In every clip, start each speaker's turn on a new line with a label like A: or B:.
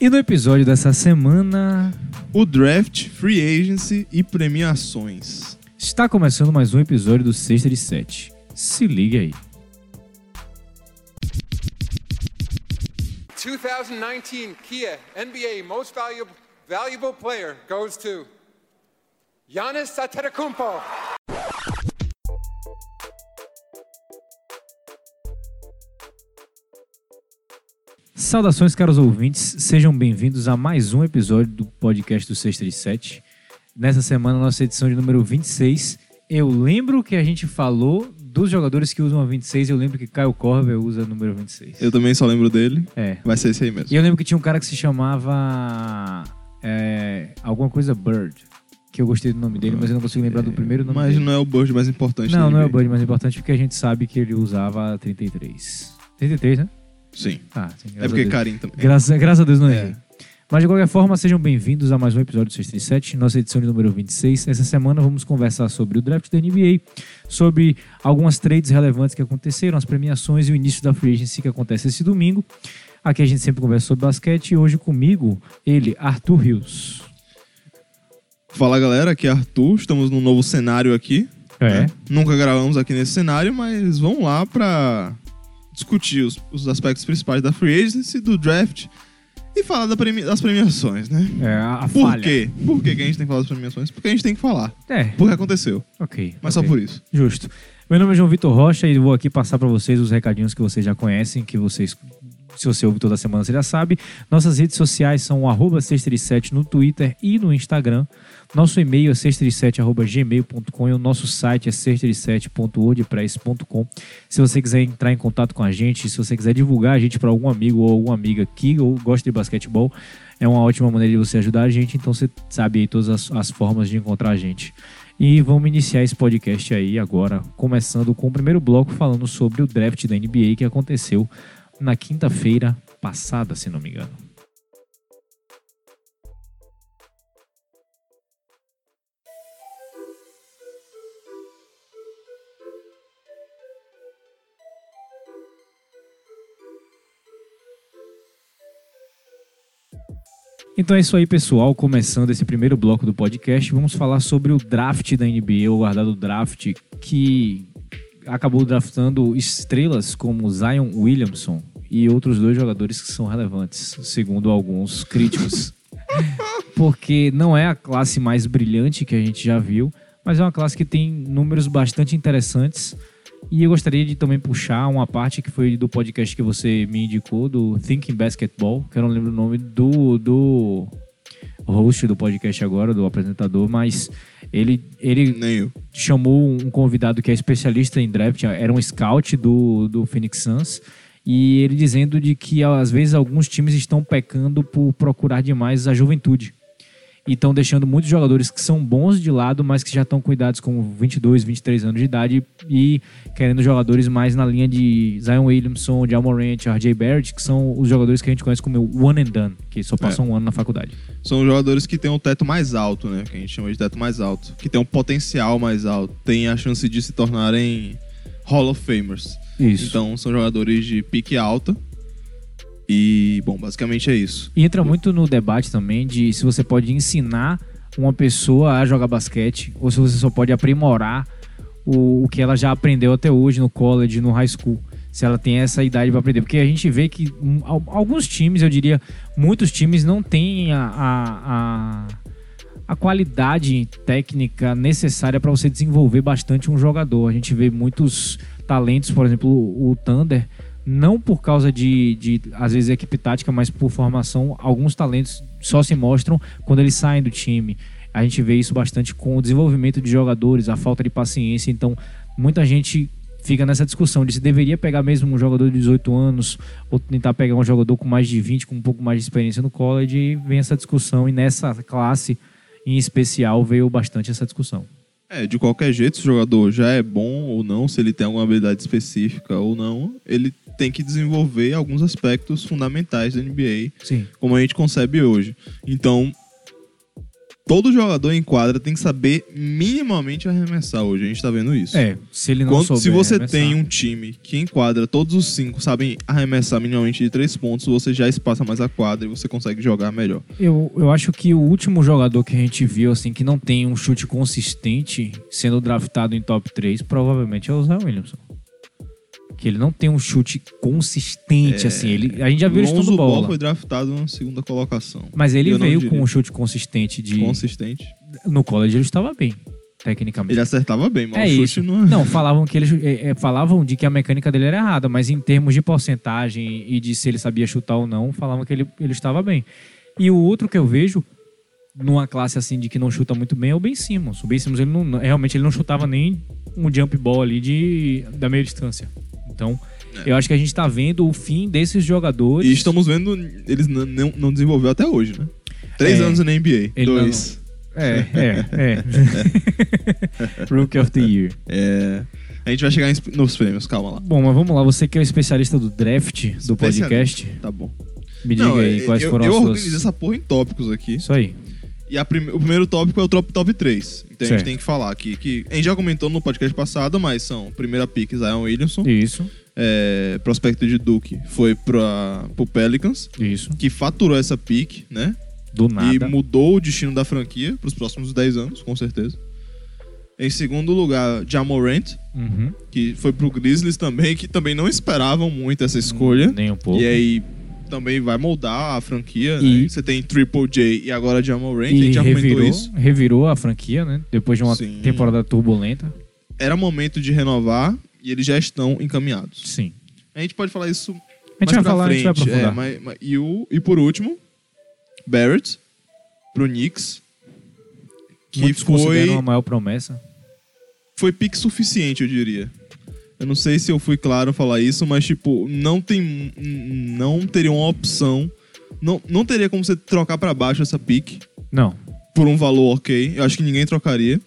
A: E no episódio dessa semana
B: O draft, free agency e premiações.
A: está começando mais um episódio do Sexta de Sete. Se liga aí.
C: 2019 Kia NBA Most Valuable, valuable Player goes to Giannis Antetokounmpo.
A: Saudações, caros ouvintes, sejam bem-vindos a mais um episódio do podcast do Sexta de Sete. Nessa semana, nossa edição de número 26. Eu lembro que a gente falou dos jogadores que usam a 26, eu lembro que Caio Corver usa o número 26.
B: Eu também só lembro dele.
A: É.
B: Vai ser esse aí
A: E
B: mesmo.
A: eu lembro que tinha um cara que se chamava. é, alguma coisa Bird, que eu gostei do nome dele, mas eu não consigo lembrar do primeiro nome
B: Mas
A: dele.
B: não é o Bird mais importante.
A: Não,
B: da
A: não é o
B: NBA.
A: Bird mais importante porque a gente sabe que ele usava 33. 33, né?
B: Sim.
A: Ah, sim. graças
B: É
A: a
B: porque
A: Deus.
B: Karim também.
A: Graças, graças a Deus não
B: É.
A: errei. Mas de qualquer forma, sejam bem-vindos a mais um episódio do 637, nossa edição de número 26. Essa semana vamos conversar sobre o draft da NBA, sobre algumas trades relevantes que aconteceram, as premiações e o início da free agency que acontece esse domingo. Aqui a gente sempre conversa sobre basquete e hoje comigo, ele, Arthur Rios.
B: Fala galera, aqui é Arthur, estamos num novo cenário aqui.
A: É.
B: né? Nunca gravamos aqui nesse cenário, mas vamos lá pra discutir os, os aspectos principais da free agency, do draft e falar da premi- das premiações, né?
A: É, a, a
B: Por
A: falha.
B: quê? Por que, que a gente tem que falar das premiações? Porque a gente tem que falar.
A: É,
B: Porque aconteceu.
A: ok.
B: Mas
A: ok.
B: só por isso.
A: Justo. Meu nome é João Vitor Rocha e vou aqui passar para vocês os recadinhos que vocês já conhecem, que vocês, se você ouve toda semana, você já sabe. Nossas redes sociais são o arroba 637 no Twitter e no Instagram. Nosso e-mail é 637.gmail.com e o nosso site é 637.wordpress.com. Se você quiser entrar em contato com a gente, se você quiser divulgar a gente para algum amigo ou alguma amiga que ou gosta de basquetebol, é uma ótima maneira de você ajudar a gente. Então você sabe aí todas as- as formas de encontrar a gente. E vamos iniciar esse podcast aí agora, começando com o primeiro bloco falando sobre o draft da NBA que aconteceu na quinta-feira passada, se não me engano. Então é isso aí, pessoal. Começando esse primeiro bloco do podcast, vamos falar sobre o draft da NBA, o guardado draft, que acabou draftando estrelas como Zion Williamson e outros dois jogadores que são relevantes, segundo alguns críticos. Porque não é a classe mais brilhante que a gente já viu, mas é uma classe que tem números bastante interessantes. E eu gostaria de também puxar uma parte que foi do podcast que você me indicou, do Thinking Basketball, que eu não lembro o nome do, do host do podcast agora, do apresentador, mas ele, ele
B: Nem eu.
A: chamou um convidado que é especialista em draft, era um scout do, do Phoenix Suns, e ele dizendo de que às vezes alguns times estão pecando por procurar demais a juventude. E estão deixando muitos jogadores que são bons de lado, mas que já estão cuidados com 22, 23 anos de idade e querendo jogadores mais na linha de Zion Williamson, de Almorant, RJ Barrett, que são os jogadores que a gente conhece como one and done, que só passam um ano na faculdade.
B: São jogadores que têm um teto mais alto, né? Que a gente chama de teto mais alto. Que tem um potencial mais alto. Tem a chance de se tornarem Hall of Famers. Então são jogadores de pique alta. E, bom, basicamente é isso.
A: E entra muito no debate também de se você pode ensinar uma pessoa a jogar basquete ou se você só pode aprimorar o, o que ela já aprendeu até hoje no college, no high school. Se ela tem essa idade para aprender. Porque a gente vê que hum, al- alguns times, eu diria, muitos times não têm a, a, a, a qualidade técnica necessária para você desenvolver bastante um jogador. A gente vê muitos talentos, por exemplo, o o Thunder não por causa de, de, às vezes, equipe tática, mas por formação, alguns talentos só se mostram quando eles saem do time. A gente vê isso bastante com o desenvolvimento de jogadores, a falta de paciência. Então, muita gente fica nessa discussão de se deveria pegar mesmo um jogador de 18 anos ou tentar pegar um jogador com mais de 20, com um pouco mais de experiência no college. E vem essa discussão, e nessa classe em especial veio bastante essa discussão.
B: É, de qualquer jeito, se o jogador já é bom ou não, se ele tem alguma habilidade específica ou não, ele tem que desenvolver alguns aspectos fundamentais da NBA
A: Sim.
B: como a gente concebe hoje. Então, todo jogador em quadra tem que saber minimamente arremessar hoje. A gente tá vendo isso.
A: É, se ele não
B: Quando-
A: souber né,
B: se você
A: arremessar.
B: tem um time que enquadra todos os cinco sabem arremessar minimamente de três pontos, você já espaça mais a quadra e você consegue jogar melhor.
A: Eu, eu acho que o último jogador que a gente viu, assim, que não tem um chute consistente sendo draftado em top 3, provavelmente é o Zé Williamson. Que ele não tem um chute consistente, assim. Ele, a gente já viu ele
B: É, Lonzo
A: estando
B: Ball
A: bola.
B: foi draftado na segunda colocação.
A: Mas ele
B: Eu não
A: veio
B: diria.
A: com um chute consistente de.
B: Consistente.
A: No college ele estava bem, tecnicamente.
B: Ele acertava bem, mas
A: É
B: o chute
A: isso.
B: não é.
A: Não, falavam que ele é, é, falavam de que a mecânica dele era errada, mas em termos de porcentagem e de se ele sabia chutar ou não, falavam que ele, ele estava bem. E o outro que eu vejo numa classe assim de que não chuta muito bem é o Ben Simmons. O Ben Simmons ele não- não, realmente ele não chutava nem um jump ball ali de da meia distância. Então, eu acho que a gente tá vendo o fim desses jogadores.
B: É. E estamos vendo, eles n- não, não desenvolveu até hoje, né? Três
A: É.
B: anos na NBA.
A: Ele
B: dois.
A: É, é, é. Rookie of the Year.
B: É. A gente vai chegar em- nos prêmios, calma lá.
A: Bom, mas vamos lá, você que é o especialista do draft do podcast,
B: Tá bom.
A: me diga
B: Não,
A: aí
B: eu-
A: quais
B: eu,
A: foram
B: eu
A: as
B: organizei
A: suas.
B: essa porra em tópicos aqui.
A: Isso aí.
B: E a prime- o primeiro tópico é o top, top 3. Então a
A: Certo.
B: gente tem que falar aqui. Que a gente já comentou no podcast passado, mas são primeira pick Zion Williamson.
A: Isso,
B: É, prospecto de Duke foi pra, pro Pelicans,
A: isso.
B: que faturou essa pick, né?
A: Do
B: E
A: nada.
B: mudou o destino da franquia pros próximos 10 anos, com certeza. Em segundo lugar, Jamorant,
A: Uhum.
B: que foi pro Grizzlies também, que também não esperavam muito essa escolha.
A: Nem um pouco.
B: E aí também vai moldar a franquia.
A: E-
B: né? Você tem Triple J e agora Jamorant, a
A: E
B: gente já comentou
A: revirou,
B: isso.
A: revirou a franquia, né? Depois de uma
B: Sim.
A: temporada turbulenta.
B: Era momento de renovar e eles já estão encaminhados.
A: Sim.
B: A gente pode falar isso
A: A gente
B: mais
A: vai
B: pra
A: falar, a gente
B: frente.
A: vai aprofundar.
B: é, mas- mas- e, o, e por último, Barrett pro Knicks, que
A: Muitos
B: foi,
A: consideram a maior promessa.
B: foi pique suficiente, eu diria. Eu não sei se eu fui claro em falar isso, mas tipo, não tem não teria uma opção, não, não teria como você trocar pra baixo essa pique
A: Não.
B: por um valor ok. Eu acho que ninguém trocaria.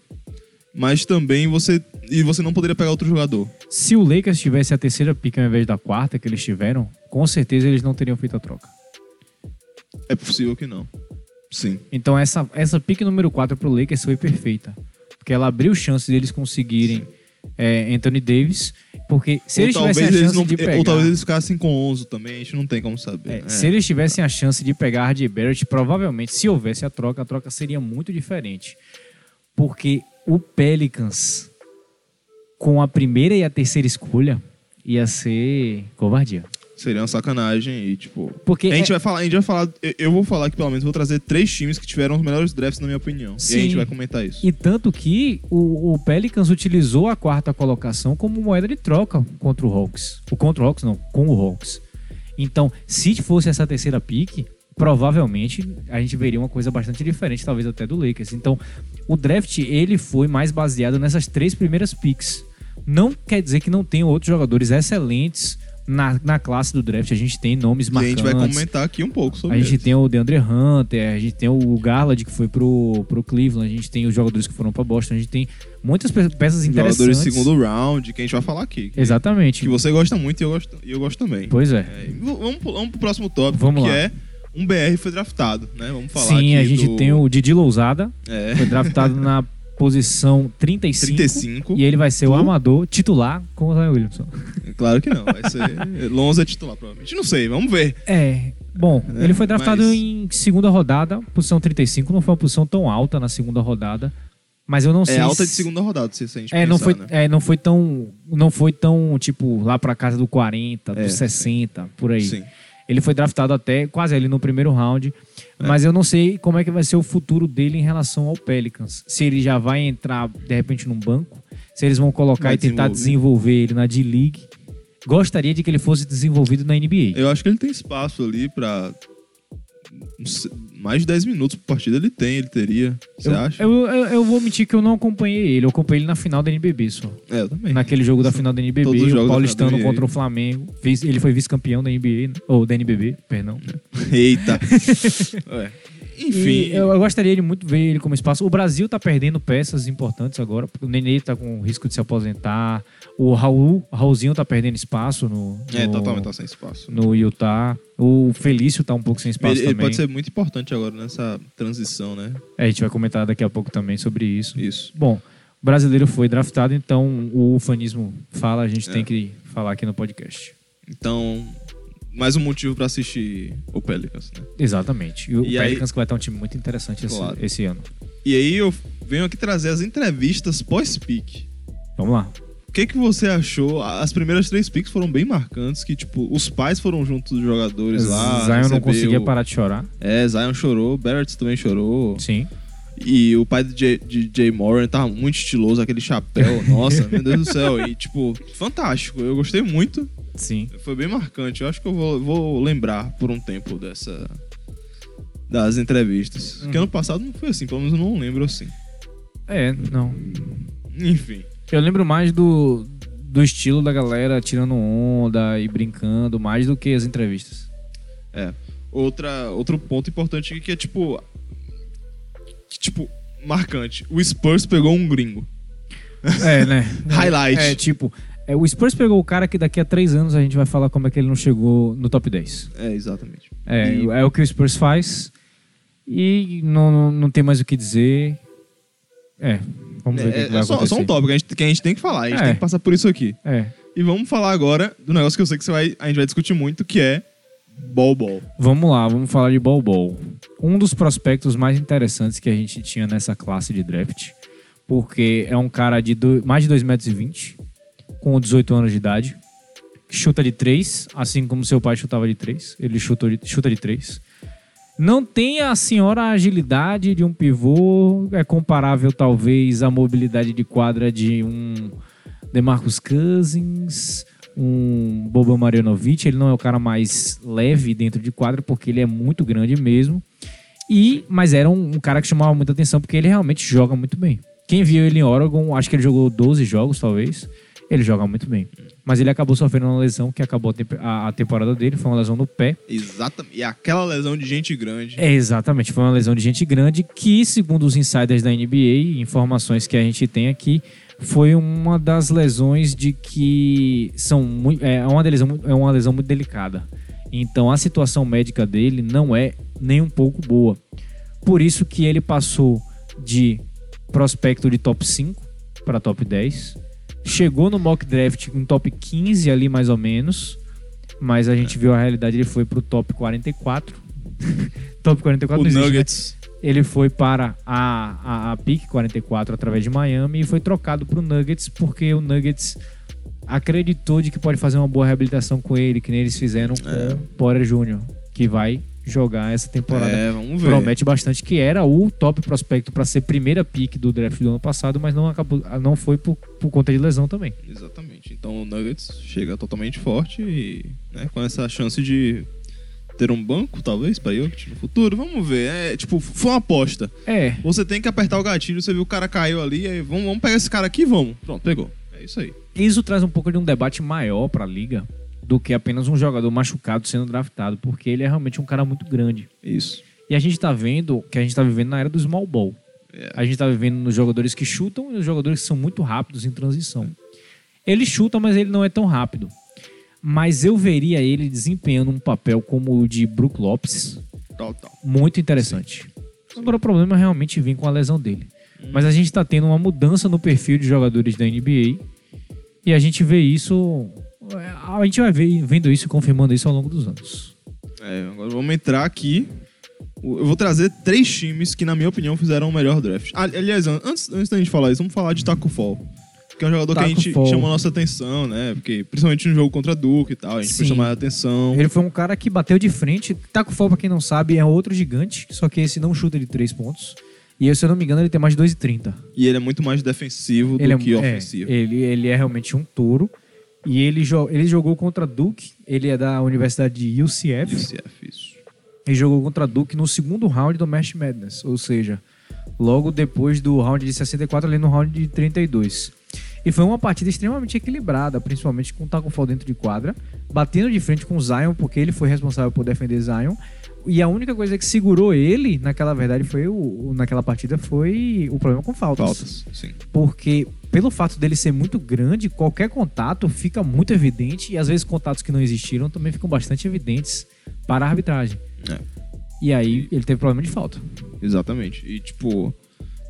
B: Mas também você e você não poderia pegar outro jogador.
A: Se o Lakers tivesse a terceira pick ao invés da quarta que eles tiveram, com certeza eles não teriam feito a troca.
B: É possível que não. Sim.
A: Então essa, essa pique número 4 pro Lakers foi perfeita. Porque ela abriu chances deles conseguirem é, Anthony Davis. Porque se
B: ou
A: eles tivessem
B: talvez
A: a chance
B: eles não, é,
A: de pegar...
B: ou talvez eles ficassem com 11 também, a gente não tem como
A: é,
B: saber. É.
A: Se eles tivessem a chance de pegar RJ Barrett, provavelmente, se houvesse a troca, a troca seria muito diferente. Porque o Pelicans, com a primeira e a terceira escolha, ia ser covardia.
B: Seria uma sacanagem e tipo,
A: Porque
B: a gente
A: é-
B: vai falar, a gente vai falar, eu, eu vou falar que pelo menos vou trazer três times que tiveram os melhores drafts na minha opinião. E a
A: Sim.
B: gente vai comentar isso.
A: E tanto que o, o Pelicans utilizou a quarta colocação como moeda de troca contra o Hawks. O contra o Hawks não, com o Hawks. Então, se fosse essa terceira pique, provavelmente a gente veria uma coisa bastante diferente, talvez até do Lakers. Então, o draft ele foi mais baseado nessas três primeiras picks. Não quer dizer que não tenham outros jogadores excelentes na, na classe do draft. A gente tem nomes
B: E a
A: marcantes.
B: gente vai comentar aqui um pouco sobre
A: A gente
B: eles.
A: tem o DeAndre Hunter, a gente tem o Garland que foi pro, pro Cleveland, a gente tem os jogadores que foram pra Boston, a gente tem muitas pe- peças
B: jogadores
A: interessantes.
B: de segundo round, que a gente vai falar aqui. Que,
A: Exatamente.
B: que você gosta muito e eu gosto, e eu gosto também.
A: Pois é.
B: É, e v- vamos, pro- vamos pro próximo tópico,
A: Vamos
B: que
A: lá.
B: é um BR foi draftado, né? Vamos falar
A: Sim,
B: aqui
A: a gente
B: do-
A: tem o Didi Lousada,
B: é,
A: foi draftado na posição 35,
B: 35.
A: e ele vai ser o
B: Do-
A: armador titular com o Zion Williamson.
B: Claro que não, vai ser Lonzo é titular provavelmente. Não sei, vamos ver.
A: É, bom,
B: É,
A: ele foi draftado
B: mas-
A: em segunda rodada, posição 35, não foi uma posição tão alta na segunda rodada, mas eu não sei
B: É alta de
A: se-
B: segunda rodada, se a gente
A: É, não
B: pensar,
A: foi,
B: né?
A: é, não foi tão. Não foi tão, tipo, lá pra casa do 40, do
B: É,
A: 60, por aí.
B: Sim.
A: Ele foi draftado até quase ali no primeiro round. Mas eu não sei como é que vai ser o futuro dele em relação ao Pelicans. Se ele já vai entrar, de repente, num banco. Se eles vão colocar
B: Vai
A: e tentar
B: desenvolver.
A: desenvolver ele na D-League. Gostaria de que ele fosse desenvolvido na NBA.
B: Eu acho que ele tem espaço ali pra. não sei, Mais de 10 minutos por partida ele tem, ele teria. Você
A: Eu,
B: acha?
A: eu, eu- eu vou mentir que eu não acompanhei ele. Eu acompanhei ele na final da NBB só.
B: É, eu também.
A: Naquele jogo da final da
B: Todos os
A: NBB,
B: jogos
A: o
B: da
A: Paulistano
B: final da NBA.
A: contra o Flamengo. Vice- Ele foi vice-campeão da NBA, né? ou da NBB, perdão.
B: Eita. Ué. É. Enfim.
A: E eu, eu gostaria de muito ver ele como espaço. O Brasil tá perdendo peças importantes agora. O Nenê tá com risco de se aposentar. O Raul, Raulzinho tá perdendo espaço no, no,
B: É, totalmente tá sem espaço.
A: no Utah. O Felício tá um pouco sem espaço
B: Ele, ele
A: também.
B: pode ser muito importante agora nessa transição, né?
A: É, a gente vai comentar daqui a pouco também sobre isso.
B: Isso.
A: Bom, o brasileiro foi draftado, então o ufanismo fala, a gente
B: É.
A: tem que falar aqui no podcast.
B: Então, mais um motivo pra assistir o Pelicans, né?
A: Exatamente. E o
B: E aí-
A: Pelicans que vai estar um time muito interessante esse,
B: Claro.
A: esse ano.
B: E aí eu venho aqui trazer as entrevistas pós-pick.
A: Vamos lá.
B: O que, que você achou? A- As primeiras três picks foram bem marcantes, que tipo, os pais foram juntos dos jogadores lá.
A: Zion não
B: recebeu-
A: conseguia parar de chorar.
B: É, Zion chorou, Barrett também chorou.
A: Sim.
B: E o pai de Jay, de Jay Moran tava muito estiloso, aquele chapéu, nossa, meu Deus do céu. E tipo, fantástico, eu gostei muito.
A: Sim.
B: Foi bem marcante, eu acho que eu vou, vou lembrar por um tempo dessa... Das entrevistas. Porque
A: Uhum.
B: ano passado não foi assim, pelo menos eu não lembro assim.
A: É, não.
B: Enfim.
A: Eu lembro mais do, do estilo da galera tirando onda e brincando, mais do que as entrevistas.
B: É. Outra, outro ponto importante aqui que é tipo. que, tipo, marcante. O Spurs pegou um gringo.
A: É, né?
B: Highlight.
A: É, tipo, é, o Spurs pegou o cara que daqui a três anos a gente vai falar como é que ele não chegou no top 10.
B: É, exatamente.
A: É,
B: E-
A: é o que o Spurs faz. E não, não, não tem mais o que dizer. É, vamos ver o que,
B: é,
A: que vai
B: é só,
A: acontecer.
B: só um tópico que a, gente, que a gente tem que falar, a gente
A: É.
B: tem que passar por isso aqui.
A: É,
B: E vamos falar agora do negócio que eu sei que você vai, a gente vai discutir muito, que é Ball Ball.
A: vamos lá, vamos falar de Bol Bol. Um dos prospectos mais interessantes que a gente tinha nessa classe de draft, porque é um cara de do- mais de 2,20 metros, e vinte, com 18 anos de idade, que chuta de 3, assim como seu pai chutava de 3, ele chuta de, chuta de 3. Não tem a senhora agilidade de um pivô, é comparável talvez à mobilidade de quadra de um DeMarcus Cousins, um Boba Marjanovic, ele não é o cara mais leve dentro de quadra porque ele é muito grande mesmo. E mas era um, um cara que chamava muita atenção porque ele realmente joga muito bem. Quem viu ele em Oregon, acho que ele jogou 12 jogos talvez. Ele joga muito bem. Mas ele acabou sofrendo uma lesão que acabou a temp- a- a temporada dele, foi uma lesão no pé.
B: Exatamente. E aquela lesão de gente grande.
A: É, exatamente, foi uma lesão de gente grande que, segundo os insiders da NBA, informações que a gente tem aqui, foi uma das lesões de que são muito, é uma lesão, mu- é uma lesão muito delicada. Então a situação médica dele não é nem um pouco boa. Por isso que ele passou de prospecto de top 5 para top 10. Chegou no mock draft em top 15 ali mais ou menos, mas a
B: É.
A: gente viu a realidade, ele foi pro top 44. top 44
B: o
A: não existe, né?
B: Nuggets.
A: Ele foi para a, a, a PIC 44 através de Miami e foi trocado para o Nuggets porque o Nuggets acreditou de que pode fazer uma boa reabilitação com ele, que nem eles fizeram com
B: É.
A: o Porter Jr., que vai jogar essa temporada.
B: É, vamos ver.
A: Promete bastante que era o top prospecto para ser primeira pick do draft do ano passado, mas não acabou, ah, não foi por, por conta de lesão também.
B: Exatamente. Então o Nuggets chega totalmente forte e né, com essa chance de ter um banco, talvez, pra Jokic no futuro. Vamos ver. É, tipo, foi uma aposta.
A: É,
B: Você tem que apertar o gatilho, você viu o cara caiu ali, aí vamos, vamos pegar esse cara aqui e vamos. Pronto, pegou. É isso aí.
A: isso traz um pouco de um debate maior para a liga do que apenas um jogador machucado sendo draftado, porque ele é realmente um cara muito grande.
B: Isso.
A: E a gente tá vendo que a gente tá vivendo na era do small ball.
B: É.
A: A gente tá vivendo nos jogadores que chutam e nos jogadores que são muito rápidos em transição. Ele chuta, mas ele não é tão rápido. Mas eu veria ele desempenhando um papel como o de Brook Lopes,
B: Tal, tal.
A: muito interessante. Agora o problema é realmente vem com a lesão dele. Mas a gente está tendo uma mudança no perfil de jogadores da NBA e a gente vê isso, é, a gente vai ver, vendo isso, e confirmando isso ao longo dos anos.
B: É, agora vamos entrar aqui. O- Eu vou trazer três times que, na minha opinião, fizeram o melhor draft. Ah, Aliás, an- antes, antes da gente falar isso, vamos falar de Taco Fall. Que é um jogador
A: Taco
B: que a gente
A: Fall.
B: chama a nossa atenção, né? Porque, principalmente no jogo contra a Duke e tal, a gente foi
A: Sim.
B: chamar a atenção.
A: Ele foi um cara que bateu de frente. Taco Fall, pra quem não sabe, é outro gigante, só que esse não chuta de três pontos. E se eu não me engano, ele tem mais de 2,30.
B: E ele é muito mais defensivo do
A: Ele é,
B: que
A: mu- é,
B: ofensivo.
A: ele, ele é realmente um touro. E ele, jo- ele jogou contra Duke, ele é da Universidade de UCF.
B: UCF, é isso.
A: e jogou contra Duke no segundo round do Match Madness, ou seja, logo depois do round de 64 ali no round de 32. E foi uma partida extremamente equilibrada, principalmente com o Taco Fall dentro de quadra, batendo de frente com o Zion, porque ele foi responsável por defender Zion. E a única coisa que segurou ele, naquela verdade, foi o, naquela partida, foi o problema com faltas.
B: Faltas, sim.
A: Porque pelo fato dele ser muito grande, qualquer contato fica muito evidente e às vezes contatos que não existiram também ficam bastante evidentes para a arbitragem.
B: É.
A: E aí ele teve problema de falta.
B: Exatamente. E tipo,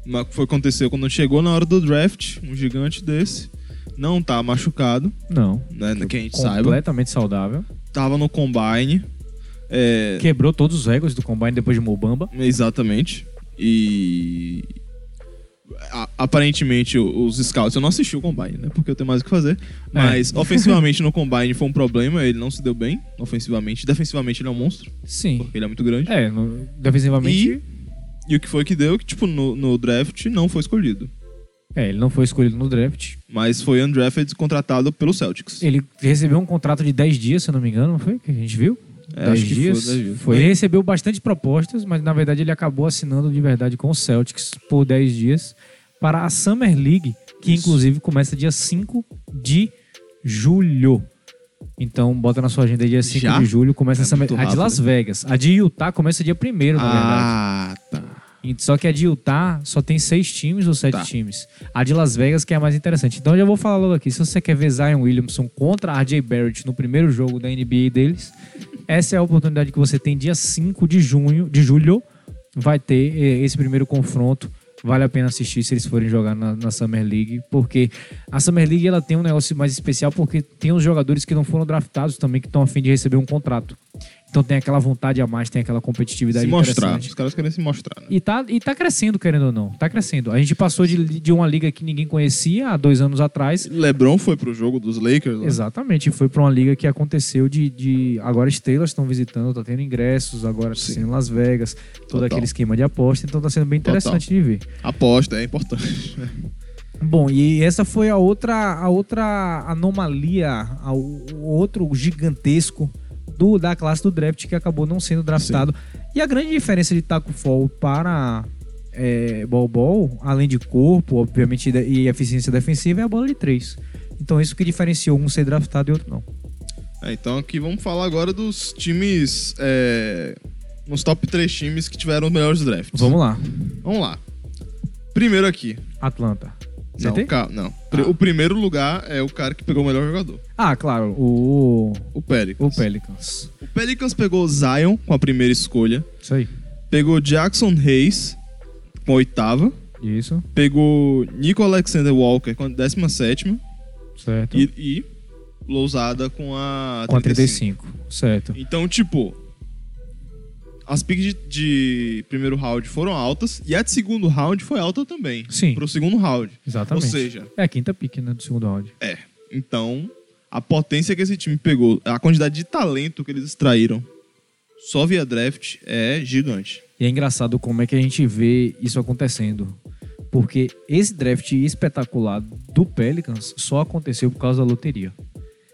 B: o que foi aconteceu quando chegou na hora do draft, um gigante desse não tá machucado,
A: Não.
B: né, que a gente saiba.
A: Completamente saudável.
B: Tava no combine. É,
A: Quebrou todos os recordes do combine depois de Mobamba.
B: Exatamente. E. a- aparentemente, o- os scouts. Eu não assisti o Combine, né? Porque eu tenho mais o que fazer.
A: É.
B: Mas ofensivamente no Combine foi um problema, ele não se deu bem. Ofensivamente. Defensivamente ele é um monstro,
A: Sim.
B: porque ele é muito grande.
A: É, no- defensivamente.
B: E- E o que foi que deu? Que, tipo, no, no draft não foi escolhido.
A: É, ele não foi escolhido no draft.
B: Mas foi undrafted contratado pelo Celtics.
A: Ele recebeu um contrato de 10 dias, se eu não me engano, não foi? Que a gente viu?
B: É,
A: 10
B: acho que foi
A: dias.
B: 10 dias.
A: Foi. Ele recebeu bastante propostas, mas na verdade ele acabou assinando de verdade com o Celtics por 10 dias para a Summer League, que
B: Isso.
A: inclusive começa dia 5 de julho. Então, bota na sua agenda aí, dia 5
B: Já?
A: de julho, começa
B: É
A: a Summer
B: muito
A: A de
B: rápido.
A: Las Vegas. A de Utah começa dia 1 na é verdade.
B: Ah, tá.
A: E- Só que a de Utah só tem seis times ou sete
B: Tá.
A: times. A de Las Vegas que é a mais interessante. Então eu já vou falar logo aqui. Se você quer ver Zion Williamson contra RJ Barrett no primeiro jogo da NBA deles, essa é a oportunidade que você tem dia 5 de junho, de julho, vai ter eh, esse primeiro confronto. Vale a pena assistir se eles forem jogar na, na Summer League, porque a Summer League ela tem um negócio mais especial porque tem os jogadores que não foram draftados também que estão a fim de receber um contrato. Então tem aquela vontade a mais, tem aquela competitividade
B: Se mostrar.
A: interessante.
B: Os caras querem se mostrar, né?
A: E tá, e tá crescendo, querendo ou não. Tá crescendo. A gente passou de, de uma liga que ninguém conhecia há dois anos atrás.
B: LeBron foi pro jogo dos Lakers. né?
A: Exatamente. Foi pra uma liga que aconteceu de. de agora estrelas estão visitando, tá tendo ingressos, agora tá
B: Sim.
A: sendo Las Vegas, todo
B: Total.
A: aquele esquema de aposta. Então tá sendo bem
B: Total.
A: interessante de ver.
B: Aposta, é importante.
A: Bom, e essa foi a outra, a outra anomalia, a- o outro gigantesco do, da classe do draft que acabou não sendo draftado. E a grande diferença de Taco Fall para é, Bol Bol, além de corpo, obviamente, e da- e eficiência defensiva, é a bola de três. Então isso que diferenciou um ser draftado e outro não.
B: É, então aqui vamos falar agora dos times. É, nos top 3 times que tiveram os melhores drafts.
A: Vamos lá.
B: Vamos lá. Primeiro aqui.
A: Atlanta.
B: Não,
A: CT?
B: ca- não. Pri- O primeiro lugar é o cara que pegou o melhor jogador.
A: Ah, claro, o,
B: O Pelicans.
A: o Pelicans.
B: O Pelicans pegou Zion com a primeira escolha.
A: Isso aí.
B: Pegou Jackson Hayes com a oitava.
A: Isso,
B: Pegou Nico Alexander Walker com a décima sétima.
A: certo.
B: E, e Lousada com a
A: Com a 35, certo.
B: Então, tipo, as picks de, de primeiro round foram altas e a de segundo round foi alta também.
A: Sim.
B: Pro segundo round.
A: Exatamente.
B: Ou seja,
A: É a quinta pique, né, do segundo round.
B: é. Então, a potência que esse time pegou, a quantidade de talento que eles extraíram só via draft é gigante.
A: E é engraçado como é que a gente vê isso acontecendo. Porque esse draft espetacular do Pelicans só aconteceu por causa da loteria.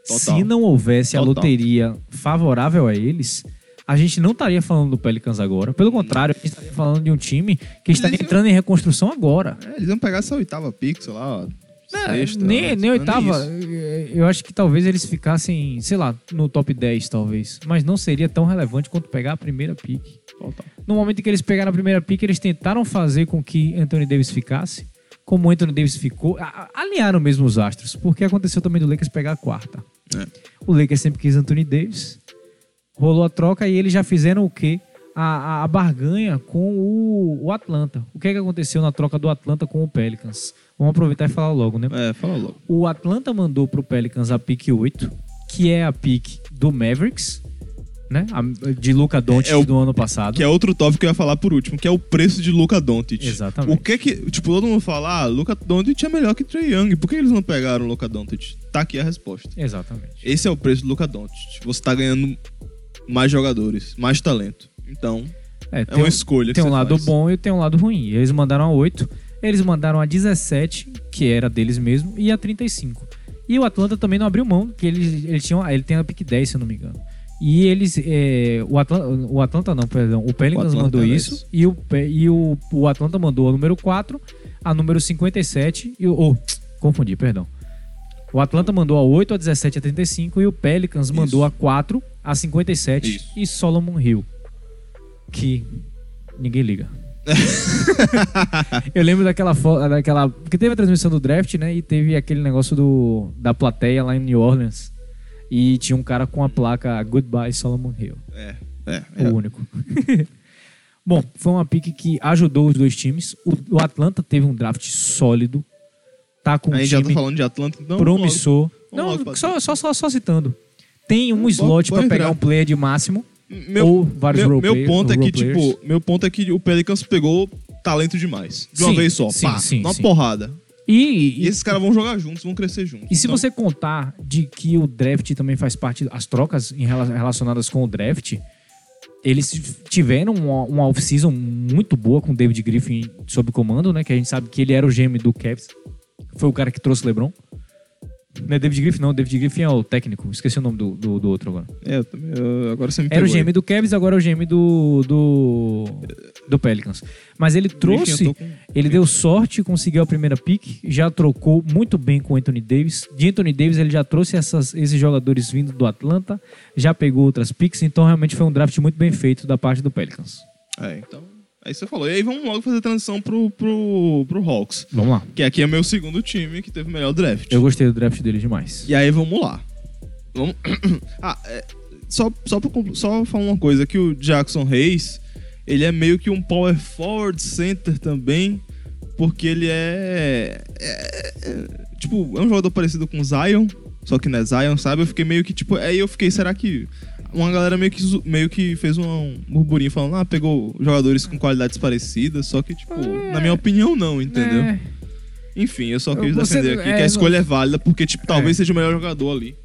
B: Total.
A: Se não houvesse a
B: Total.
A: loteria favorável a eles, a gente não estaria falando do Pelicans agora. Pelo contrário, a gente estaria falando de um time que estaria entrando em reconstrução agora.
B: É, eles vão pegar essa oitava pick, sei lá, ó,
A: É,
B: sexta,
A: nem, nem
B: ó,
A: oitava.
B: isso.
A: eh, Eu acho que talvez eles ficassem, sei lá, no top 10, talvez. Mas não seria tão relevante quanto pegar a primeira pique.
B: Total.
A: No momento em que eles pegaram a primeira pique, eles tentaram fazer com que Anthony Davis ficasse. Como Anthony Davis ficou, a- a- alinharam mesmo os astros, porque aconteceu também do Lakers pegar a quarta.
B: É.
A: O Lakers sempre quis Anthony Davis, rolou a troca e eles já fizeram o quê? A, a- a barganha com o, o Atlanta. O que é que aconteceu na troca do Atlanta com o Pelicans? Vamos aproveitar e falar logo, né?
B: É, fala logo.
A: O Atlanta mandou pro Pelicans a pick 8, que é a pick do Mavericks, né? A- de Luca Doncic
B: É o-
A: do ano passado.
B: Que é outro tópico que eu ia falar por último, que é o preço de Luca Doncic.
A: Exatamente.
B: O que que... Tipo, todo mundo fala, ah, Luca Doncic é melhor que Trae Young. Por que eles não pegaram o Luca Doncic? Tá aqui a resposta.
A: Exatamente.
B: Esse é o preço do Luca Doncic. Você tá ganhando mais jogadores, mais talento. Então,
A: É,
B: é uma escolha que
A: Tem um
B: você
A: lado
B: faz.
A: bom e tem um lado ruim. Eles mandaram a 8, eles mandaram a 17, que era deles mesmo, e a 35. E o Atlanta também não abriu mão, que eles, eles tinham, ele tem a pick 10, se eu não me engano. E eles. é, o, Atlanta, o Atlanta não, perdão. O Pelicans
B: Atlanta
A: mandou
B: é
A: isso.
B: dez.
A: E, o, Pe- e o, o Atlanta mandou a número 4, a número 57. E, o- ou, oh, confundi, perdão. O Atlanta mandou a 8 a 17 a 35 e o Pelicans mandou a 4 a 57
B: Isso.
A: e Solomon Hill. Que ninguém liga. Eu lembro daquela foto, daquela, porque teve a transmissão do draft, né, e teve aquele negócio do da plateia lá em New Orleans. E tinha um cara com a placa Goodbye Solomon Hill.
B: É, é.
A: O único. Bom, foi uma pique que ajudou os dois times. O, o Atlanta teve um draft sólido. Tá com
B: A
A: um
B: gente já tá
A: time
B: falando de Atlanta, então.
A: promissor.
B: vamos logo
A: não,
B: pra
A: só, só, só, só citando. Tem um
B: Vamos
A: slot pra
B: logo pra
A: pegar
B: entrar.
A: um player de máximo.
B: logo. Meu,
A: ou vários
B: meu,
A: role
B: meu
A: player-
B: ponto é
A: role
B: que,
A: players.
B: tipo, meu ponto é que o Pelicans pegou talento demais. De uma
A: Sim,
B: vez só.
A: sim,
B: pá,
A: sim,
B: uma
A: sim.
B: porrada.
A: E,
B: E esses caras vão jogar juntos, vão crescer juntos.
A: E se
B: Então,
A: você contar de que o draft também faz parte, as trocas em rela- relacionadas com o draft, eles tiveram uma, uma off-season muito boa com o David Griffin sob comando, né? Que a gente sabe que ele era o gêmeo do Cavs. Foi o cara que trouxe o LeBron. Não é David Griffin, não. David Griffin é o técnico. Esqueci o nome do, do, do outro agora.
B: É, eu também- eu- agora você me
A: Era o
B: pegou aí.
A: gêmeo do Cavs, agora é o gêmeo do, do, do Pelicans. Mas ele trouxe,
B: eu tô com-
A: ele deu sorte, conseguiu a primeira pick, já trocou muito bem com o Anthony Davis. De Anthony Davis, ele já trouxe essas- esses jogadores vindo do Atlanta, já pegou outras picks, então realmente foi um draft muito bem feito da parte do Pelicans.
B: É, então. Aí você falou. E aí vamos logo fazer a transição pro, pro, pro Hawks.
A: Vamos lá.
B: Que aqui é meu segundo time que teve o melhor draft.
A: Eu gostei do draft dele demais.
B: E aí vamos lá. Vamos... ah, é, só, só, pra compl- só falar uma coisa, que o Jackson Reis, ele é meio que um power forward center também, porque ele é... é- é- tipo, é um jogador parecido com o Zion, só que não é Zion, sabe? Eu fiquei meio que, tipo, aí eu fiquei, será que... Uma galera meio que, zo- meio que fez um, um burburinho falando, ah, pegou jogadores com qualidades parecidas, só que, tipo, na minha opinião, não, entendeu?
A: É,
B: Enfim, eu só quis
A: Você-
B: defender aqui
A: é,
B: que
A: não-
B: a escolha é válida, porque, tipo,
A: É.
B: talvez seja o melhor jogador ali.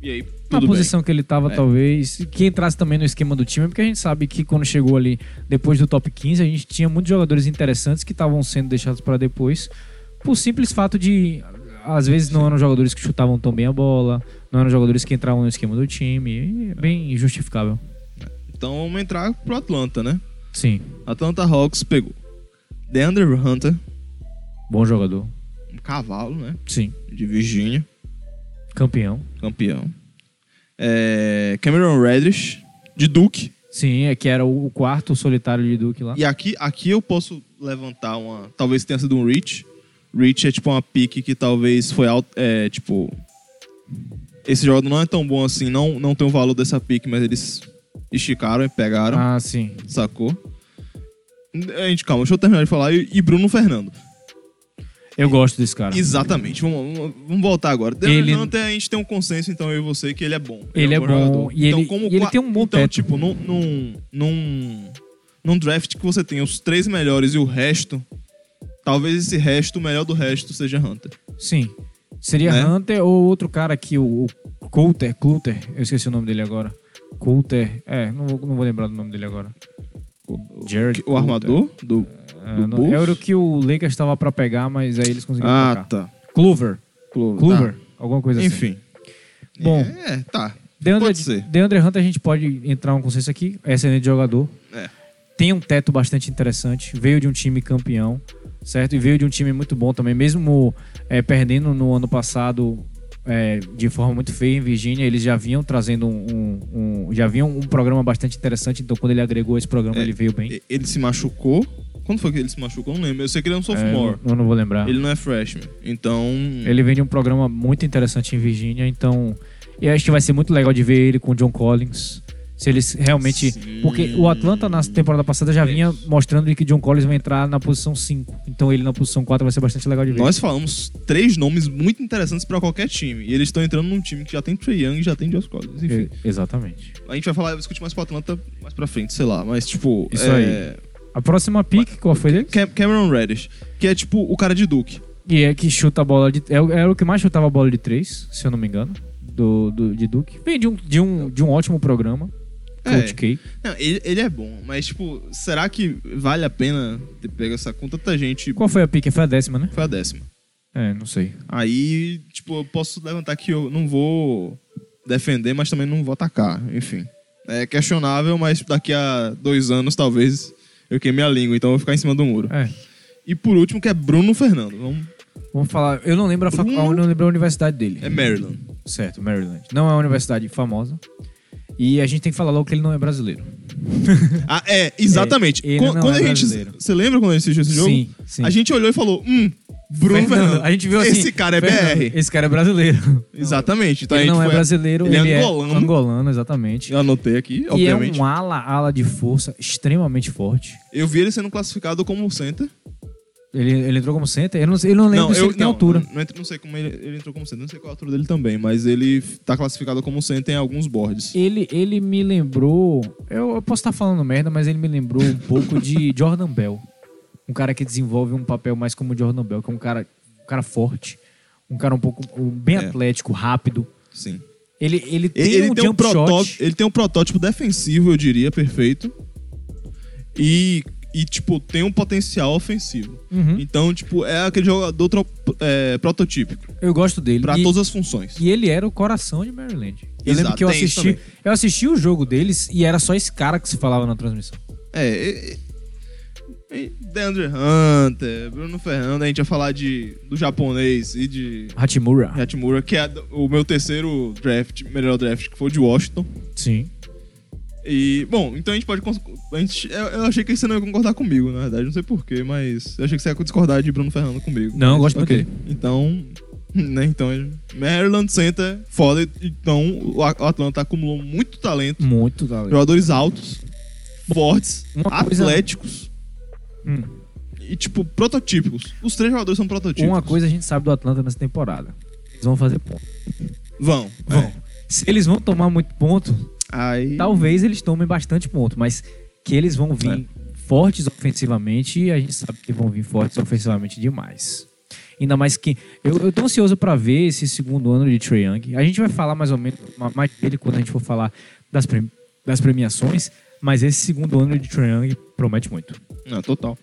B: E aí,
A: na
B: tudo bem.
A: posição que ele tava,
B: É.
A: talvez, que entrasse também no esquema do time, porque a gente sabe que quando chegou ali depois do top 15, a gente tinha muitos jogadores interessantes que estavam sendo deixados para depois, por simples fato de às vezes não eram jogadores que chutavam tão bem a bola, não eram jogadores que entravam no esquema do time, e é bem justificável.
B: Então vamos entrar pro Atlanta, né?
A: Sim,
B: Atlanta Hawks pegou Deandre Hunter,
A: bom jogador.
B: um cavalo, né?
A: Sim,
B: De Virgínia,
A: campeão.
B: campeão. É, Cameron Reddish, de Duke.
A: Sim, é que era o quarto solitário de Duke lá.
B: E aqui, aqui eu posso levantar uma... Talvez tenha sido um reach. Reach é tipo uma pique que talvez foi alto... É, tipo... Esse jogador não é tão bom assim, não, não tem o valor dessa pique, mas eles esticaram e pegaram.
A: Ah, sim.
B: Sacou? A gente, calma, deixa eu terminar de falar. E, e Bruno Fernando.
A: Eu gosto desse cara.
B: Exatamente. Vamos, vamos, vamos voltar agora.
A: Ele-
B: Ele... a gente tem um consenso, então eu e você, que ele é bom.
A: Ele é bom,
B: um jogador.
A: e ele- e ele
B: qua-
A: tem um bom
B: Então,
A: teto.
B: tipo, num, num, num, num draft que você tem os três melhores e o resto, talvez esse resto, o melhor do resto, seja Hunter.
A: Sim. Seria
B: Né?
A: Hunter ou outro cara aqui, o, o Coulter, Coulter, eu esqueci o nome dele agora. Coulter, é, não vou, não vou lembrar do nome dele agora.
B: O,
A: Jared
B: o armador do.
A: É,
B: do
A: não-
B: Bulls?
A: era o que o Lakers estava pra pegar, mas aí eles conseguiram
B: Ah,
A: trocar.
B: tá.
A: Clover,
B: Clu-
A: Clover,
B: tá.
A: alguma coisa assim.
B: Enfim.
A: Bom.
B: É, tá.
A: Deandre,
B: Pode ser.
A: Deandre Hunter a gente pode entrar um consenso aqui, é excelente jogador.
B: É.
A: Tem um teto bastante interessante, veio de um time campeão, certo? E veio de um time muito bom também, mesmo é, perdendo no ano passado é, de forma muito feia em Virgínia, eles já vinham trazendo um, um- um- já vinham um programa bastante interessante, então quando ele agregou esse programa
B: É,
A: ele veio bem.
B: E- Ele se machucou. Quando foi que ele se machucou? Eu Não lembro. Eu sei que ele é um
A: É,
B: sophomore.
A: eu não vou lembrar.
B: Ele não é freshman. Então.
A: Ele vem de um programa muito interessante em Virgínia, então eu acho que vai ser muito legal de ver ele com o John Collins. Se eles realmente.
B: Sim.
A: Porque o Atlanta na temporada passada já vinha mostrando que John Collins vai entrar na posição 5. Então ele na posição 4 vai ser bastante legal de ver.
B: Nós falamos três nomes muito interessantes pra qualquer time. E eles estão entrando num time que já tem Trey Young e já tem Josh Collins. Enfim.
A: E- Exatamente.
B: A gente vai falar, vai discutir mais pro Atlanta mais pra frente, sei lá. Mas, tipo.
A: Isso
B: é,
A: A próxima pick, qual foi dele?
B: Cam- Cameron Reddish, que é tipo o cara de Duke.
A: E é que chuta a bola de. é o- Era o que mais chutava a bola de 3, se eu não me engano. Do, do- de Duke. Vem de um, de um, de um ótimo programa.
B: É.
A: Coach K.
B: Não, ele, ele é bom, mas, tipo, será que vale a pena ter pego essa com tanta gente?
A: Qual foi a pick? Foi a décima, né?
B: Foi a décima.
A: É, não sei.
B: Aí, tipo, eu posso levantar que eu não vou defender, mas também não vou atacar. Enfim. É questionável, mas daqui a dois anos, talvez, eu queime a língua, então eu vou ficar em cima do muro.
A: É.
B: E por último, que é Bruno Fernando. Vamos
A: Vamos falar. Eu não lembro a, facu...
B: Bruno?
A: eu não lembro a universidade dele.
B: É Maryland.
A: Certo, Maryland. Não é uma universidade famosa. E a gente tem que falar logo que ele não é brasileiro.
B: Ah, é, exatamente.
A: ele
B: Quan-
A: não
B: quando,
A: é
B: a gente.
A: brasileiro.
B: Você lembra quando a gente assistiu esse jogo?
A: Sim, sim.
B: A gente olhou e falou: hum, Bruno
A: Fernando,
B: Fernando.
A: a gente viu assim.
B: Esse cara é
A: Fernando,
B: BR.
A: Esse cara é brasileiro.
B: Exatamente. Então a
A: ele
B: gente
A: não é
B: foi-
A: brasileiro,
B: Ele,
A: ele,
B: é angolano.
A: é angolano, exatamente.
B: Eu anotei aqui,
A: E é
B: obviamente.
A: um ala, ala de força extremamente forte.
B: Eu vi ele sendo classificado como center.
A: Ele, ele entrou como center? Eu não, sei- eu não lembro
B: não,
A: se
B: eu
A: ele tem altura.
B: Não, não sei como ele, ele entrou como center, não sei qual a altura dele também, mas ele f- tá classificado como center em alguns boards.
A: Ele, ele me lembrou. Eu, eu posso estar falando merda, mas ele me lembrou um pouco de Jordan Bell. Um cara que desenvolve um papel mais como o Jordan Bell, que é um cara, um cara forte, um cara um pouco um, bem
B: É.
A: atlético, rápido.
B: Sim.
A: Ele, ele tem
B: ele,
A: um
B: tem um
A: jump
B: protó-
A: shot.
B: ele tem um protótipo defensivo, eu diria, perfeito. E, e tipo, tem um potencial ofensivo.
A: Uhum.
B: Então, tipo, é aquele jogador tro- é, prototípico
A: Eu gosto dele.
B: pra
A: E-
B: todas as funções.
A: E ele era o coração de Maryland. Eu
B: Exato,
A: lembro que eu
B: tem isso
A: assisti, eu assisti o jogo deles e era só esse cara que se falava na transmissão.
B: É, e, e, e Deandre Hunter, Bruno Fernando, a gente ia falar de, do japonês e de
A: Hachimura.
B: Hatmura, que é o meu terceiro draft, melhor draft, que foi o de Washington.
A: Sim.
B: E, bom, então a gente pode. cons- A gente, eu, eu achei que você não ia concordar comigo, na verdade, não sei porquê, mas eu achei que você ia discordar de Bruno Fernando comigo.
A: Não, eu gosto
B: mas,
A: muito
B: ok. Então. Né, então. Maryland Center, foda. Então, o A- o Atlanta acumulou muito talento.
A: Muito talento.
B: Jogadores altos, fortes,
A: Uma coisa-
B: atléticos
A: Hum.
B: e, tipo, prototípicos. Os três jogadores são prototípicos.
A: Uma coisa a gente sabe do Atlanta nessa temporada. Eles vão fazer ponto.
B: Vão.
A: Vão.
B: É.
A: Se eles vão tomar muito ponto,
B: Aí.
A: talvez eles tomem bastante ponto, mas que eles vão vir fortes ofensivamente, a gente sabe que vão vir fortes ofensivamente demais. Ainda mais que. Eu, eu tô ansioso pra ver esse segundo ano de Trae Young. A gente vai falar mais ou menos ma- mais dele quando a gente for falar das, pre- das premiações, mas esse segundo ano de Trae Young promete muito.
B: Não, total.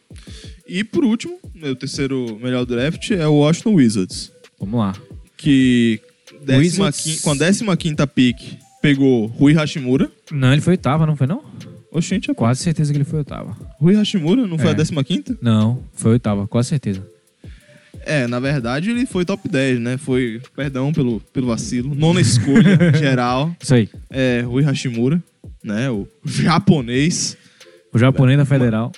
B: E por último, meu terceiro melhor draft é o Washington Wizards,
A: Vamos lá.
B: que décima
A: Wizards.
B: quin- com a 15 quinta pick pegou Rui Hashimura.
A: Não, ele foi oitava, não foi não?
B: Oxente, é pá.
A: Quase certeza que ele foi oitava.
B: Rui Hashimura não foi
A: É.
B: a 15 quinta?
A: Não, foi oitava, quase certeza.
B: É, na verdade ele foi top 10, né? Foi, perdão pelo, pelo vacilo, nona escolha geral,
A: Isso aí.
B: é Rui Hashimura, né? O japonês.
A: O japonês da Federal.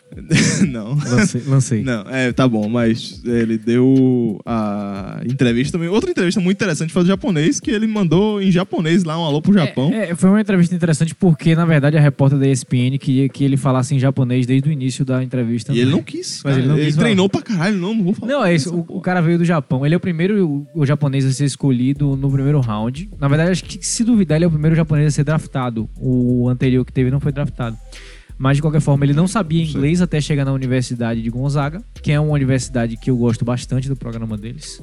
B: não.
A: Lancei. lancei.
B: Não, é, tá bom, mas ele deu a entrevista também. Outra entrevista muito interessante foi do japonês, que ele mandou em japonês lá um alô pro Japão.
A: É, é, foi uma entrevista interessante porque, na verdade, a repórter da ESPN queria que ele falasse em japonês desde o início da entrevista.
B: e ele não quis.
A: Mas
B: cara.
A: ele
B: ele
A: não quis
B: treinou pra caralho, não, não vou falar.
A: Não, é isso.
B: essa
A: O,
B: porra.
A: o cara veio do Japão. Ele é o primeiro o, o japonês a ser escolhido no primeiro round. Na verdade, acho que se duvidar, ele é o primeiro japonês a ser draftado. O anterior que teve não foi draftado. Mas, de qualquer forma, ele não sabia
B: Sim.
A: inglês até chegar na Universidade de Gonzaga, que é uma universidade que eu gosto bastante do programa deles.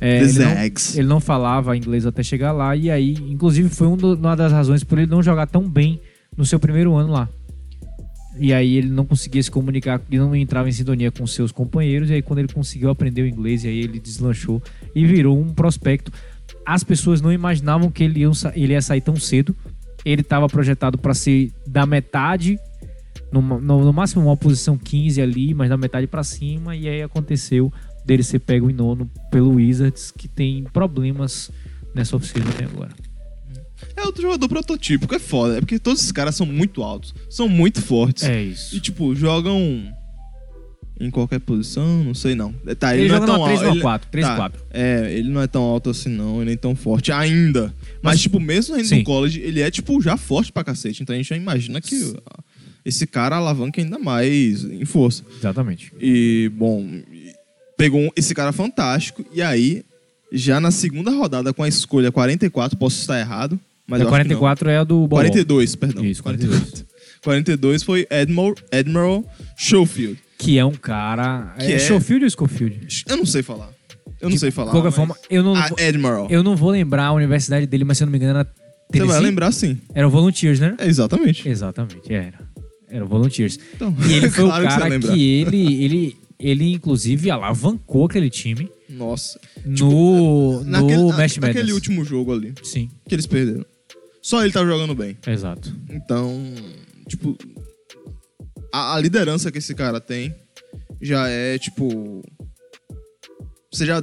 A: É,
B: The
A: ele não-
B: Zags.
A: Ele não falava inglês até chegar lá, e aí, inclusive, foi um do- uma das razões por ele não jogar tão bem no seu primeiro ano lá. E aí ele não conseguia se comunicar, ele não entrava em sintonia com seus companheiros, e aí quando ele conseguiu aprender o inglês, e aí ele deslanchou e virou um prospecto. As pessoas não imaginavam que ele ia, sa- ele ia sair tão cedo. Ele estava projetado para ser da metade, no, ma- no- no máximo uma posição 15 ali, mas da metade para cima, e aí aconteceu dele ser pego em nono pelo Wizards, que tem problemas nessa oficina até agora.
B: É outro jogador prototípico, é foda. É porque todos esses caras são muito altos, são muito fortes.
A: É
B: E,
A: isso.
B: tipo, jogam em qualquer posição, não sei não. Tá, ele,
A: Ele
B: não
A: joga
B: é tão
A: numa 3
B: alto.
A: numa
B: ele-
A: 4, 3
B: tá,
A: 4.
B: É, ele não é tão alto assim não, e nem tão forte ainda. Mas,
A: Mas-
B: tipo, mesmo ainda
A: Sim.
B: no college, ele é, tipo, já forte pra cacete. Então a gente já imagina que ó, esse cara alavanca ainda mais em força.
A: Exatamente.
B: E, bom, e- pegou um- esse cara fantástico. E aí, já na segunda rodada, com a escolha 44, posso estar errado, mas
A: É
B: eu acho que não.
A: 44 é a do Bolão.
B: 42, perdão.
A: Isso,
B: 42. 42 foi Admiral, Admiral Schofield.
A: Que é um cara.
B: Que
A: é
B: é-
A: Schofield ou Schofield?
B: Eu não sei falar. Eu não sei falar.
A: De qualquer
B: mas-
A: forma, eu não,
B: Ah,
A: vou-
B: Admiral.
A: eu não vou lembrar a universidade dele, mas se eu não me engano era
B: Você vai
A: Tennessee.
B: lembrar sim.
A: Era o Volunteers, né?
B: É, exatamente.
A: Exatamente, é, era. Era o Volunteers.
B: Então,
A: E ele foi
B: claro
A: o
B: que você
A: cara que,
B: lembra.
A: ele, ele, ele, inclusive, alavancou aquele time
B: Nossa.
A: no, no
B: a-
A: Match
B: aquele
A: Madness.
B: Tipo, último jogo ali
A: Sim,
B: que eles perderam. Só ele tava jogando bem.
A: exato.
B: Então, tipo, a, a liderança que esse cara tem já é, tipo, Você já.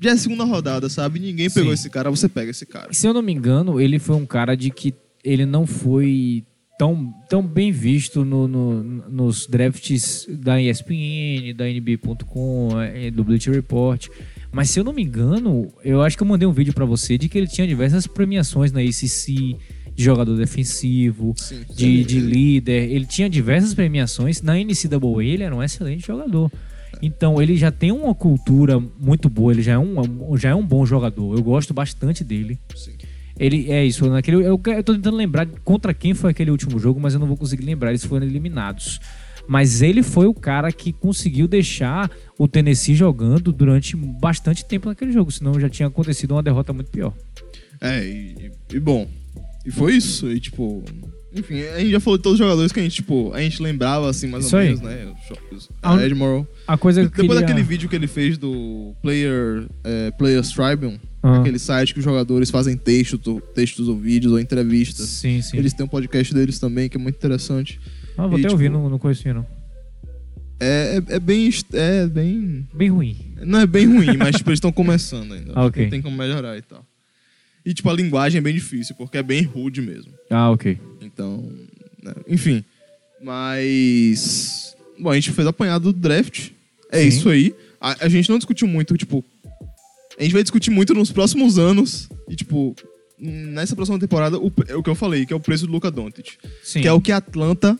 B: Já é segunda rodada, sabe? Ninguém pegou
A: Sim.
B: esse cara, você pega esse cara.
A: Se eu não me engano, ele foi um cara de que ele não foi tão, tão bem visto no- no- nos drafts da ESPN, da NB.com, eh, do Bleacher Report. Mas se eu não me engano, eu acho que eu mandei um vídeo pra você de que ele tinha diversas premiações na ACC de jogador defensivo,
B: Sim,
A: de, de líder. Ele tinha diversas premiações. Na NCAA ele era um excelente jogador. Então ele já tem uma cultura muito boa, ele já é um, já é um bom jogador. Eu gosto bastante dele.
B: Sim.
A: Ele é isso, naquele, eu, eu tô tentando lembrar contra quem foi aquele último jogo, mas eu não vou conseguir lembrar, eles foram eliminados. Mas ele foi o cara que conseguiu deixar o Tennessee jogando durante bastante tempo naquele jogo, senão já tinha acontecido uma derrota muito pior.
B: É, e, e bom. E foi isso. E tipo. Enfim, a gente já falou de todos os jogadores que a gente, tipo, a gente lembrava, assim, mais
A: Isso
B: ou
A: aí.
B: menos, né? Os jogos.
A: A un-
B: É, Edmoral.
A: A coisa que eu queria-
B: Depois daquele vídeo que ele fez do Player, é, Players Tribune,
A: Ah.
B: aquele site que os jogadores fazem texto, textos ou vídeos ou entrevistas.
A: Sim, sim.
B: Eles têm um podcast deles também, que é muito interessante.
A: Ah, vou até
B: e, tipo,
A: ouvir, não, não conhecia não.
B: É, é, é bem. est- É bem.
A: Bem ruim.
B: Não é bem ruim, mas tipo, eles estão começando ainda.
A: Ah, ok.
B: Tem como melhorar e tal. E tipo, a linguagem é bem difícil, porque é bem rude mesmo.
A: Ah, ok.
B: Então. né, Enfim. Mas. Bom, a gente fez apanhado do draft. É
A: Sim.
B: isso aí. A, a gente não discutiu muito, tipo. A gente vai discutir muito nos próximos anos. E, tipo, nessa próxima temporada, o, pre- é o que eu falei, que é o preço do Luca Doncic.
A: Sim.
B: Que é o que a Atlanta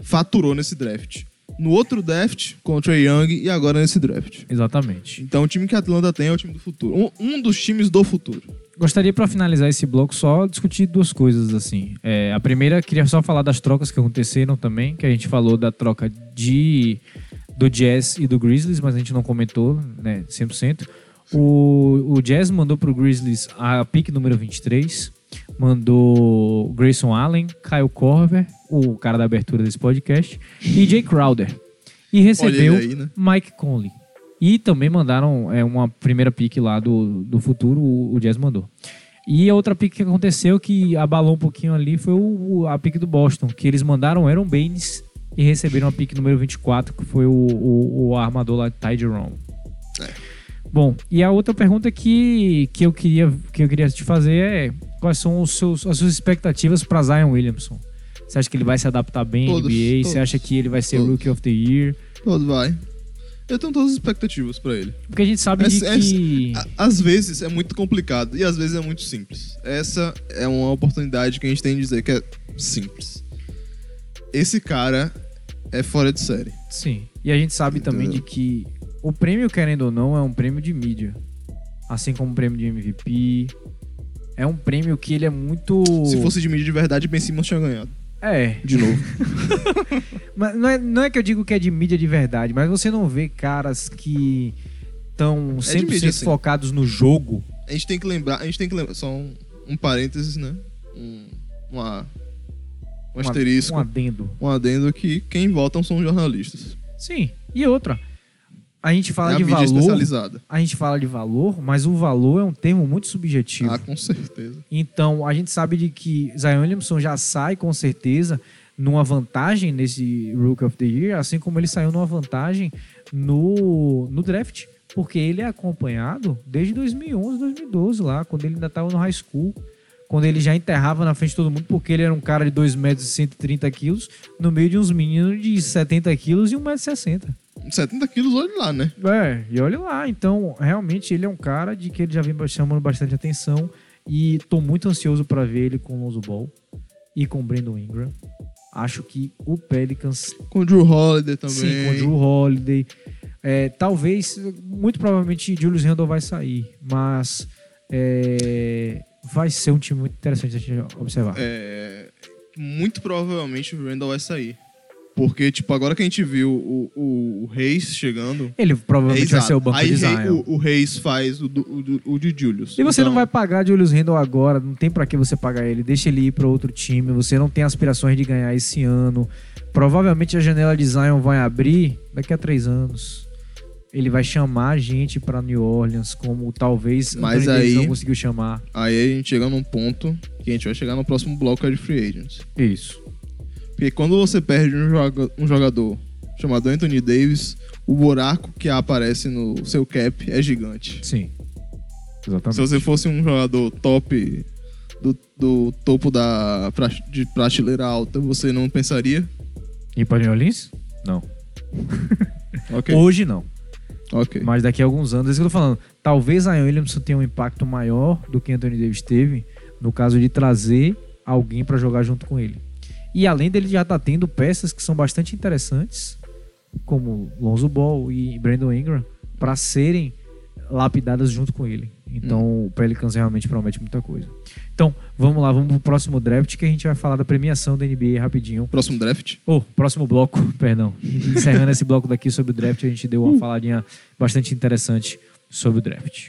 B: faturou nesse draft. No outro draft, contra o Trae Young, e agora nesse draft.
A: Exatamente.
B: Então, o time que a Atlanta tem é o time do futuro. Um, um dos times do futuro.
A: Gostaria pra finalizar esse bloco só discutir duas coisas assim. É, a primeira queria só falar das trocas que aconteceram também, que a gente falou da troca de do Jazz e do Grizzlies, mas a gente não comentou, né, 100%. O, o Jazz mandou pro Grizzlies a pick número 23, mandou Grayson Allen, Kyle Corver, o cara da abertura desse podcast, e Jay Crowder. E recebeu
B: ele aí, né?
A: Mike Conley. E também mandaram é, uma primeira pick lá do, do futuro, o, o Jazz mandou. E a outra pick que aconteceu, que abalou um pouquinho ali, foi o, o- a pick do Boston, que eles mandaram Aaron Baines e receberam a pick número 24, que foi o, o, o armador lá, Ty Jerome.
B: É.
A: Bom, e a outra pergunta que, que, eu queria, que eu queria te fazer é quais são os seus, as suas expectativas para Zion Williamson? Você acha que ele vai se adaptar bem à
B: Todos,
A: NBA? Você
B: todos,
A: acha que ele vai ser
B: todos.
A: Rookie of the Year?
B: Todo vai. Eu tenho todas as expectativas pra ele.
A: Porque a gente sabe de
B: Essa- essa-
A: que...
B: é A- Às vezes é muito complicado e às vezes é muito simples. Essa é uma oportunidade que a gente tem de dizer que é simples. Esse cara é fora de série.
A: Sim. E a gente sabe também de
B: Entendeu?
A: que o prêmio, querendo ou não, é um prêmio de mídia. Assim como o prêmio de MVP. É um prêmio que ele é muito.
B: Se fosse de mídia de verdade, Ben Simmons tinha ganhado.
A: É.
B: De novo.
A: Mas não é, não é que eu digo que é de mídia de verdade, mas você não vê caras que estão sempre
B: É mídia, sim.
A: focados no jogo.
B: a gente tem que lembrar, a gente tem que lembrar, só um, um parênteses, né? Um, uma, um
A: Uma-
B: asterisco,
A: Um adendo.
B: um adendo que quem votam são jornalistas.
A: Sim. E outra. A gente fala
B: é a
A: de
B: mídia
A: valor.
B: especializada.
A: A gente fala de valor, mas o valor é um termo muito subjetivo.
B: Ah, com certeza.
A: Então, a gente sabe de que Zion Williamson já sai com certeza numa vantagem nesse Rook of the Year, assim como ele saiu numa vantagem no, no draft, porque ele é acompanhado desde 2011, 2012 lá, quando ele ainda estava no high school, quando ele já enterrava na frente de todo mundo, porque ele era um cara de 2 metros e 130 quilos, no meio de uns meninos de 70 quilos e 1,60m.
B: 70 quilos, olha lá, né?
A: É, e olha lá, então realmente ele é um cara de que ele já vem ba- chamando bastante atenção e tô muito ansioso pra ver ele com o Lonzo Ball e com o Brandon Ingram. Acho que o Pelicans,
B: Com o Drew Holiday também.
A: sim, com o Drew Holiday, é, talvez, muito provavelmente Julius Randle vai sair, mas é, vai ser um time muito interessante a gente observar.
B: é, muito provavelmente o Randall vai sair. Porque, tipo, agora que a gente viu o, o, o Reis chegando.
A: Ele provavelmente vai
B: É, exato.
A: ser o banco
B: Aí
A: de
B: Rei-
A: Zion.
B: o, o Reis faz o, do, o, do- o de Julius.
A: E você
B: Então,
A: não vai pagar Julius Randle agora, não tem pra que você pagar ele. Deixa ele ir pra outro time, você não tem aspirações de ganhar esse ano. Provavelmente a janela de Zion vai abrir daqui a três anos. Ele vai chamar a gente pra New Orleans, como talvez
B: Mas
A: Anthony Davis
B: aí-
A: não conseguiu chamar.
B: Aí a gente chega num ponto que a gente vai chegar no próximo bloco que é de free agents.
A: Isso.
B: Porque quando você perde um, joga- um jogador chamado Anthony Davis, o buraco que aparece no seu cap é gigante.
A: Sim.
B: Se
A: Exatamente.
B: você fosse um jogador top do, do topo da pra- de prateleira alta, você não pensaria?
A: E para New Orleans? Não.
B: Ok.
A: Hoje não.
B: ok.
A: Mas daqui a alguns anos, é isso que eu tô falando. Talvez Zion Williamson tenha um impacto maior do que Anthony Davis teve no caso de trazer alguém pra jogar junto com ele. E além dele já tá tendo peças que são bastante interessantes, como Lonzo Ball e Brandon Ingram, pra serem lapidadas junto com ele. Então o Pelicans realmente promete muita coisa. Então, vamos lá, vamos pro próximo draft que a gente vai falar da premiação da NBA rapidinho.
B: Próximo draft?
A: Oh, próximo bloco, perdão. Encerrando esse bloco daqui sobre o draft, a gente deu
B: Hum.
A: uma faladinha bastante interessante sobre o draft.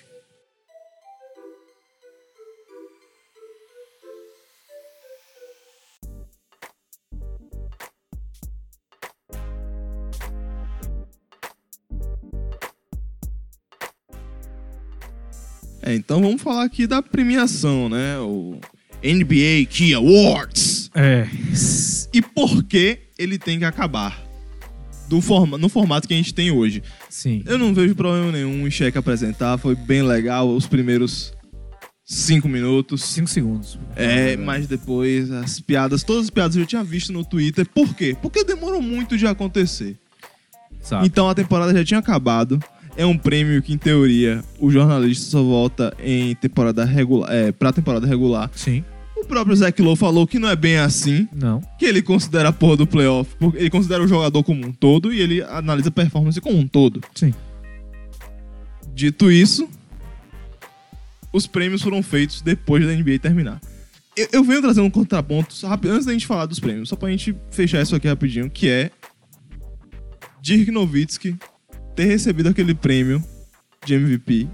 B: É, então vamos falar aqui da premiação, né? O NBA Key Awards.
A: É.
B: E por que ele tem que acabar? Do forma, no formato que a gente tem hoje.
A: Sim.
B: Eu não vejo problema nenhum em Cheque apresentar, foi bem legal os primeiros cinco minutos.
A: Cinco segundos.
B: É, mas depois as piadas, todas as piadas eu tinha visto no Twitter. Por quê? Porque demorou muito de acontecer.
A: Sabe?
B: Então a temporada já tinha acabado. É um prêmio que, em teoria, o jornalista só volta em temporada regular, é, pra temporada regular.
A: Sim.
B: O próprio Zach Lowe falou que não é bem assim,
A: Não.
B: que ele considera a porra do playoff, porque ele considera o jogador como um todo e ele analisa a performance como um todo.
A: Sim.
B: Dito isso, os prêmios foram feitos depois da NBA terminar. Eu, eu venho trazendo um contraponto só rápido, antes da gente falar dos prêmios, só pra gente fechar isso aqui rapidinho, que é Dirk Nowitzki ter recebido aquele prêmio de MVP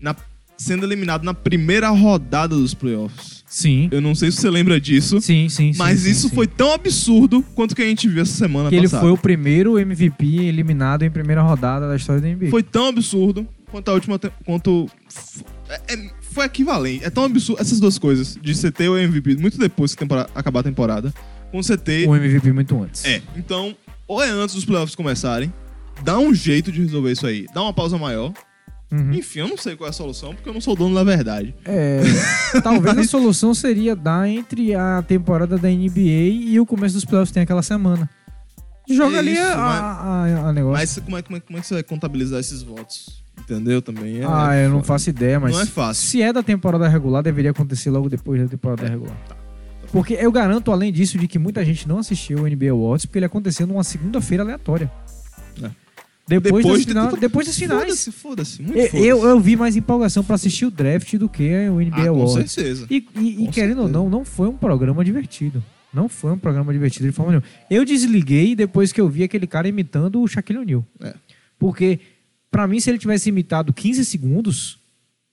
B: na- sendo eliminado na primeira rodada dos playoffs.
A: Sim.
B: Eu não sei se você lembra disso,
A: Sim, sim. sim,
B: mas
A: sim,
B: isso
A: sim.
B: foi tão absurdo quanto que a gente viu essa semana
A: Que ele
B: passada.
A: foi o primeiro MVP eliminado em primeira rodada da história da NBA.
B: Foi tão absurdo quanto a última. te- Quanto. f- é- é- foi equivalente. É tão absurdo essas duas coisas. De você ter o MVP muito depois que tempora- acabar a temporada. Com você ter.
A: o MVP muito antes.
B: É. Então, ou é antes dos playoffs começarem. Dá um jeito de resolver isso aí. Dá uma pausa maior.
A: Uhum.
B: Enfim, eu não sei qual é a solução, porque eu não sou dono da verdade.
A: É, talvez a solução seria dar entre a temporada da NBA e o começo dos playoffs que tem aquela semana. Joga
B: É
A: ali
B: isso,
A: a,
B: mas-
A: a- a- a negócio.
B: Mas como é, como, é, como é que você vai contabilizar esses votos? Entendeu? Também é.
A: ah,
B: é
A: eu não
B: foda.
A: faço ideia, mas
B: Não é fácil. É.
A: se é da temporada regular, deveria acontecer logo depois da temporada regular. Porque eu garanto, além disso, de que muita gente não assistiu o NBA Awards, porque ele aconteceu numa segunda-feira aleatória.
B: É.
A: Depois,
B: Depois
A: das
B: de-
A: final- depois das finais.
B: Foda-se, foda-se. Muito
A: Eu,
B: foda-se.
A: eu, eu vi mais empolgação pra assistir o draft do que o NBA
B: ah, com
A: Awards.
B: certeza.
A: E, e- e
B: Com
A: querendo ou
B: certeza.
A: não, não foi um programa divertido. Não foi um programa divertido de forma nenhuma. Eu desliguei depois que eu vi aquele cara imitando o Shaquille O'Neal.
B: É.
A: Porque, pra mim, se ele tivesse imitado 15 segundos,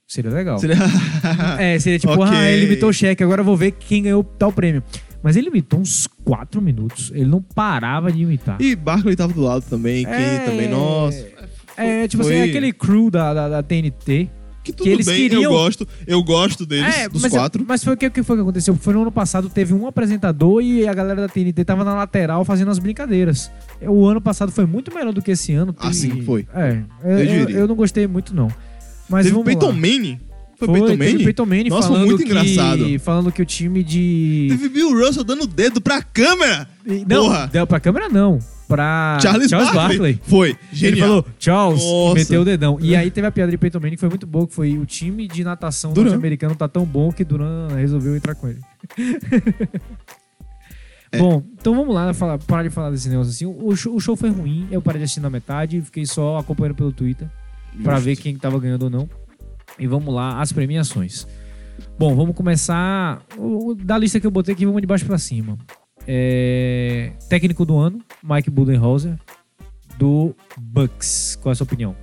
A: seria legal.
B: Seria-
A: É, seria tipo,
B: Ok.
A: ah, ele imitou o cheque, agora eu vou ver quem ganhou tal prêmio. Mas ele imitou uns 4 minutos. Ele não parava de imitar.
B: E Barkley tava do lado também, quem
A: É,
B: também, nossa.
A: é, tipo
B: foi-
A: assim, aquele crew da, da, da TNT.
B: Que tudo
A: que eles
B: bem, eu
A: queriam- É,
B: gosto, eu gosto deles, dos
A: mas,
B: quatro.
A: Mas foi o que, que foi que aconteceu? Foi no ano passado, teve um apresentador e a galera da TNT tava na lateral fazendo as brincadeiras. É, O ano passado foi muito melhor do que esse ano. teve-
B: Assim foi.
A: É. Eu,
B: Eu
A: eu,
B: diria.
A: eu não gostei muito, não. Mas
B: Teve
A: vamos
B: Peyton
A: lá.
B: Manning? Foi,
A: Foi,
B: Peyton
A: teve
B: Manning?
A: Peyton Manning
B: Nossa,
A: falando
B: muito
A: que,
B: engraçado.
A: Falando que o time de...
B: Teve Bill Russell dando o dedo pra câmera.
A: Não,
B: Porra.
A: deu pra câmera não. Pra
B: Charles, Barkley.
A: Barkley.
B: Foi,
A: Ele
B: genial.
A: falou, Charles,
B: Nossa.
A: meteu o dedão. E aí teve a piada de Peyton Manning que foi muito boa, que foi o time de natação
B: Duran.
A: norte-americano tá tão bom que Duran resolveu entrar com ele. Bom, então vamos lá falar, parar de falar desse negócio assim. O show, o show foi ruim, eu parei de assistir na metade, fiquei só acompanhando pelo Twitter pra ver quem tava ganhando ou não. E vamos lá, as premiações. Bom, vamos começar o- o- da lista que eu botei aqui, vamos de baixo pra cima. É, técnico do ano, Mike Budenholzer, do Bucks. Qual é a sua opinião?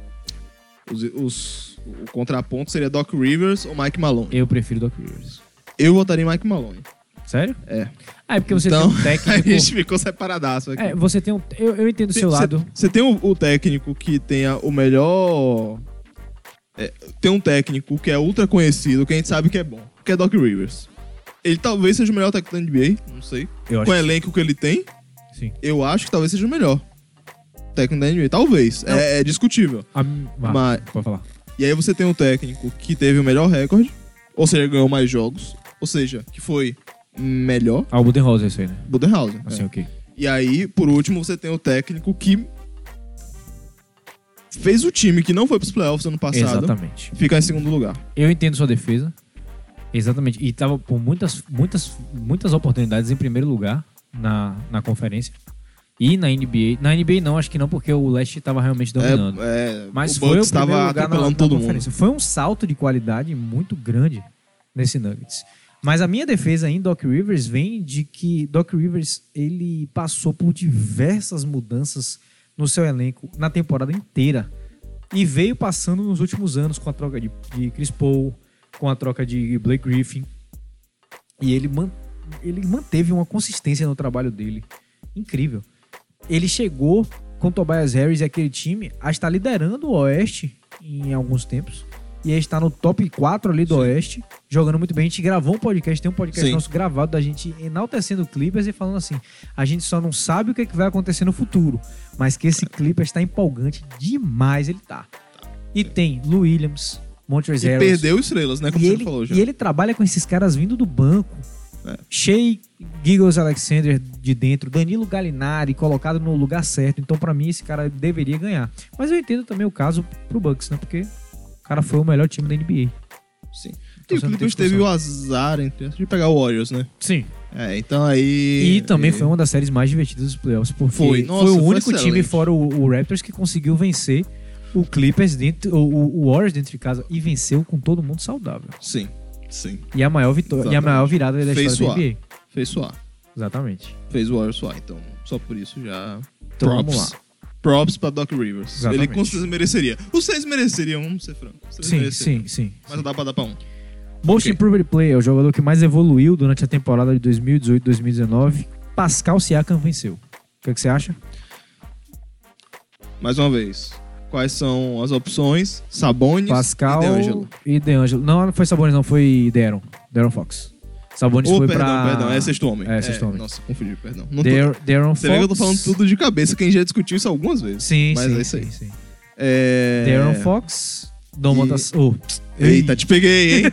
B: Os, os- o contraponto seria Doc Rivers ou Mike Malone.
A: Eu prefiro Doc Rivers.
B: Eu votaria em Mike Malone.
A: Sério?
B: É.
A: Ah, é porque você
B: Então,
A: tem um
B: A
A: técnico.
B: gente ficou separadaço aqui.
A: É, você tem um. Eu, eu entendo o seu lado.
B: Você tem o, o técnico que tenha o melhor. é, tem um técnico que é ultra conhecido, que a gente sabe que é bom, que é Doc Rivers. Ele talvez seja o melhor técnico da NBA, não sei.
A: Eu
B: Com o elenco que ele tem,
A: Sim.
B: eu acho que talvez seja o melhor. técnico da NBA. Talvez. É, é discutível.
A: A- vá,
B: Mas-
A: Pode falar.
B: E aí você tem um técnico que teve o melhor recorde, ou seja, ganhou mais jogos, ou seja, que foi melhor,
A: Ah, o Budenholzer, isso aí, né?
B: Budenhauser. é.
A: Assim, ok.
B: E aí, por último, você tem o técnico que fez o time que não foi pros playoffs ano passado
A: Exatamente.
B: ficar em segundo lugar.
A: Eu entendo sua defesa. Exatamente. E tava por muitas, muitas, muitas oportunidades em primeiro lugar na, na conferência. E na NBA. Na NBA não, acho que não, porque o Leste tava realmente dominando.
B: É, é,
A: Mas
B: o
A: foi o
B: Bucks
A: primeiro
B: estava
A: lugar na, na
B: atropelando todo mundo.
A: conferência. Foi um salto de qualidade muito grande nesse Nuggets. Mas a minha defesa em Doc Rivers vem de que Doc Rivers ele passou por diversas mudanças no seu elenco na temporada inteira e veio passando nos últimos anos com a troca de, de Chris Paul, com a troca de Blake Griffin e ele, man- ele manteve uma consistência no trabalho dele incrível. Ele chegou com Tobias Harris e aquele time a estar liderando o Oeste em alguns tempos. E a está no top 4 ali do Oeste, jogando muito bem. A gente gravou um podcast, tem um podcast
B: Sim.
A: nosso gravado da gente enaltecendo o Clippers e falando assim: a gente só não sabe o que, é que vai acontecer no futuro, mas que esse Clippers está empolgante demais, ele tá. E tem Lou Williams, Montrezl
B: E
A: Harrell,
B: perdeu estrelas, né? Como
A: e
B: você
A: ele,
B: falou já.
A: e ele trabalha com esses caras vindo do banco.
B: É.
A: Shea Giggles Alexander de dentro, Danilo Gallinari colocado no lugar certo. Então, pra mim, esse cara deveria ganhar. Mas eu entendo também o caso pro Bucks, né? Porque o cara foi o melhor time da NBA.
B: Sim. E
A: Então,
B: o
A: você não tem
B: Clippers teve o azar entre aspas, de pegar o Warriors, né?
A: Sim.
B: É, então aí.
A: E, também foi uma das séries mais divertidas dos playoffs, porque
B: Foi.
A: foi,
B: Nossa,
A: o
B: foi
A: único time
B: excelente.
A: fora o, o Raptors que conseguiu vencer o Clippers dentro, o- o, o Warriors dentro de casa e venceu com todo mundo saudável.
B: Sim, sim.
A: E a maior vitória, e a
B: Exatamente.
A: maior virada da
B: Fez
A: história da
B: suar.
A: NBA.
B: Fez suar.
A: Exatamente.
B: Fez o Warriors suar. Então, só por isso já.
A: Então,
B: props.
A: vamos lá.
B: Props pra Doc Rivers.
A: Exatamente.
B: Ele com certeza mereceria. Os seis mereceriam, vamos ser franco. Os seis
A: Sim,
B: mereceriam.
A: sim, sim.
B: Mas não dá pra dar pra um.
A: Most
B: Ok.
A: Improved Player, é o jogador que mais evoluiu durante a temporada de 2018-2019, Pascal Siakam venceu. O que, é que você acha?
B: Mais uma vez. Quais são as opções? Sabones
A: Pascal
B: e DeAngelo.
A: e DeAngelo. Não, não foi Sabonis, não, foi Deron. Deron Fox. Sabonis
B: Ô,
A: foi
B: perdão,
A: pra.
B: perdão. É sexto homem.
A: É, sexto homem.
B: Nossa, confundi, perdão. Não tô-
A: Der- Deron Fox.
B: Você vê que eu tô falando tudo de cabeça, que a gente já discutiu isso algumas vezes.
A: Sim,
B: Mas
A: sim.
B: é isso aí.
A: sim, sim.
B: É...
A: Deron Fox. Domantas. oh,
B: Eita, te peguei, hein?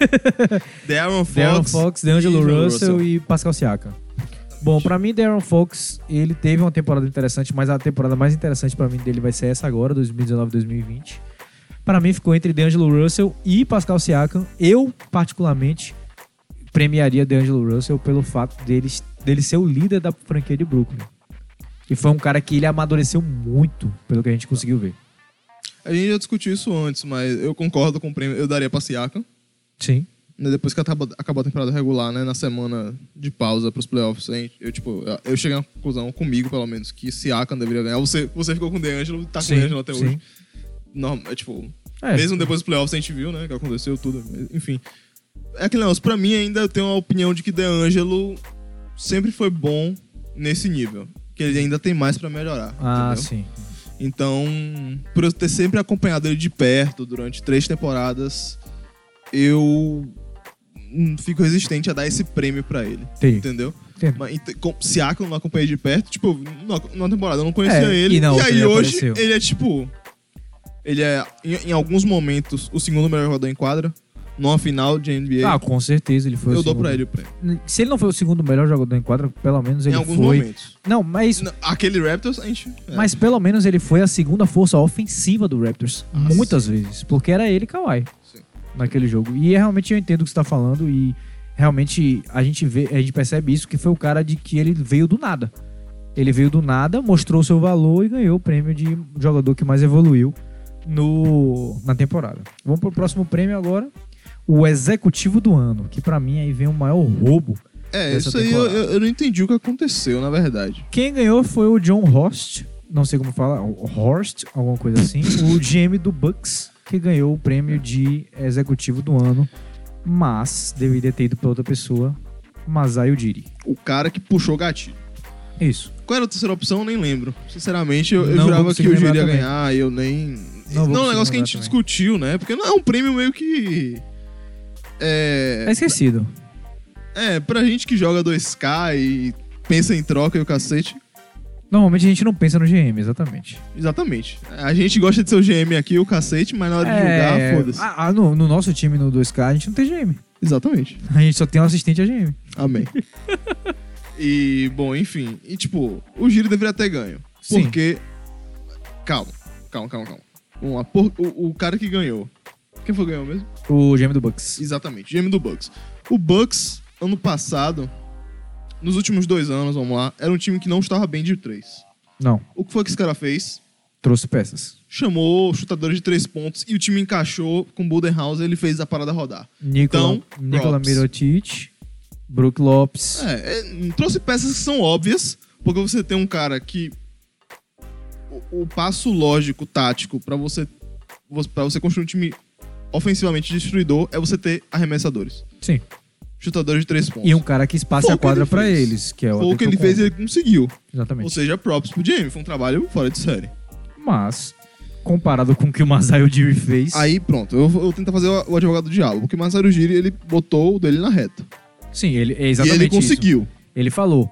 B: Darren Fox.
A: Darren Fox, D'Angelo
B: e D'Angelo
A: Russell,
B: Russell.
A: e Pascal Siakam. Bom, pra mim, Darren Fox, ele teve uma temporada interessante, mas a temporada mais interessante pra mim dele vai ser essa agora, 2019-2020. Pra mim, ficou entre D'Angelo Russell e Pascal Siakam. Eu, particularmente, premiaria D'Angelo Russell pelo fato dele, dele ser o líder da franquia de Brooklyn. E foi um cara que ele amadureceu muito, pelo que a gente conseguiu ver.
B: A gente já discutiu isso antes, mas eu concordo com o prêmio. Eu daria pra Siakam.
A: Sim.
B: né, Depois que acabou, acabou a temporada regular, né? Na semana de pausa pros playoffs, hein, eu, tipo, eu- eu cheguei à conclusão comigo, pelo menos, que Siakam deveria ganhar. Você, você ficou com o DeAngelo, tá com o DeAngelo até hoje. Norma- é, tipo,
A: É.
B: mesmo depois dos playoffs a gente viu, né? Que aconteceu tudo. Enfim. É aquele negócio, pra mim ainda eu tenho a opinião de que DeAngelo sempre foi bom nesse nível. Que ele ainda tem mais pra melhorar.
A: Ah,
B: entendeu?
A: sim.
B: Então, por eu ter sempre acompanhado ele de perto durante três temporadas, eu hum, fico resistente a dar esse prêmio pra ele,
A: Entendi.
B: entendeu?
A: Entendo.
B: Mas, ent- com- se Akon não acompanhei de perto, tipo, na, na temporada eu não conhecia
A: É,
B: ele.
A: e
B: E,
A: na outra
B: aí
A: ele
B: hoje
A: apareceu.
B: ele é tipo. Ele é, em, em alguns momentos, o segundo melhor jogador em quadra. Numa final de NBA,
A: Ah, com certeza ele foi o
B: eu dou
A: segundo.
B: pra ele o prêmio.
A: Se ele não foi o segundo melhor jogador em quadra, pelo menos ele
B: em alguns
A: foi.
B: momentos.
A: Não, mas,
B: Não, Aquele Raptors, a gente. é.
A: mas pelo menos ele foi a segunda força ofensiva do Raptors.
B: Ah,
A: muitas vezes. Porque era ele e Kawhi
B: Sim.
A: naquele jogo. E é, realmente eu entendo o que você tá falando. E realmente a gente vê, a gente percebe isso, que foi o cara de que ele veio do nada. Ele veio do nada, mostrou seu valor e ganhou o prêmio de jogador que mais evoluiu no, na temporada. Vamos pro próximo prêmio agora. O executivo do ano, que pra mim aí vem o maior roubo
B: É,
A: dessa
B: isso aí eu,
A: temporada.
B: eu- eu não entendi o que aconteceu, na verdade.
A: Quem ganhou foi o John Horst, não sei como fala, o Horst, alguma coisa assim, o GM do Bucks, que ganhou o prêmio de executivo do ano, mas deveria ter ido para outra pessoa, Masai Ujiri.
B: O cara que puxou o gatilho.
A: Isso.
B: Qual era a terceira opção? Eu Nem lembro. Sinceramente, eu, eu
A: Não vou
B: jurava que
A: conseguir
B: o
A: lembrar
B: Júlio ia
A: também.
B: ganhar e eu nem.
A: Não vou conseguir
B: Não, é um negócio que a
A: lembrar
B: gente
A: também.
B: discutiu, né? Porque não é um prêmio meio que.
A: É
B: É.
A: Tá esquecido.
B: É, pra gente que joga 2K e pensa em troca e o cacete.
A: Normalmente a gente não pensa no GM, exatamente.
B: Exatamente. A gente gosta de ser o GM aqui, o cacete, mas na hora de
A: É,
B: julgar, foda-se.
A: ah, ah, no, no nosso time, no 2K, a gente não tem GM.
B: Exatamente.
A: A gente só tem um assistente a GM.
B: Amém. e, bom, enfim. E, tipo, o Giro deveria ter ganho.
A: Sim.
B: Porque. Calma, calma, calma, calma. Vamos lá. Por- O, o cara que ganhou. Quem foi que ganhou mesmo?
A: O GM do Bucks.
B: Exatamente, GM do Bucks. O Bucks, ano passado, nos últimos dois anos, vamos lá, era um time que não estava bem de três.
A: Não,
B: O que foi que esse cara fez?
A: trouxe peças.
B: Chamou chutadores de três pontos e o time encaixou com o Budenhauser ele fez a parada rodar.
A: Nicola,
B: Então, props.
A: Nicola Mirotic, Brook Lopes.
B: É, é, trouxe peças que são óbvias, porque você tem um cara que. O, o passo lógico, tático, pra você, pra você construir um time ofensivamente destruidor é você ter arremessadores.
A: Sim.
B: Chutadores de três pontos.
A: E um cara que espaça
B: Foi
A: a
B: o que
A: quadra
B: ele
A: pra
B: fez.
A: eles, que é o
B: Foi o que ele
A: Antetokounmpo.
B: fez e ele conseguiu. Ou
A: Exatamente.
B: seja, props pro Jamie. Foi um trabalho fora de série.
A: Mas, comparado com o que o Masai Ujiri fez...
B: Aí, pronto. Eu vou eu tentar fazer o o advogado do diabo. Porque o Masaru Giri, ele botou o dele na reta.
A: Sim, ele, é exatamente
B: e ele
A: isso.
B: conseguiu.
A: Ele falou: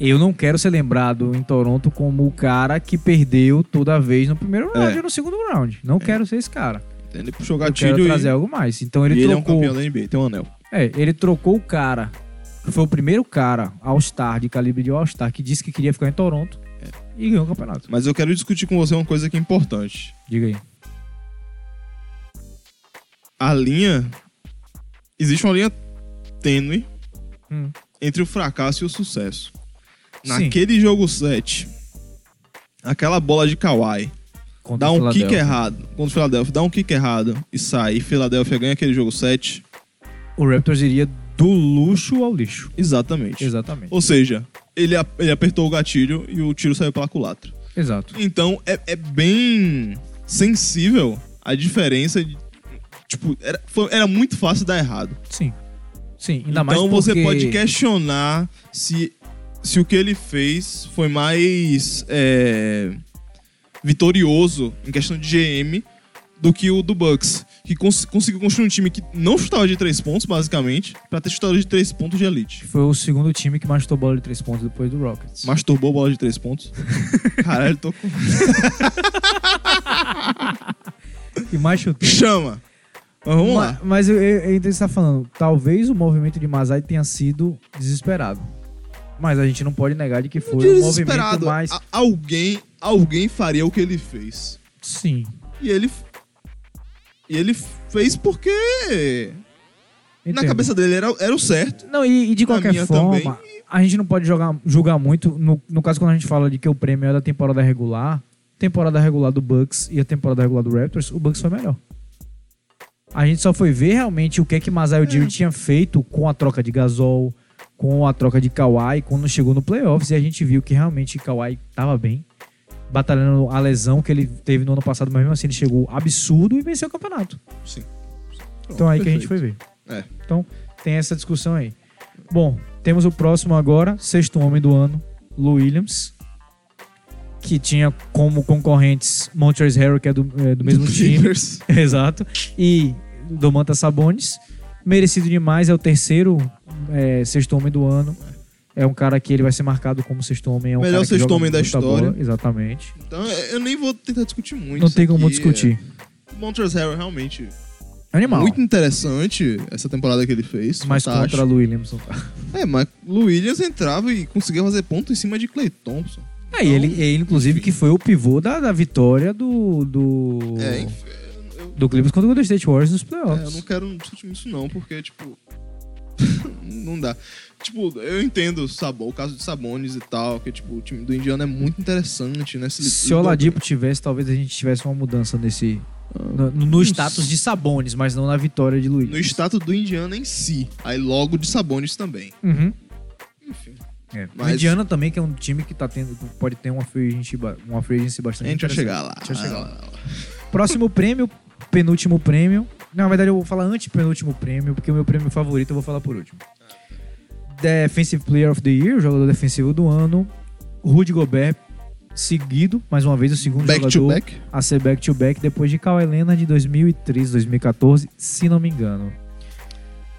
A: Eu não quero ser lembrado em Toronto como o cara que perdeu toda vez no primeiro round
B: É.
A: ou no segundo round. Não quero ser esse cara.
B: Então, Ele puxou o
A: Eu
B: gatilho
A: quero
B: e,
A: trazer algo mais. Então ele
B: e ele é um
A: trocou.
B: campeão da NBA. Tem um anel.
A: é, ele trocou o cara. que Foi o primeiro cara All-Star, de calibre de All-Star, que disse que queria ficar em Toronto
B: É.
A: e ganhou o campeonato.
B: Mas eu quero discutir com você uma coisa que é importante.
A: Diga aí.
B: A linha... Existe uma linha tênue
A: Hum.
B: entre o fracasso e o sucesso.
A: Sim.
B: Naquele jogo 7, aquela bola de Kawhi,
A: Contra
B: dá
A: o
B: um
A: Philadelphia.
B: kick errado contra o Philadelphia, dá um kick errado e sai, e Philadelphia ganha aquele jogo 7, é.
A: O Raptors iria do luxo ao lixo.
B: Exatamente.
A: Exatamente.
B: Ou seja, ele, a- ele apertou o gatilho e o tiro saiu pela culatra.
A: Exato.
B: Então é, é bem sensível a diferença de. Tipo, era, foi- era muito fácil dar errado.
A: Sim. Sim, ainda mais
B: então
A: porque...
B: você pode questionar se, se o que ele fez foi mais é, vitorioso em questão de GM do que o do Bucks. Que cons- conseguiu construir um time que não chutava de três pontos, basicamente, pra ter chutador de três pontos de elite.
A: Foi o segundo time que mais chutou bola de três pontos depois do Rockets.
B: Masturbou bola de três pontos. Caralho, tô com.
A: E mais chutou.
B: Chama! Mas vamos
A: Ma-
B: lá.
A: Mas eu, eu, eu entendo o que você tá falando. Talvez o movimento de Masai tenha sido desesperado. Mas a gente não pode negar de que foi um movimento
B: Desesperado.
A: mais.
B: A- alguém, alguém faria o que ele fez.
A: Sim.
B: E ele. E ele fez porque. Na
A: entendo.
B: cabeça dele era, era o certo.
A: Não, e, e de
B: Na
A: qualquer
B: minha
A: forma,
B: também.
A: a gente não pode jogar, julgar muito. No, no caso, quando a gente fala de que o prêmio é da temporada regular, temporada regular do Bucks e a temporada regular do Raptors, o Bucks foi melhor. A gente só foi ver realmente o que é que Masai Ujiri tinha feito com a troca de Gasol, com a troca de Kawhi, quando chegou no playoffs e a gente viu que realmente Kawhi tava bem, batalhando a lesão que ele teve no ano passado, mas mesmo assim ele chegou absurdo e venceu o campeonato.
B: Sim.
A: Então aí que a gente foi ver.
B: É.
A: Então tem essa discussão aí. Bom, temos o próximo agora, sexto homem do ano, Lou Williams, que tinha como concorrentes Montrezl Harrell, que é do, é do mesmo time,
B: Clippers.
A: exato, e Domantas Sabonis. Merecido demais, é o terceiro é, sexto homem do ano. É um cara que ele vai ser marcado como sexto homem. É um
B: Melhor
A: cara que
B: sexto
A: joga
B: homem da
A: muita
B: história.
A: bola, Exatamente.
B: Então é, eu nem vou tentar discutir muito.
A: Não
B: isso
A: tem como
B: aqui.
A: discutir.
B: É, Montrezl Harrell realmente
A: Animal.
B: muito interessante essa temporada que ele fez.
A: mas
B: fantástico.
A: contra Lou Williams. não tá.
B: É, mas Lou Williams entrava e conseguia fazer ponto em cima de Clay Thompson.
A: É, e ele,
B: Então,
A: ele, inclusive, que foi o pivô da, da vitória do. Do,
B: É, enfim,
A: do Clippers contra o Golden State Warriors nos
B: É, eu não
A: playoffs.
B: quero discutir isso não, porque, tipo... não dá. Tipo, eu entendo o, Sabo- o caso de Sabones e tal, que, tipo, o time do Indiana é muito interessante, né? Se,
A: Se o Oladipo tivesse, talvez a gente tivesse uma mudança nesse.
B: Ah,
A: No, no status de Sabones, mas não na vitória de Luiz.
B: No status do Indiana em si. Aí logo de Sabones também.
A: Uhum.
B: Enfim.
A: É. O
B: Mas-
A: Indiana também, que é um time que tá tendo, que pode ter uma free agency, ba- uma free agency
B: A
A: bastante
B: gente vai
A: interessante.
B: chegar lá. Ah,
A: Deixa eu chegar lá. Próximo prêmio, penúltimo prêmio. Não, na verdade, eu vou falar antepenúltimo prêmio, porque o meu prêmio favorito eu vou falar por último. Defensive Player of the Year, jogador defensivo do ano. Rudy Gobert, seguido, mais uma vez, o segundo
B: Back
A: jogador
B: to back.
A: a ser back-to-back depois de Kawhi Leonard de 2013, 2014, se não me engano.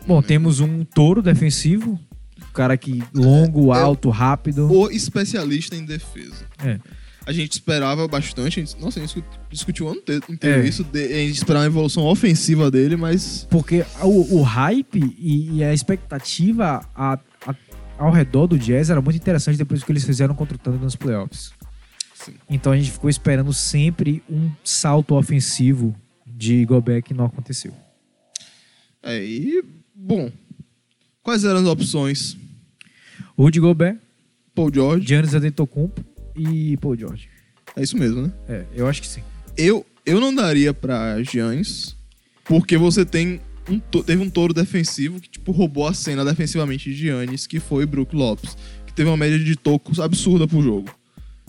A: Bom, temos um touro defensivo, O cara que
B: É.
A: longo, alto, rápido.
B: O especialista em defesa.
A: É.
B: A gente esperava bastante. a gente- nossa, a gente discu- discutiu o ano inte- inteiro
A: É.
B: isso. de- a gente esperava uma evolução ofensiva dele, mas.
A: Porque o, o hype e, e a expectativa a- a- ao redor do Jazz era muito interessante depois do que eles fizeram contra o Thunder nos playoffs.
B: Sim.
A: Então a gente ficou esperando sempre um salto ofensivo de Gobert que não aconteceu.
B: É, e. Bom. Quais eram as opções?
A: Rudy Gobert,
B: Paul George.
A: Giannis Antetokounmpo e Paul George.
B: É isso mesmo, né?
A: É, eu acho que sim.
B: Eu, eu não daria pra Giannis, porque você tem um to- teve um touro defensivo que tipo roubou a cena defensivamente de Giannis, que foi Brook Lopes, que teve uma média de tocos absurda pro jogo.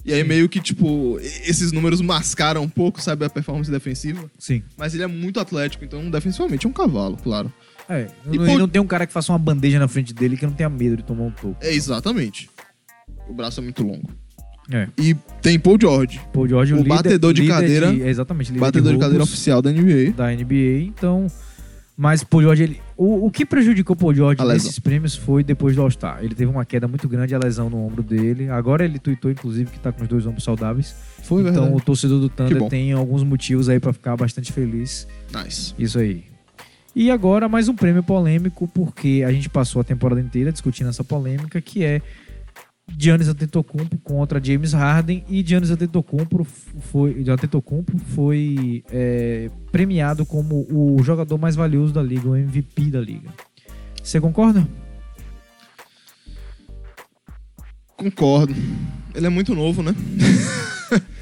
B: E aí meio que tipo e- esses números mascaram um pouco, sabe, a performance defensiva,
A: Sim.
B: mas ele é muito atlético, então defensivamente é um cavalo, claro.
A: É,
B: E
A: não,
B: Paul-
A: e não tem um cara que faça uma bandeja na frente dele que não tenha medo de tomar um toco.
B: É exatamente. O braço é muito longo.
A: É.
B: E tem Paul George,
A: Paul George, é
B: O
A: líder-
B: batedor de
A: líder
B: cadeira-
A: é, exatamente, líder
B: batedor de
A: roubos
B: cadeira oficial da NBA.
A: da NBA, então. Mas Paul George, ele, o, o que prejudicou Paul George
B: A lesão.
A: nesses prêmios foi depois do All-Star. Ele teve uma queda muito grande, a lesão no ombro dele. Agora ele tuitou, inclusive, que tá com os dois ombros saudáveis.
B: Foi
A: então o
B: verdade.
A: torcedor do
B: bom.
A: Thunder tem alguns motivos aí pra ficar bastante feliz.
B: Nice.
A: Isso aí. E agora mais um prêmio polêmico, porque a gente passou a temporada inteira discutindo essa polêmica, que é Giannis Antetokounmpo contra James Harden e Giannis Antetokounmpo foi, Antetokounmpo foi é, premiado como o jogador mais valioso da liga, o MVP da liga. Você concorda?
B: Concordo. Ele é muito novo, né?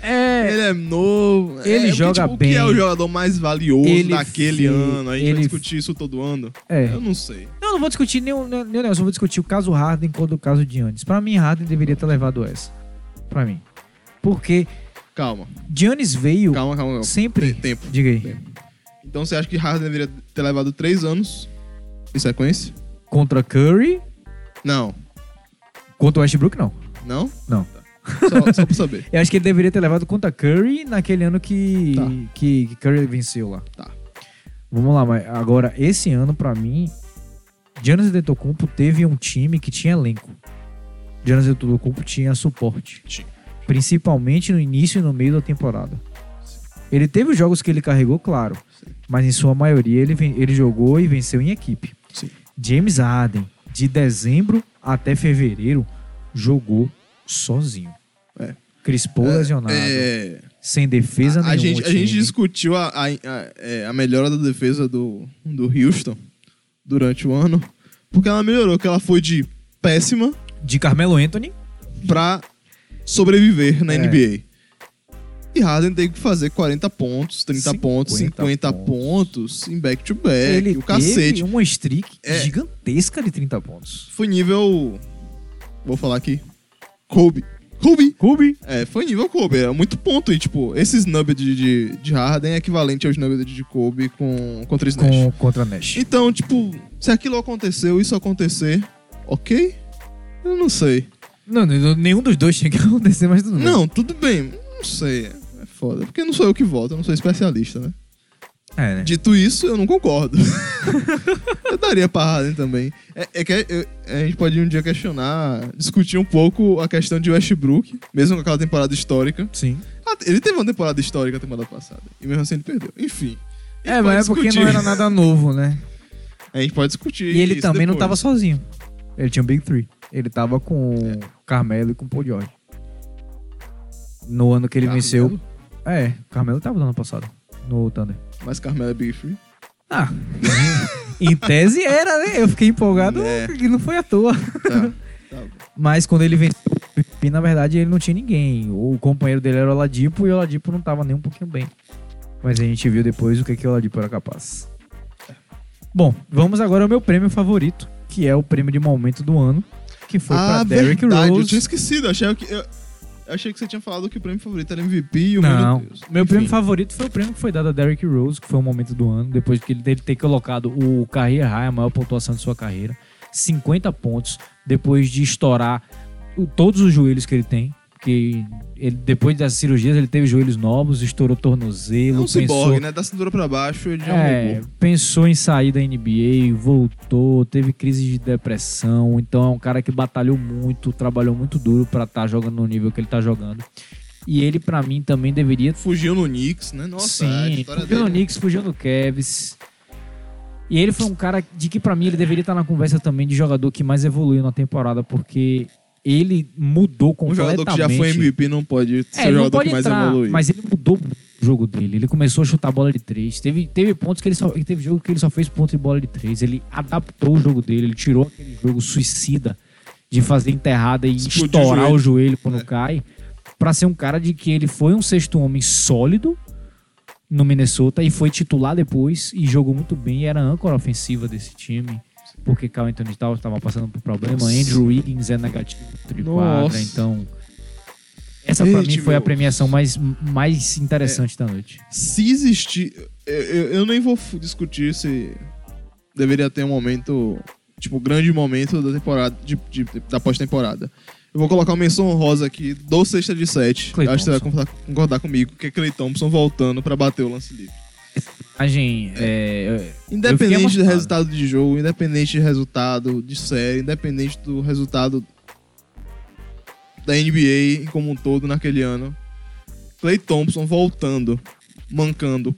A: É.
B: Ele é novo.
A: Ele
B: é, porque,
A: joga
B: tipo, O
A: bem.
B: que é o jogador mais valioso
A: Ele
B: daquele
A: fe-
B: ano? A gente
A: ele
B: vai discutir isso todo ano?
A: É.
B: Eu não sei.
A: Não, não vou discutir nenhum, nenhum negócio, eu vou discutir o caso Harden contra o caso Giannis. Pra mim, Harden deveria ter levado essa. Pra mim. Porque
B: Calma,
A: Giannis veio
B: calma, calma. calma.
A: sempre.
B: Tem tempo.
A: Diga aí.
B: Então você acha que Harden deveria ter levado três anos em sequência?
A: Contra Curry,
B: Não.
A: contra Westbrook, não.
B: Não? Tá.
A: Não.
B: Só, só pra saber.
A: Eu acho que ele deveria ter levado contra Curry naquele ano que,
B: Tá.
A: que, que Curry venceu lá.
B: Tá.
A: Vamos lá, mas agora, esse ano, pra mim, Giannis Antetokounmpo teve um time que tinha elenco. Giannis Antetokounmpo tinha suporte.
B: Tinha.
A: Principalmente no início e no meio da temporada. Ele teve os jogos que ele carregou, claro. Mas em sua maioria ele, ven- ele jogou e venceu em equipe.
B: Sim.
A: James Harden, de dezembro até fevereiro, jogou sozinho.
B: É.
A: Chris Paul lesionado,
B: É,
A: sem defesa
B: a,
A: nenhuma.
B: a gente, a
A: time.
B: gente discutiu a, a, a- é, a melhora da defesa do, do Houston durante o ano, porque ela melhorou, que ela foi de péssima
A: De Carmelo Anthony,
B: pra sobreviver na
A: É.
B: NBA. E Harden tem que fazer 40 pontos, 30
A: 50
B: pontos, 50 pontos, em back-to-back,
A: ele
B: É, o cacete.
A: teve um- uma streak
B: É.
A: gigantesca de 30 pontos.
B: Foi nível... Vou falar aqui. Kobe. Kobe!
A: Ruby.
B: É, foi nível Kobe. Era muito ponto. E, tipo, esses nuggets de, de, de Harden é equivalente aos nuggets de Kobe com, contra Trace Nash.
A: Com, contra Nash.
B: Então, tipo, se aquilo aconteceu, isso acontecer, ok? Eu não sei.
A: Não, não, nenhum dos dois tinha que acontecer, mas tudo bem.
B: Não, tudo bem. Não sei. É foda. Porque não sou eu que voto, eu não sou especialista, né?
A: É, né?
B: Dito isso, eu não concordo. eu daria pra Harden também. É, é que eu- a gente pode um dia questionar, discutir um pouco a questão de Westbrook, mesmo com aquela temporada histórica.
A: Sim.
B: Ah, Ele teve uma temporada histórica a temporada passada, e mesmo assim ele perdeu. Enfim. a
A: É,
B: gente pode
A: mas é porque
B: discutir.
A: não era nada novo, né?
B: A gente pode discutir.
A: E ele
B: isso
A: também não
B: depois.
A: tava sozinho. Ele tinha o Big Three. Ele tava com
B: É.
A: o Carmelo e com o Paul George. No ano que ele
B: Carmelo?
A: venceu. É, o Carmelo tava no ano passado, no Thunder.
B: Mas Carmelo é Big Free.
A: Ah, em tese era, né? Eu fiquei empolgado
B: É.
A: que não foi à toa.
B: Tá. tá bom.
A: Mas quando ele venceu o MVP, na verdade, ele não tinha ninguém. O companheiro dele era o Oladipo e o Oladipo não tava nem um pouquinho bem. Mas a gente viu depois o que, que o Oladipo era capaz. Bom, vamos agora ao meu prêmio favorito, que é o prêmio de momento do ano, que foi pra Derrick
B: Ah, Eu tinha
A: Rose.
B: esquecido. Eu achei que, eu, eu achei que você tinha falado que o prêmio favorito era MVP e o meu
A: Não,
B: Deus.
A: meu
B: Enfim.
A: prêmio favorito foi o prêmio que foi dado a Derrick Rose, que foi o momento do ano, depois que ele dele ter colocado o carreira high, a maior pontuação de sua carreira, 50 pontos, depois de estourar o- todos os joelhos que ele tem, porque ele, depois das cirurgias, ele teve joelhos novos, estourou tornozelo.
B: É um
A: pensou,
B: ciborgue, né? Da cintura pra baixo, ele já é um
A: É,
B: robô.
A: pensou em sair da NBA, voltou, teve crise de depressão. Então é um cara que batalhou muito, trabalhou muito duro pra estar jogando no nível que ele tá jogando. E ele, pra mim, também deveria
B: Fugiu no Knicks, né? Nossa, a
A: Sim,
B: história
A: fugiu do
B: dele.
A: Knicks, fugiu do Cavs. E ele foi um cara de que, pra mim, ele deveria estar na conversa também de jogador que mais evoluiu na temporada, porque ele mudou
B: Um
A: completamente.
B: jogador que já foi MVP não pode ser
A: É,
B: o
A: ele não
B: jogador
A: pode
B: que mais
A: entrar,
B: evolui.
A: mas ele mudou o jogo dele. Ele começou a chutar bola de três. Teve, teve pontos que ele só. Teve jogo que ele só fez ponto de bola de três. Ele adaptou o jogo dele, ele tirou aquele jogo suicida de fazer enterrada e
B: Explodiu o
A: estourar
B: joelho.
A: o joelho quando
B: É.
A: cai. Pra ser um cara de que ele foi um sexto homem sólido no Minnesota e foi titular depois e jogou muito bem e era a âncora ofensiva desse time. Porque Carl Anthony Towns estava passando por problema,
B: Nossa.
A: Andrew Wiggins é negativo de quadra,
B: Nossa.
A: então essa pra
B: Eita,
A: mim foi a
B: meu.
A: premiação mais, mais
B: É.
A: interessante da noite.
B: Se existir. Eu, eu- eu nem vou fu- discutir se deveria ter um momento. Tipo, grande momento da temporada. de- de- da pós-temporada. Eu vou colocar uma menção honrosa aqui do sexta de sete.
A: Klay
B: Eu Acho que você vai
A: Thompson.
B: concordar, concordar comigo, que é Clay Thompson voltando pra bater o lance livre.
A: Imagem, é, Eu
B: Independente
A: fiquei
B: do
A: emocionado.
B: resultado de jogo, independente de resultado de série, independente do resultado da NBA como um todo naquele ano, Clay Thompson voltando, mancando,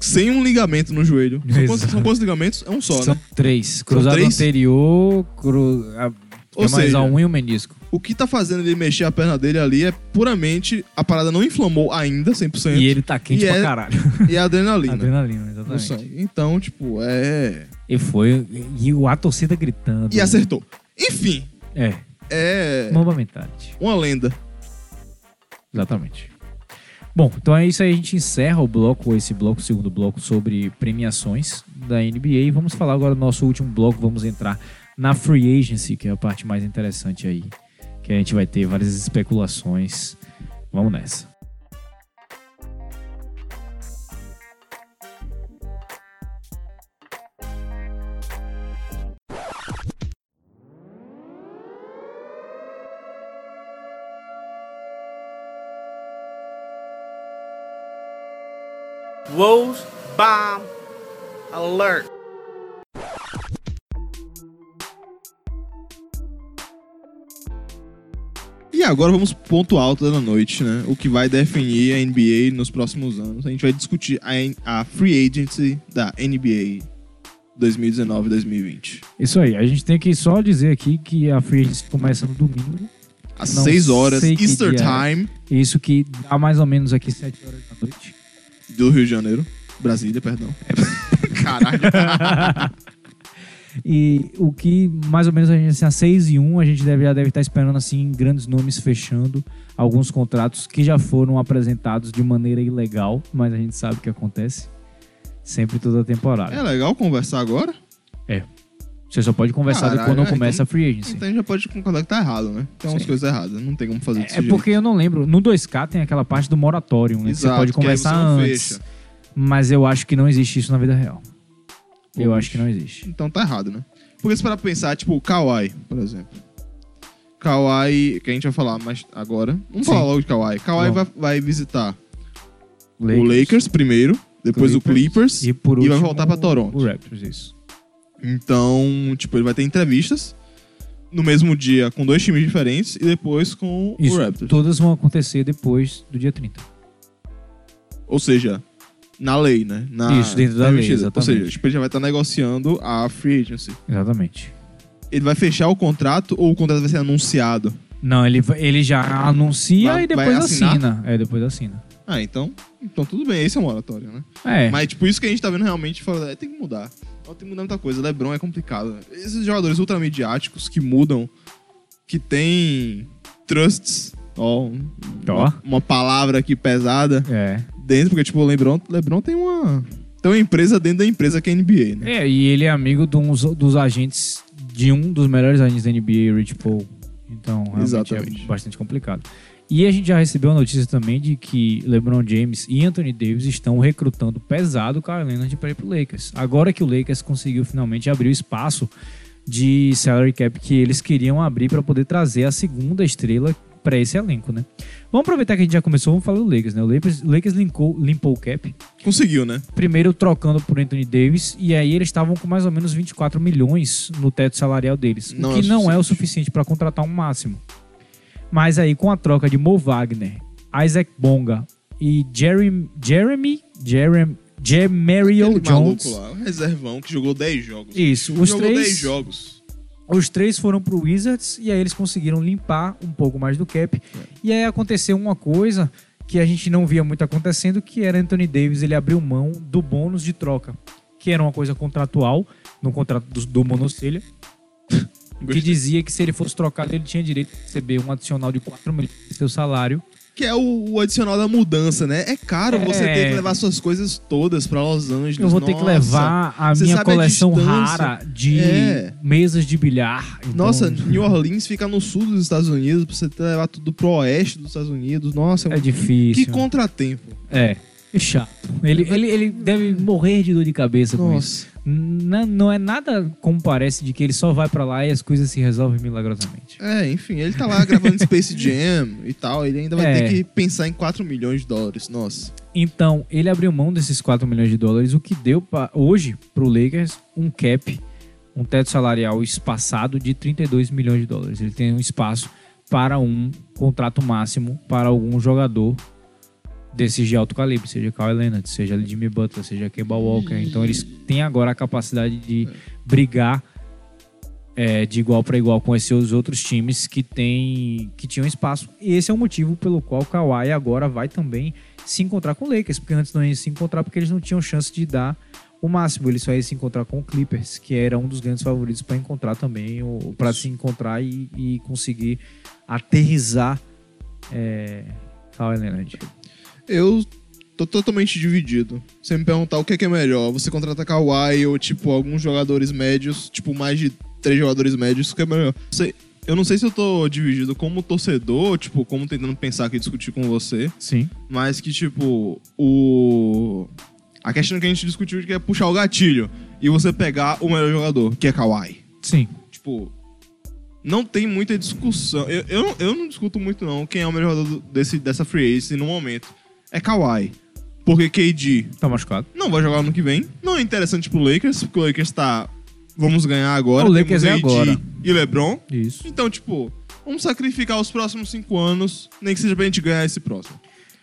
B: sem um ligamento no joelho. São quantos,
A: Exato.
B: são quantos ligamentos? É um só,
A: são
B: né?
A: três. Cruzado
B: três?
A: anterior, cru, a,
B: Ou
A: tem mais
B: seja,
A: a um e o menisco.
B: O que tá fazendo ele mexer a perna dele ali é puramente a parada não inflamou ainda 100%
A: E ele tá quente
B: E
A: pra
B: é
A: caralho.
B: e a adrenalina.
A: Adrenalina,
B: no
A: exatamente.
B: sangue. Então, tipo, é.
A: E foi. E o- a torcida gritando.
B: E acertou. Enfim,
A: É,
B: é
A: Mamba Mentality.
B: uma lenda.
A: Exatamente. Bom, então é isso aí. A gente encerra o bloco, esse bloco, o segundo bloco, sobre premiações da NBA. E vamos falar agora do nosso último bloco. Vamos entrar na Free Agency, que é a parte mais interessante aí. Que a gente vai ter várias especulações. Vamos nessa.
D: Rose bomb alert.
B: E agora vamos pro ponto alto da noite, né? O que vai definir a NBA nos próximos anos. A gente vai discutir a, N- a free agency da NBA 2019-2020.
A: Isso aí. A gente tem que só dizer aqui que a Free Agency começa no domingo.
B: Às
A: Não
B: 6 horas,
A: sei que
B: Easter
A: dia é.
B: Time,
A: Isso que dá mais ou menos aqui 7 horas da noite.
B: do Rio de Janeiro. Brasília, perdão. Caralho.
A: E o que mais ou menos a gente, assim, a 6 e 1, a gente deve, já deve estar esperando assim grandes nomes fechando alguns contratos que já foram apresentados de maneira ilegal, mas a gente sabe que acontece sempre toda
B: É
A: temporada.
B: legal conversar agora?
A: Você só pode conversar
B: Caralho,
A: quando
B: é,
A: começa
B: então-
A: a free agency.
B: Então a gente já pode concordar que tá errado, né? Tem umas
A: Sim.
B: coisas erradas. Não tem como fazer
A: É
B: desse jeito.
A: porque eu não lembro. No 2K tem aquela parte do moratório, né? que
B: Exato,
A: você pode
B: que aí
A: conversar
B: você não
A: antes.
B: fecha.
A: Mas eu acho que não existe isso na vida real. eu acho que não existe.
B: Então tá errado, né? Porque se para pensar, tipo, o Kawhi, por exemplo. Kawhi, que a gente vai falar mais agora. Vamos
A: Sim.
B: falar logo de Kawhi. Kawhi vai,
A: Vamos.
B: vai visitar o Lakers primeiro, depois o Clippers.
A: e por
B: e vai
A: último,
B: voltar pra Toronto.
A: O Raptors, isso.
B: Então, tipo, ele vai ter entrevistas no mesmo dia com dois times diferentes e depois com
A: Isso,
B: o Raptors.
A: todas vão acontecer depois do dia 30.
B: Ou seja, na lei, né? Na,
A: Isso, dentro da
B: na
A: lei,
B: investida. Ou
A: exatamente.
B: seja, tipo, ele já vai estar negociando a free agency.
A: Exatamente.
B: Ele vai fechar o contrato ou o contrato vai ser anunciado?
A: Não, ele, va- ele já anuncia
B: Vai-
A: e depois
B: vai assinar?
A: assina. É, depois assina.
B: Ah, então, então tudo bem, esse é um moratório, né?
A: É,
B: Mas, tipo, isso que a gente tá vendo realmente fala, é, tem que mudar. Não, Tem que mudar muita coisa. Lebron é complicado. né? Esses jogadores ultramediáticos que mudam, que tem trusts, ó, um-
A: Ó.
B: Uma, uma palavra aqui pesada
A: é.
B: dentro, porque, tipo, o Lebron, Lebron tem uma. Tem uma empresa dentro da empresa que é NBA, né?
A: É, e ele é amigo de uns- dos agentes, de um dos melhores agentes da NBA, Rich Paul. Então, realmente
B: Exatamente.
A: é bastante complicado. E a gente já recebeu a notícia também de que LeBron James e Anthony Davis estão recrutando pesado o Kyle Leonard para ir pro Lakers. Agora que o Lakers conseguiu finalmente abrir o espaço de salary cap que eles queriam abrir para poder trazer a segunda estrela para esse elenco, né? Vamos aproveitar que a gente já começou, vamos falar do Lakers, né? O Lakers, Lakers limpou, limpou o cap,
B: Conseguiu, né?
A: primeiro trocando por Anthony Davis, e aí eles estavam com mais ou menos 24 milhões no teto salarial deles,
B: Não
A: o
B: é
A: que
B: o
A: não é o suficiente para contratar um máximo. Mas aí com a troca de Mo Wagner, Isaac Bonga e Jeremy Jeremy Jeremy Jemario
B: Aquele
A: é
B: é maluco
A: Jones.
B: lá, o reservão que jogou 10 jogos.
A: Isso, os
B: jogou
A: três
B: 10 jogos.
A: os três foram pro Wizards e aí eles conseguiram limpar um pouco mais do cap. E aí aconteceu uma coisa que a gente não via muito acontecendo, que era Anthony Davis, ele abriu mão do bônus de troca, que era uma coisa contratual, no contrato do, do monocelha, que
B: Gostei.
A: dizia que se ele fosse trocado, ele tinha direito de receber um adicional de 4 milhões do seu salário.
B: Que é o, o adicional da mudança, né? É caro você
A: É.
B: ter que levar suas coisas todas pra Los Angeles.
A: Eu vou ter que
B: Nossa.
A: levar a
B: você
A: minha
B: sabe a
A: coleção
B: distância.
A: rara de
B: É.
A: mesas de bilhar. Então,
B: Nossa, New Orleans fica no sul dos Estados Unidos, pra você ter que levar tudo pro oeste dos Estados Unidos. Nossa, um
A: é
B: que
A: difícil.
B: contratempo.
A: É. É chato. Ele, ele, ele deve morrer de dor de cabeça com isso.
B: Nossa.
A: Na- não é nada como parece de que ele só vai pra lá e as coisas se resolvem milagrosamente.
B: É, enfim, ele tá lá gravando Space Jam e tal, ele ainda vai
A: É.
B: ter que pensar em 4 milhões de dólares. Nossa.
A: Então, ele abriu mão desses 4 milhões de dólares, o que deu pra, hoje pro Lakers um cap, um teto salarial espaçado de 32 milhões de dólares. Ele tem um espaço para um contrato máximo para algum jogador desses de alto calibre, seja Kawhi Leonard, seja Jimmy Butler, seja Kemba Walker. Então eles têm agora a capacidade de brigar é, de igual para igual com esses outros times que tem que tinham espaço. E esse é o motivo pelo qual o Kawhi agora vai também se encontrar com o Lakers, porque antes não ia se encontrar porque eles não tinham chance de dar o máximo, ele só ia se encontrar com o Clippers, que era um dos grandes favoritos para encontrar também, para se encontrar e, e conseguir aterrizar é, Kawhi Leonard.
B: Eu tô totalmente dividido. Você me perguntar o que é, que é melhor, você contratar Kawhi ou, tipo, alguns jogadores médios, tipo, mais de três jogadores médios, o que é melhor? Sei- eu não sei se eu tô dividido como torcedor, tipo, como tentando pensar aqui e discutir com você,
A: Sim.
B: mas que, tipo, o... A questão que a gente discutiu de que é puxar o gatilho e você pegar o melhor jogador, que é Kawhi.
A: Sim.
B: Tipo, não tem muita discussão. Eu, eu, não- eu não discuto muito, não, quem é o melhor jogador desse, dessa free agency no momento. É Kawhi. Porque KD
A: Tá machucado.
B: não vai jogar ano que vem. Não é interessante pro Lakers, porque o Lakers tá... Vamos ganhar agora.
A: O Lakers
B: temos
A: é agora.
B: E LeBron.
A: Isso.
B: Então, tipo, vamos sacrificar os próximos cinco anos, nem que seja pra gente ganhar esse próximo.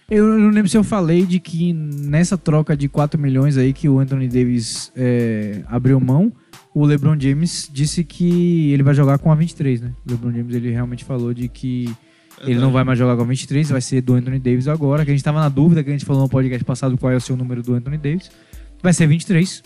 A: Eu não lembro se eu falei de que nessa troca de 4 milhões aí que o Anthony Davis é, abriu mão, o LeBron James disse que ele vai jogar com a 23, né? O LeBron James ele realmente falou de que ele não vai mais jogar com a 23, vai ser do Anthony Davis agora, que a gente tava na dúvida, que a gente falou no podcast passado qual é o seu número do Anthony Davis. Vai ser 23.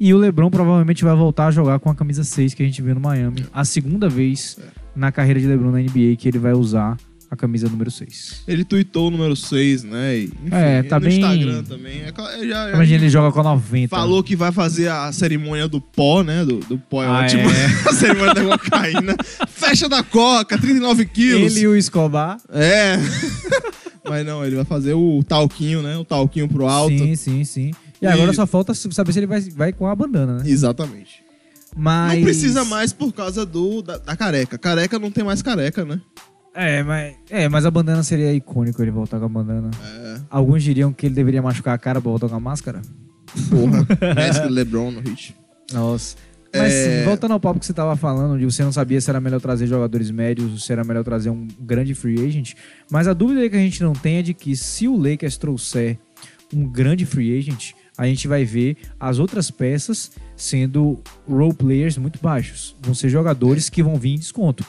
A: E o LeBron provavelmente vai voltar a jogar com a camisa 6 que a gente viu no Miami, a segunda vez na carreira de LeBron na NBA que ele vai usar a camisa número 6.
B: Ele tweetou o número 6, né? E, enfim,
A: É, tá
B: no
A: bem-
B: Instagram também. É, é, já- já-
A: Imagina ele joga com a 90.
B: Falou que vai fazer a cerimônia do pó, né? Do, do pó é
A: Ah,
B: ótimo.
A: é.
B: a cerimônia da cocaína. Festa da coca, 39 quilos.
A: Ele e o Escobar.
B: É. Mas não, ele vai fazer o talquinho, né? O talquinho pro alto.
A: Sim, sim, sim. E,
B: E-
A: agora só falta saber se ele vai, vai com a bandana, né?
B: Exatamente.
A: Mas...
B: Não precisa mais por causa do da, da careca. Careca não tem mais careca, né?
A: É mas, é, mas a bandana seria icônico ele voltar com a bandana.
B: É.
A: Alguns diriam que ele deveria machucar a cara pra voltar com a máscara.
B: Porra. Mestre LeBron no hit.
A: Nossa. Mas
B: É.
A: sim, voltando ao papo que você tava falando, de você não sabia se era melhor trazer jogadores médios, se era melhor trazer um grande free agent. Mas a dúvida que a gente não tem é de que se o Lakers trouxer um grande free agent, a gente vai ver as outras peças sendo role players muito baixos. Vão ser jogadores que vão vir em desconto.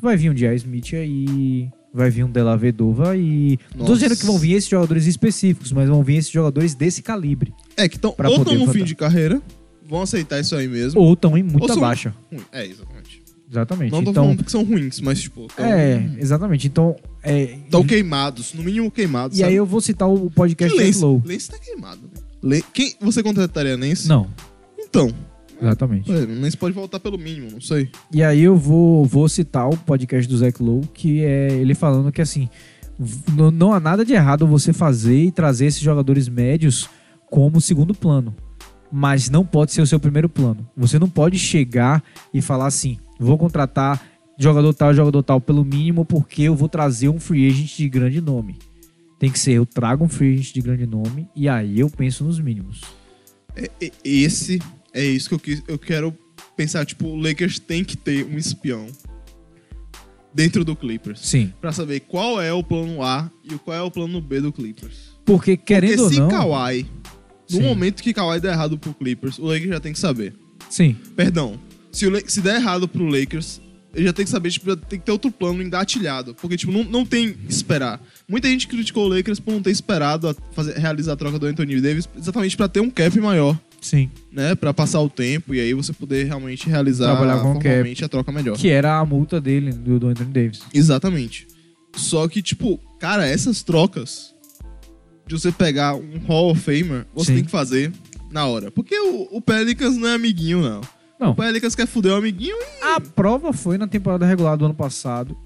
A: Vai vir um J.R. Smith aí, vai vir um Della Vedova e... Não tô
B: Nossa.
A: dizendo que vão vir esses jogadores específicos, mas vão vir esses jogadores desse calibre.
B: É, que tão,
A: Pra
B: ou
A: poder
B: estão no fim
A: votar.
B: de carreira, vão aceitar isso aí mesmo.
A: Ou estão em muita
B: são-
A: baixa.
B: É, exatamente.
A: Exatamente.
B: Não tô
A: então,
B: falando que são ruins, mas, tipo, tão,
A: É, exatamente. Então, é,
B: tão queimados. No mínimo queimados.
A: e
B: sabe?
A: aí eu vou citar o podcast do
B: Lance,
A: Slow.
B: Lance tá queimado. né? Le- Quem, você contrataria Lance?
A: Não,
B: Então,
A: exatamente.
B: ué, Lance pode voltar pelo mínimo, não sei.
A: E aí eu vou, vou citar o podcast do Zach Lowe, que é ele falando que assim, v- n- não há nada de errado você fazer e trazer esses jogadores médios como segundo plano. Mas não pode ser o seu primeiro plano. Você não pode chegar e falar assim: vou contratar jogador tal, jogador tal, pelo mínimo, porque eu vou trazer um free agent de grande nome. Tem que ser, eu trago um free agent de grande nome e aí eu penso nos mínimos.
B: É, é, Esse é isso que eu, quis, eu quero pensar. Tipo, o Lakers tem que ter um espião dentro do Clippers.
A: Sim.
B: Pra saber qual é o plano A e qual é o plano B do Clippers.
A: Porque querendo
B: Porque se
A: ou não.
B: Kawhi, no
A: Sim.
B: momento que Kawhi der errado pro Clippers, o Lakers já tem que saber.
A: Sim.
B: Perdão. Se, o La- se der errado pro Lakers, ele já tem que saber, tipo, já tem que ter outro plano engatilhado. Porque, tipo, não, não tem esperar. Muita gente criticou o Lakers por não ter esperado a fazer, realizar a troca do Anthony Davis exatamente pra ter um cap maior,
A: Sim.
B: né? Pra passar o tempo e aí você poder realmente realizar
A: Trabalhar com o cap.
B: formalmente a troca melhor.
A: Que era a multa dele, do, do Anthony Davis.
B: Exatamente. Só que, tipo, cara, essas trocas de você pegar um Hall of Famer, você
A: Sim.
B: tem que fazer na hora. Porque o, o Pelicans não é amiguinho, não.
A: Não.
B: O Pelicans quer fuder o amiguinho e
A: A prova foi na temporada regular do ano passado.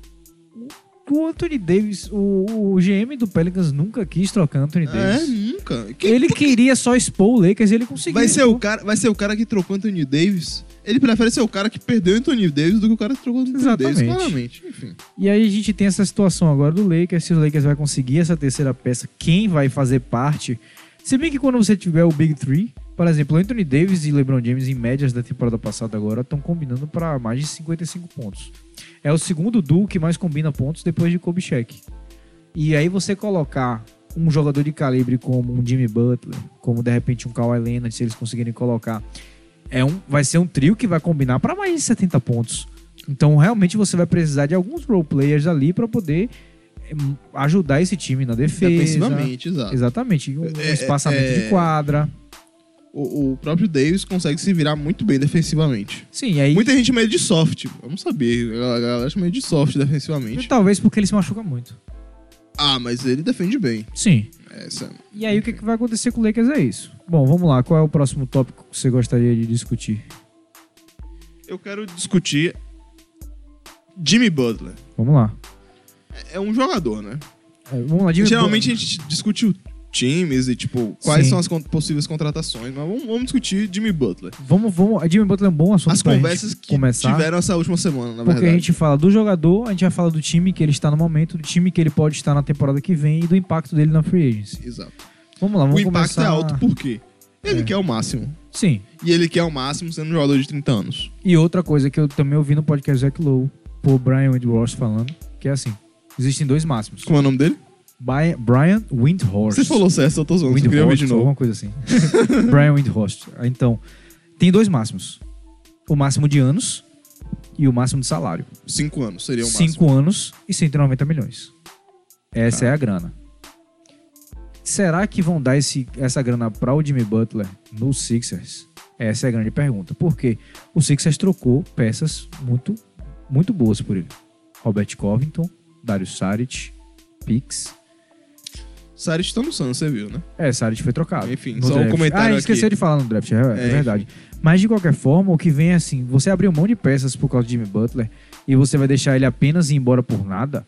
A: O Anthony Davis, o, o GM do Pelicans nunca quis trocar Anthony
B: É,
A: Davis.
B: nunca. Que-
A: Ele queria só expor o Lakers e ele conseguiu.
B: vai, ser o cara, vai ser o cara que trocou Anthony Davis. Ele prefere ser o cara que perdeu Anthony Davis do que o cara que trocou Anthony Davis.
A: Exatamente.
B: Claramente. Enfim.
A: E aí a gente tem essa situação agora do Lakers, se o Lakers vai conseguir essa terceira peça, quem vai fazer parte? Se bem que quando você tiver o Big Three, por exemplo, Anthony Davis e LeBron James em médias da temporada passada agora estão combinando para mais de 55 pontos. É o segundo duo que mais combina pontos depois de Kobe Shaq. E aí você colocar um jogador de calibre como um Jimmy Butler, como de repente um Kawhi Leonard, se eles conseguirem colocar, é um, vai ser um trio que vai combinar para mais de 70 pontos. Então realmente você vai precisar de alguns role players ali para poder eh, ajudar esse time na defesa.
B: Defensivamente, exato.
A: Exatamente, um
B: Ah. É,
A: espaçamento
B: é,
A: de quadra.
B: O, o próprio Davis consegue se virar muito bem defensivamente.
A: Sim, aí
B: Muita gente chama ele de soft. Eu não sabia. A galera- a galera chama ele de soft defensivamente.
A: talvez porque ele se machuca muito.
B: Ah, mas ele defende bem.
A: Sim.
B: Essa.
A: E aí o que, que vai acontecer com o Lakers é isso. Bom, vamos lá, qual é o próximo tópico que você gostaria de discutir?
B: Eu quero discutir Jimmy Butler.
A: Vamos lá.
B: É um jogador, né?
A: É, vamos lá, Jimmy
B: Geralmente a gente discute times e, tipo, quais
A: Sim.
B: são as con- possíveis contratações. Mas vamos- vamos discutir Jimmy Butler.
A: Vamos, vamos. A Jimmy Butler é um bom assunto
B: as
A: pra gente
B: conversas que
A: começar.
B: tiveram essa última semana, na
A: porque a
B: verdade.
A: gente fala do jogador, a gente vai falar do time que ele está no momento, do time que ele pode estar na temporada que vem e do impacto dele na free agency.
B: Exato.
A: Vamos lá,
B: O
A: vamos
B: impacto
A: começar.
B: é alto por quê? Ele
A: É.
B: quer o máximo.
A: Sim.
B: E ele quer o máximo sendo um jogador de 30 anos.
A: E outra coisa que eu também ouvi no podcast Zach Lowe, por Brian Windhorst falando, que é assim: existem dois máximos.
B: Como é o nome dele?
A: By- Brian Windhorst.
B: Você falou certo, eu tô zoando. Você queria ouvir
A: Windhorst,
B: de
A: ou
B: novo.
A: alguma coisa assim. Brian Windhorst. Então, tem dois máximos: o máximo de anos e o máximo de salário.
B: 5 anos seria o máximo. Tá.
A: 5 anos e 190 milhões. Essa é a grana. Será que vão dar esse, essa grana para o Jimmy Butler no Sixers? Essa é a grande pergunta. Porque o Sixers trocou peças muito, muito boas por ele. Robert Covington, Dario Saric, Pix.
B: Saric tá no Suns, você viu, né?
A: É, Saric foi trocado.
B: Enfim,
A: no
B: só um
A: draft.
B: comentário
A: Ah, esqueceu
B: aqui.
A: de falar no draft, é, é
B: É,
A: verdade. Mas de qualquer forma, o que vem é assim: você abriu mão de peças por causa de Jimmy Butler e você vai deixar ele apenas ir embora por nada.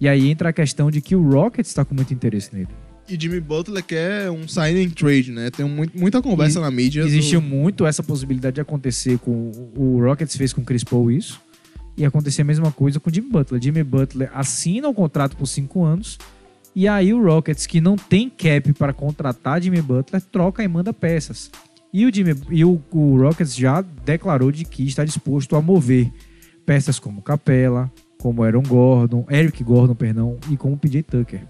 A: E aí entra a questão de que o Rockets está com muito interesse nele.
B: E Jimmy Butler quer um sign and trade, né? Tem mu- muita conversa
A: E-
B: na mídia. do-
A: Existiu muito essa possibilidade de acontecer com o Rockets fez com o Chris Paul isso e acontecer a mesma coisa com o Jimmy Butler. Jimmy Butler assina o contrato por cinco anos e aí o Rockets que não tem cap para contratar Jimmy Butler troca e manda peças. E o Jimmy e o, o Rockets já declarou de que está disposto a mover peças como Capela, como Aaron Gordon, Eric Gordon, perdão, e como PJ Tucker.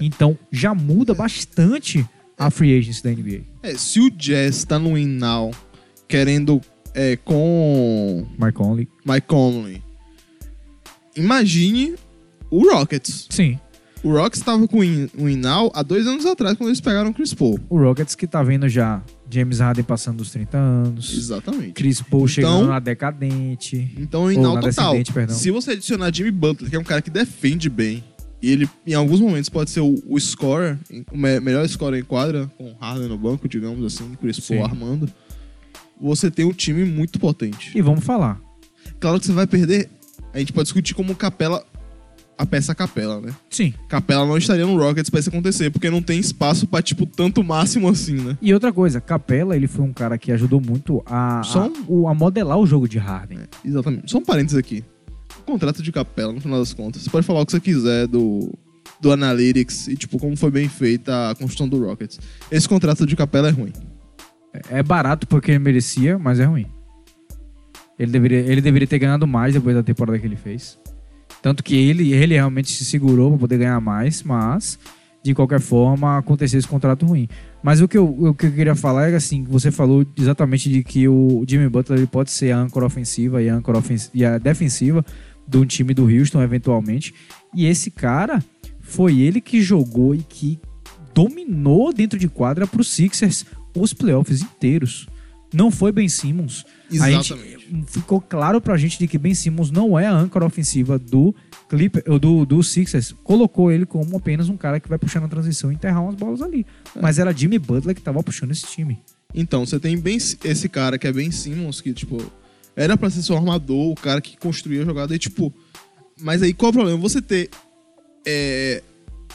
A: Então já muda bastante a free agency da NBA.
B: É, se o Jazz tá no in-now querendo é, com
A: Mark Conley.
B: Mike Conley, imagine o Rockets.
A: Sim.
B: O Rockets tava com o in- o in-now há dois anos atrás, quando eles pegaram o Chris Paul.
A: o Rockets que tá vendo já James Harden passando dos 30 anos,
B: Exatamente.
A: Chris Paul chegando
B: Então-
A: na decadente.
B: Então,
A: Ou
B: in-now
A: na
B: total.
A: descendente, perdão.
B: Se você adicionar Jimmy Butler, que é um cara que defende bem, e ele, em alguns momentos, pode ser o, o scorer, em- o me- melhor scorer em quadra, com Harden no banco, digamos assim, Chris Paul
A: Sim.
B: armando, você tem um time muito potente.
A: E vamos falar.
B: Claro que você vai perder. A gente pode discutir como Capela. A peça Capela, né?
A: Sim.
B: Capela não estaria no Rockets pra isso acontecer, porque não tem espaço pra, tipo, tanto máximo assim, né?
A: E outra coisa, Capela, ele foi um cara que ajudou muito a, a,
B: Só um-
A: o- a modelar o jogo de Harden.
B: Exatamente. É, Só um parênteses aqui. contrato de capela, no final das contas. Você pode falar o que você quiser do, do Analytics e, tipo, como foi bem feita a construção do Rockets. Esse contrato de capela é ruim.
A: É barato porque ele merecia, mas é ruim. Ele deveria, ele deveria ter ganhado mais depois da temporada que ele fez. Tanto que ele, ele realmente se segurou para poder ganhar mais, mas de qualquer forma aconteceu esse contrato ruim. Mas o que, eu, o que eu queria falar é assim, você falou exatamente de que o Jimmy Butler ele pode ser a âncora ofensiva e a, âncora ofensiva, e a defensiva de um time do Houston eventualmente. E esse cara foi ele que jogou e que dominou dentro de quadra para os Sixers os playoffs inteiros. Não foi Ben Simmons. A gente- ficou claro pra gente de que Ben Simmons não é a âncora ofensiva do Clipper, ou do, do Sixers. Colocou ele como apenas um cara que vai puxando a transição e enterrar umas bolas ali. Mas era Jimmy Butler que tava puxando esse time.
B: Então, você tem bem esse cara que é Ben Simmons, que, tipo, era pra ser seu armador, o cara que construía a jogada, e, tipo. Mas aí qual é o problema? Você ter. É,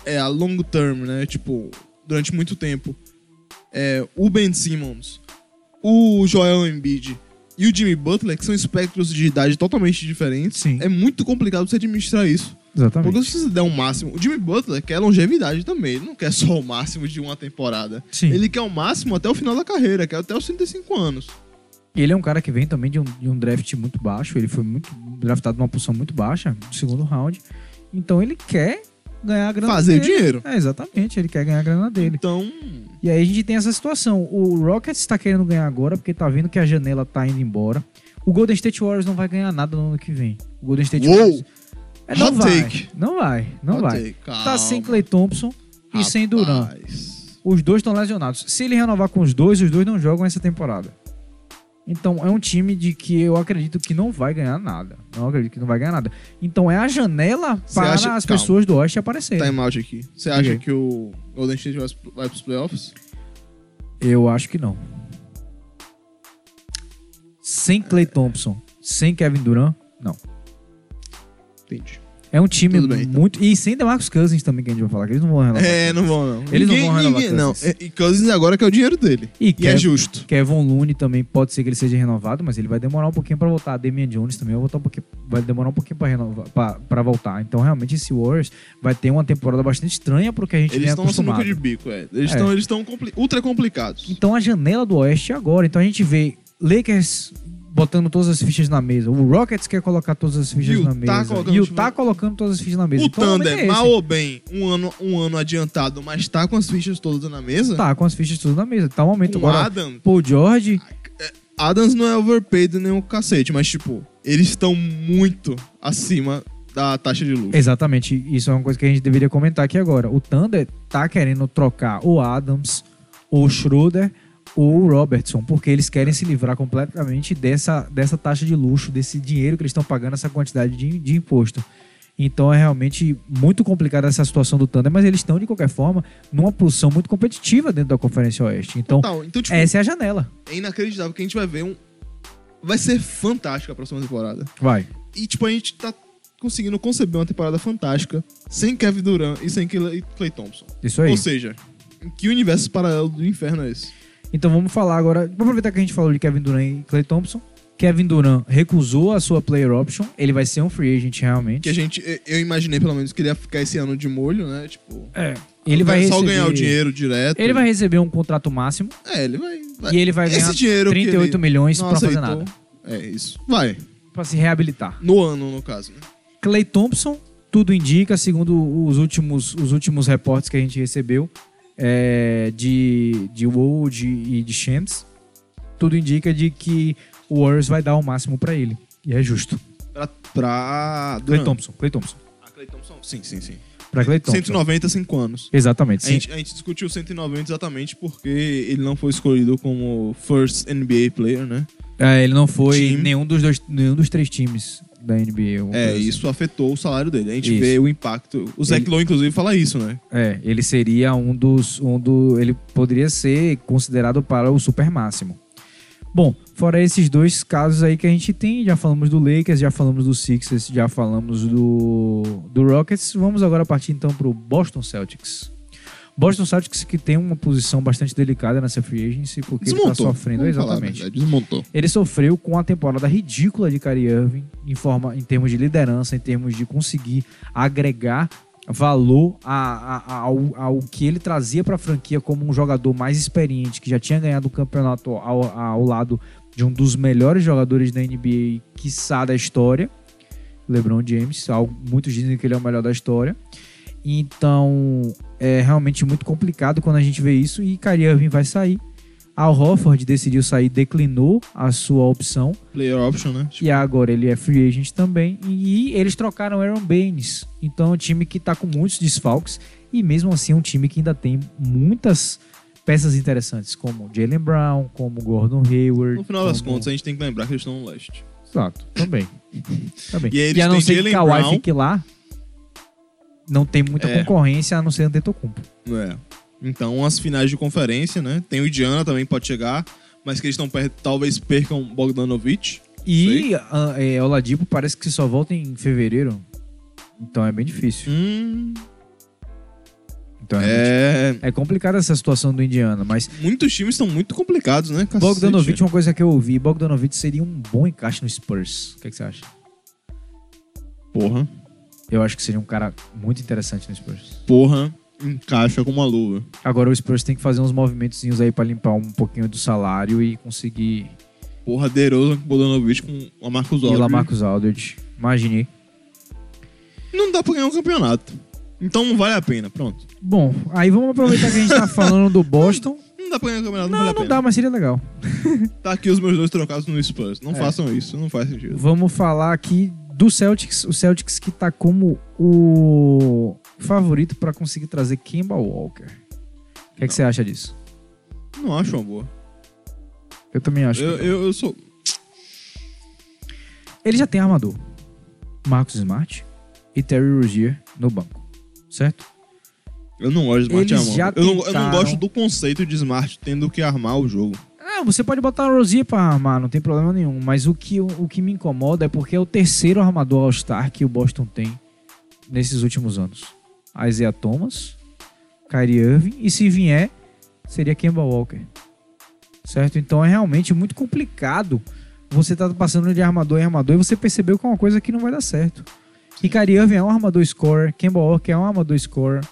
B: é a long term, né? Tipo, durante muito tempo. É, o Ben Simmons, o Joel Embiid e o Jimmy Butler, que são espectros de idade totalmente diferentes.
A: Sim.
B: É muito complicado você administrar isso.
A: Exatamente.
B: Porque se você der um máximo. O Jimmy Butler quer longevidade também. Ele não quer só o máximo de uma temporada.
A: Sim.
B: Ele quer o máximo até o final da carreira, quer até os 35 anos.
A: Ele é um cara que vem também de um, de um draft muito baixo. Ele foi muito draftado numa posição muito baixa, no segundo round. Então ele quer ganhar a grana
B: Fazer
A: dele.
B: dinheiro.
A: É, exatamente. Ele quer ganhar a grana dele.
B: Então.
A: E aí a gente tem essa situação. O Rockets tá querendo ganhar agora porque tá vendo que a janela tá indo embora. O Golden State Warriors não vai ganhar nada no ano que vem. O Golden State
B: Uou!
A: Warriors. É, não
B: Hot
A: vai.
B: take.
A: Não vai, não vai.
B: Ok, calma,
A: Tá sem Clay Thompson e sem Duran.
B: rapaz.
A: Os dois estão lesionados. Se ele renovar com os dois, os dois não jogam essa temporada. Então é um time de que eu acredito que não vai ganhar nada. Não acredito que não vai ganhar nada. Então é a janela
B: Você
A: para
B: acha-
A: as
B: calma.
A: pessoas do Oeste aparecerem.
B: Time out tá aqui. Você
A: Diga
B: acha
A: aí.
B: que o Golden State vai- vai pros playoffs?
A: Eu acho que não. Sem Clay Thompson, sem Kevin Durant, não.
B: Entendi.
A: É um time
B: Tudo bem, então.
A: muito. E sem DeMarcus Cousins também, que a gente vai falar, que eles não vão renovar.
B: É, não vão, não.
A: Eles não vão renovar
B: ninguém, não.
A: Cousins.
B: E e Cousins agora que é o dinheiro dele.
A: E
B: E, é
A: Kev-
B: justo.
A: Kevin Looney também pode ser que ele seja renovado, mas ele vai demorar um pouquinho pra voltar. A Damian Jones também vai, voltar um pouquinho- vai demorar um pouquinho pra renovar, pra- pra voltar. Então, realmente, esse Warriors vai ter uma temporada bastante estranha pro que a gente
B: Eles
A: vem
B: estão no
A: acostumado.
B: sinuca de bico, é. Eles
A: É.
B: estão eles estão compli- ultra complicados.
A: Então a janela do Oeste é agora. Então a gente vê Lakers botando todas as fichas na mesa. O Rockets quer colocar todas as fichas
B: Utah
A: na mesa.
B: colocando-
A: E o tá colocando todas as fichas na mesa.
B: O
A: Então,
B: Thunder,
A: é esse.
B: mal ou bem, um ano, um ano adiantado, mas tá com as fichas todas na mesa.
A: Tá com as fichas todas na mesa. Tá um momento
B: O
A: agora.
B: Adam,
A: Paul George,
B: Adams não é overpaid nem o cacete, mas tipo, eles estão muito acima da taxa de
A: Então,
B: lucro.
A: exatamente, isso é uma coisa que a gente deveria comentar aqui agora. O Thunder tá querendo trocar o Adams, o Schroeder ou o Robertson, porque eles querem se livrar completamente dessa, dessa taxa de luxo, desse dinheiro que eles estão pagando, essa quantidade de, de imposto. Então é realmente muito complicada essa situação do Thunder, mas eles estão, de qualquer forma, numa posição muito competitiva dentro da Conferência Oeste. Então,
B: Tal. Então, tipo, é...
A: essa é a janela.
B: inacreditável que a gente vai ver um. Vai ser fantástica a próxima temporada.
A: Vai.
B: E, tipo, a gente tá conseguindo conceber uma temporada fantástica sem Kevin Durant e sem Clay Klay Thompson.
A: Isso aí.
B: Ou seja, em que universo paralelo do inferno é esse?
A: Então vamos falar agora. Vamos aproveitar que a gente falou de Kevin Durant e Clay Thompson. Kevin Durant recusou a sua player option. Ele vai ser um free agent realmente.
B: Que a gente. eu- Eu imaginei, pelo menos, que ele ia ficar esse ano de molho, né? Tipo.
A: É. Ele vai
B: só
A: receber...
B: ganhar o dinheiro é direto.
A: Ele vai receber um contrato máximo
B: É, ele vai. vai-
A: e ele vai
B: Esse
A: ganhar
B: dinheiro que
A: 38
B: ele
A: milhões
B: não
A: pra fazer
B: aceitou.
A: nada.
B: É isso. Vai.
A: Pra se reabilitar.
B: No ano, no caso. né?
A: Clay Thompson, tudo indica, segundo os últimos, os últimos reportes que a gente recebeu é, de, de Wold e de Shams, tudo indica de que o Warriors vai dar o máximo pra ele. E é justo.
B: Pra. pra
A: Clay
B: Durant.
A: Thompson, Clay Thompson.
B: Ah, Clay Thompson. Sim, sim, sim.
A: Pra Clay Thompson.
B: 190, 5 anos.
A: Exatamente.
B: A gente, a gente discutiu 190 exatamente porque ele não foi escolhido como first NBA player, né?
A: É, ele não foi
B: Time.
A: nenhum dos dois, nenhum dos três times da NBA. alguma
B: É,
A: coisa assim.
B: isso afetou o salário dele. A gente
A: Isso.
B: vê o impacto. O Zach
A: Ele-
B: Lowe, inclusive, fala isso, né?
A: É, ele seria um dos, um do, ele poderia ser considerado para o super máximo. Bom, fora esses dois casos aí que a gente tem, já falamos do Lakers, já falamos do Sixers, já falamos do, do Rockets. Vamos agora partir então para o Boston Celtics. Boston Celtics que tem uma posição bastante delicada nessa free agency, porque ele tá
B: Desmontou.
A: sofrendo.
B: Vamos falar a
A: exatamente.
B: verdade, desmontou.
A: Ele sofreu com a temporada ridícula de Kyrie Irving em, forma, em termos de liderança, em termos de conseguir agregar valor a- a- a- ao, ao que ele trazia para a franquia como um jogador mais experiente, que já tinha ganhado o campeonato ao, ao lado de um dos melhores jogadores da NBA, quiçá da história, LeBron James. Algo- Muitos dizem que ele é o melhor da história. Então, é realmente muito complicado quando a gente vê isso e Kyrie Irving vai sair. Al Horford decidiu sair, declinou a sua opção
B: Player option, né? Tipo,
A: e agora ele é free agent também. E eles trocaram Aaron Baines. Então é um time que tá com muitos desfalques e mesmo assim é um time que ainda tem muitas peças interessantes, como Jalen Brown, como Gordon Hayward.
B: no final das
A: como-
B: contas, a gente tem que lembrar que eles estão no leste.
A: Exato, também. também.
B: E aí eles
A: a não
B: têm
A: ser que
B: Jaylen
A: Kawhi
B: Brown.
A: fique lá, não tem muita
B: É.
A: concorrência a não ser Antetokounmpo.
B: É. Então, as finais de conferência, né? Tem o Indiana também, pode chegar. Mas que eles estão per talvez percam Bogdanovic.
A: E ah, é, Oladipo parece que só volta em fevereiro. Então é bem difícil.
B: Hum,
A: Então é, bem
B: é...
A: É complicada essa situação do Indiana, mas
B: Muitos times estão muito complicados, né? Cacete.
A: Bogdanovich é uma coisa que eu ouvi. Bogdanovich seria um bom encaixe no Spurs. O que, é que você acha?
B: Porra.
A: Eu acho que seria um cara muito interessante no Spurs.
B: Porra. Encaixa com uma luva.
A: Agora o Spurs tem que fazer uns movimentozinhos aí pra limpar um pouquinho do salário e conseguir
B: Porra, Derozan com Bogdanovic com a Marcos
A: ir lá
B: Aldridge.
A: Marcos Aldridge. Imaginei.
B: Não dá pra ganhar um campeonato. Então não vale a pena, pronto.
A: Bom, aí vamos aproveitar que a gente tá falando do Boston.
B: Não dá pra ganhar um campeonato, não,
A: Não,
B: vale a
A: não
B: pena.
A: dá, mas seria legal.
B: Tá aqui os meus dois trocados no Spurs.
A: É.
B: Não façam isso, não faz sentido.
A: Vamos falar aqui do Celtics. O Celtics que tá como o favorito pra conseguir trazer Kemba Walker. O que, é que você acha disso?
B: Não acho uma boa.
A: Eu também acho. que
B: Eu, eu, eu sou.
A: Ele já tem armador. Marcos Smart e Terry Rozier no banco. Certo?
B: Eu não gosto de smart
A: Eles
B: armar.
A: já
B: eu, não, eu não
A: tentaram.
B: gosto do conceito de smart tendo que armar o jogo.
A: Ah, você pode botar o Rozier pra armar, não tem problema nenhum. Mas o que, o que me incomoda é porque é o terceiro armador All-Star que o Boston tem nesses últimos anos. Isaiah Thomas, Kyrie Irving e se vier, seria Kemba Walker. Certo? Então é realmente muito complicado você tá passando de armador em armador e você percebeu que é uma coisa que não vai dar certo. E Kyrie Irving é um armador scorer, Kemba Walker é um armador scorer.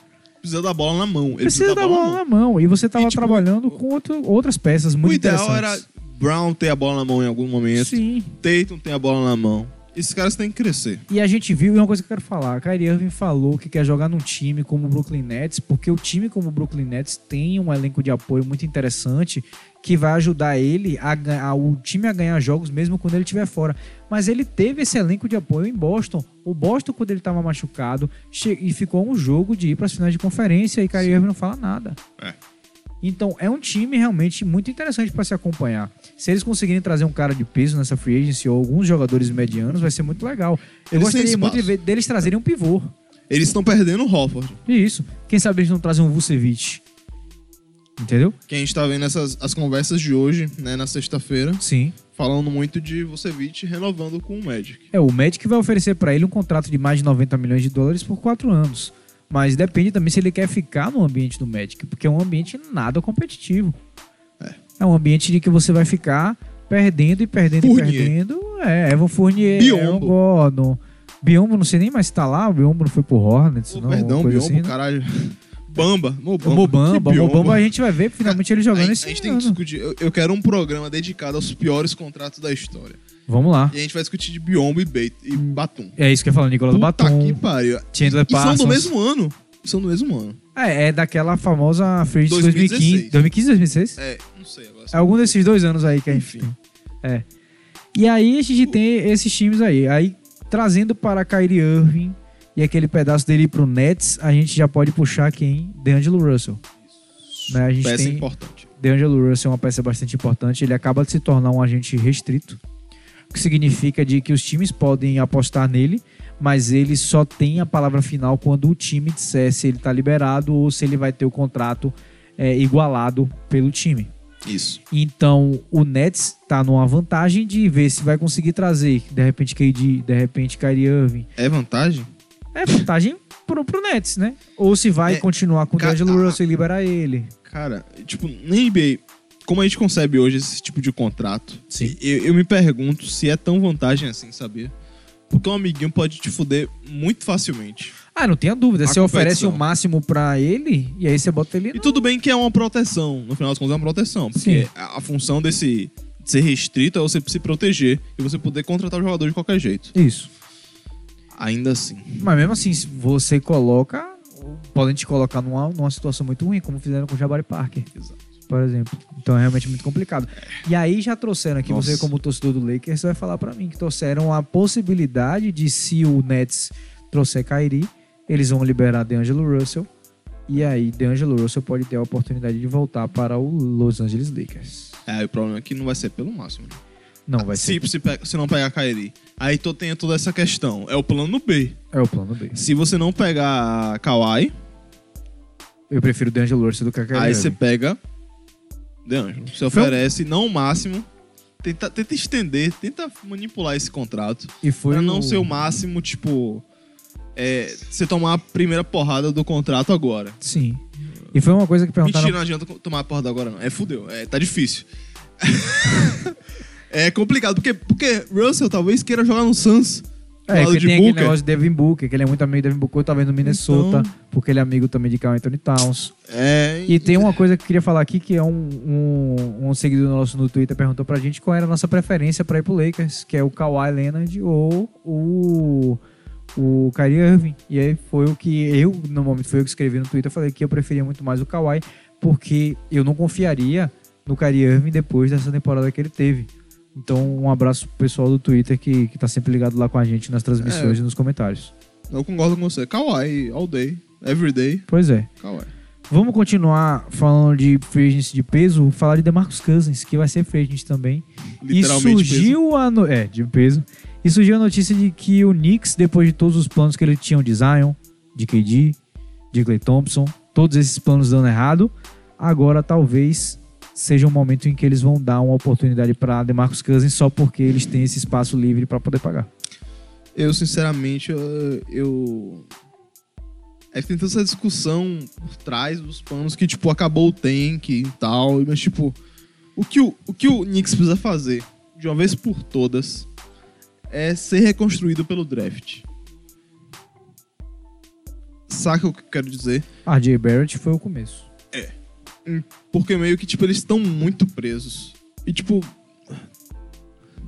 B: Precisa da bola na mão. Ele tá
A: precisa da bola na mão. E você tava
B: E, tipo,
A: trabalhando com outro- outras peças
B: O
A: muito
B: ideal era
A: interessantes.
B: Brown ter a bola na mão em algum momento.
A: Sim.
B: Tatum ter a bola na mão. Esses caras têm que crescer.
A: E a gente viu, e uma coisa que eu quero falar, Kyrie Irving falou que quer jogar num time como o Brooklyn Nets, porque o time como o Brooklyn Nets tem um elenco de apoio muito interessante que vai ajudar ele a ganhar, o time a ganhar jogos mesmo quando ele estiver fora. Mas ele teve esse elenco de apoio em Boston. O Boston quando ele estava machucado che- e ficou um jogo de ir para as finais de conferência e Kyrie Irving não fala nada.
B: É.
A: Então é um time realmente muito interessante para se acompanhar. Se eles conseguirem trazer um cara de peso nessa free agency ou alguns jogadores medianos, vai ser muito legal. Eu
B: Eles têm
A: gostaria
B: espaço.
A: muito de ver deles trazerem um pivô.
B: Eles estão perdendo o Hofford.
A: E isso. Quem sabe eles não trazem um Vucevic. Entendeu?
B: Que a gente tá vendo essas, as conversas de hoje, né, na sexta-feira,
A: Sim.
B: falando muito de Vucevic renovando com o Magic.
A: É, o Magic vai oferecer para ele um contrato de mais de 90 milhões de dólares por 4 anos. Mas depende também se ele quer ficar no ambiente do Magic, porque é um ambiente nada competitivo. É, um ambiente de que você vai ficar perdendo e perdendo
B: Fournier.
A: e perdendo. É, Evan Fournier,
B: Biombo.
A: Aaron Gordon. Biombo, não sei nem mais se tá lá, o Biombo não foi pro Hornets,
B: Ô,
A: não.
B: perdão,
A: uma coisa
B: Biombo,
A: assim, né?
B: caralho. Bamba,
A: O
B: Mobamba.
A: Mobamba,
B: Que
A: o Mobamba
B: Biombo?
A: a gente vai ver finalmente ele jogando
B: a,
A: esse
B: a gente tem que
A: ano.
B: discutir. Eu, eu quero um programa dedicado aos piores contratos da história.
A: Vamos lá.
B: E a gente vai discutir de Biombo e, Bait, e Batum.
A: É isso que eu ia falar, Nicolas
B: Puta que
A: Batum,
B: pariu.
A: Chandler
B: E são
A: Parsons.
B: do mesmo ano. São do mesmo ano.
A: É, é daquela famosa Free de 2015,
B: 2016.
A: 2015, 2016?
B: É, não sei agora.
A: É algum desses dois anos aí que a gente
B: Enfim.
A: tem. É. E aí a gente tem esses times aí. Aí trazendo para Kyrie Irving e aquele pedaço dele pro Nets, a gente já pode puxar quem? DeAngelo Russell. Né, a gente
B: Peça
A: tem
B: importante.
A: DeAngelo Russell é uma peça bastante importante. Ele acaba de se tornar um agente restrito, o que significa de que os times podem apostar nele, mas ele só tem a palavra final quando o time disser se ele está liberado ou se ele vai ter o contrato é, igualado pelo time.
B: Isso.
A: Então o Nets está numa vantagem de ver se vai conseguir trazer, de repente KD, de repente Kyrie Irving.
B: É vantagem?
A: É vantagem pro, pro Nets, né? Ou se vai
B: É,
A: continuar com o
B: ca-
A: D'Angelo
B: ah.
A: Russell e liberar ele.
B: Cara, tipo, na NBA, como a gente concebe hoje esse tipo de contrato?
A: Sim.
B: Eu, eu me pergunto se é tão vantagem assim, sabia? Porque um amiguinho pode te fuder muito facilmente.
A: Ah, não tenha dúvida.
B: A
A: Você oferece o
B: competição.
A: máximo pra ele e aí você bota ele.
B: E
A: na-
B: tudo bem que é uma proteção, no final das contas é uma proteção. Porque
A: Sim.
B: a, a função desse de ser restrito é você se proteger e você poder contratar o jogador de qualquer jeito.
A: Isso.
B: Ainda assim.
A: Mas mesmo assim, se você coloca. Podem te colocar numa, numa situação muito ruim, como fizeram com o Jabari Parker,
B: Exato.
A: por exemplo. Então é realmente muito complicado. E aí já trouxeram aqui, você
B: Nossa.
A: como torcedor do Lakers, você vai falar pra mim que trouxeram a possibilidade de se o Nets trouxer Kyrie, eles vão liberar DeAngelo Russell. E aí DeAngelo Russell pode ter a oportunidade de voltar para o Los Angeles Lakers.
B: É, o problema é que não vai ser pelo máximo. né?
A: Não vai ser.
B: se, se, pe- se não pegar Kairi. Aí tô, tem toda essa questão. É o plano B.
A: É o plano B.
B: Se você não pegar Kawhi,
A: Eu prefiro o DeAngelo Russell do que a Kyrie.
B: aí você
A: Irving.
B: pega DeAngelo. Você
A: um
B: oferece, não o máximo. Tenta, tenta estender, tenta manipular esse contrato.
A: E foi um
B: pra não ser o máximo, tipo. É, você tomar a primeira porrada do contrato agora.
A: Sim. E foi uma coisa que perguntaram
B: Mentira, não adianta co- tomar a porrada agora, não. É fudeu, é, tá difícil. é complicado, porque, porque Russell talvez queira jogar no Suns. do
A: É,
B: lado
A: porque
B: de
A: tem aquele
B: Booker.
A: negócio de Devin Booker, que ele é muito amigo de Devin Booker, talvez no Minnesota,
B: Então-
A: porque ele é amigo também de Carl Anthony Towns.
B: É,
A: E tem uma coisa que eu queria falar aqui, que é um, um, um seguidor nosso no Twitter perguntou pra gente qual era a nossa preferência pra ir pro Lakers, que é o Kawhi Leonard ou o, o Kyrie Irving. E aí foi o que eu, no momento, foi eu que escrevi no Twitter, falei que eu preferia muito mais o Kawhi, porque eu não confiaria no Kyrie Irving depois dessa temporada que ele teve. Então, um abraço pro pessoal do Twitter que, que tá sempre ligado lá com a gente nas transmissões e nos comentários.
B: Eu concordo com você. Kawhi, all day, every day,
A: Pois é.
B: Kawhi.
A: Vamos continuar falando de free agency de peso, falar de DeMarcus Cousins, que vai ser free agent também. E
B: Literalmente.
A: surgiu a no... é, de peso. E surgiu a notícia de que o Knicks, depois de todos os planos que ele tinha de Zion, de KD, de Clay Thompson, todos esses planos dando errado, agora talvez seja um momento em que eles vão dar uma oportunidade para DeMarcus Cousins só porque eles têm esse espaço livre para poder pagar.
B: Eu, sinceramente, eu, eu- É que tem toda essa discussão por trás dos panos que, tipo, acabou o tank e tal. Mas, tipo, o que o, o, que o Knicks precisa fazer, de uma vez por todas, é ser reconstruído pelo draft. Saca o que eu quero dizer?
A: RJ Barrett foi o começo.
B: Porque meio que, tipo, eles estão muito presos. E, tipo...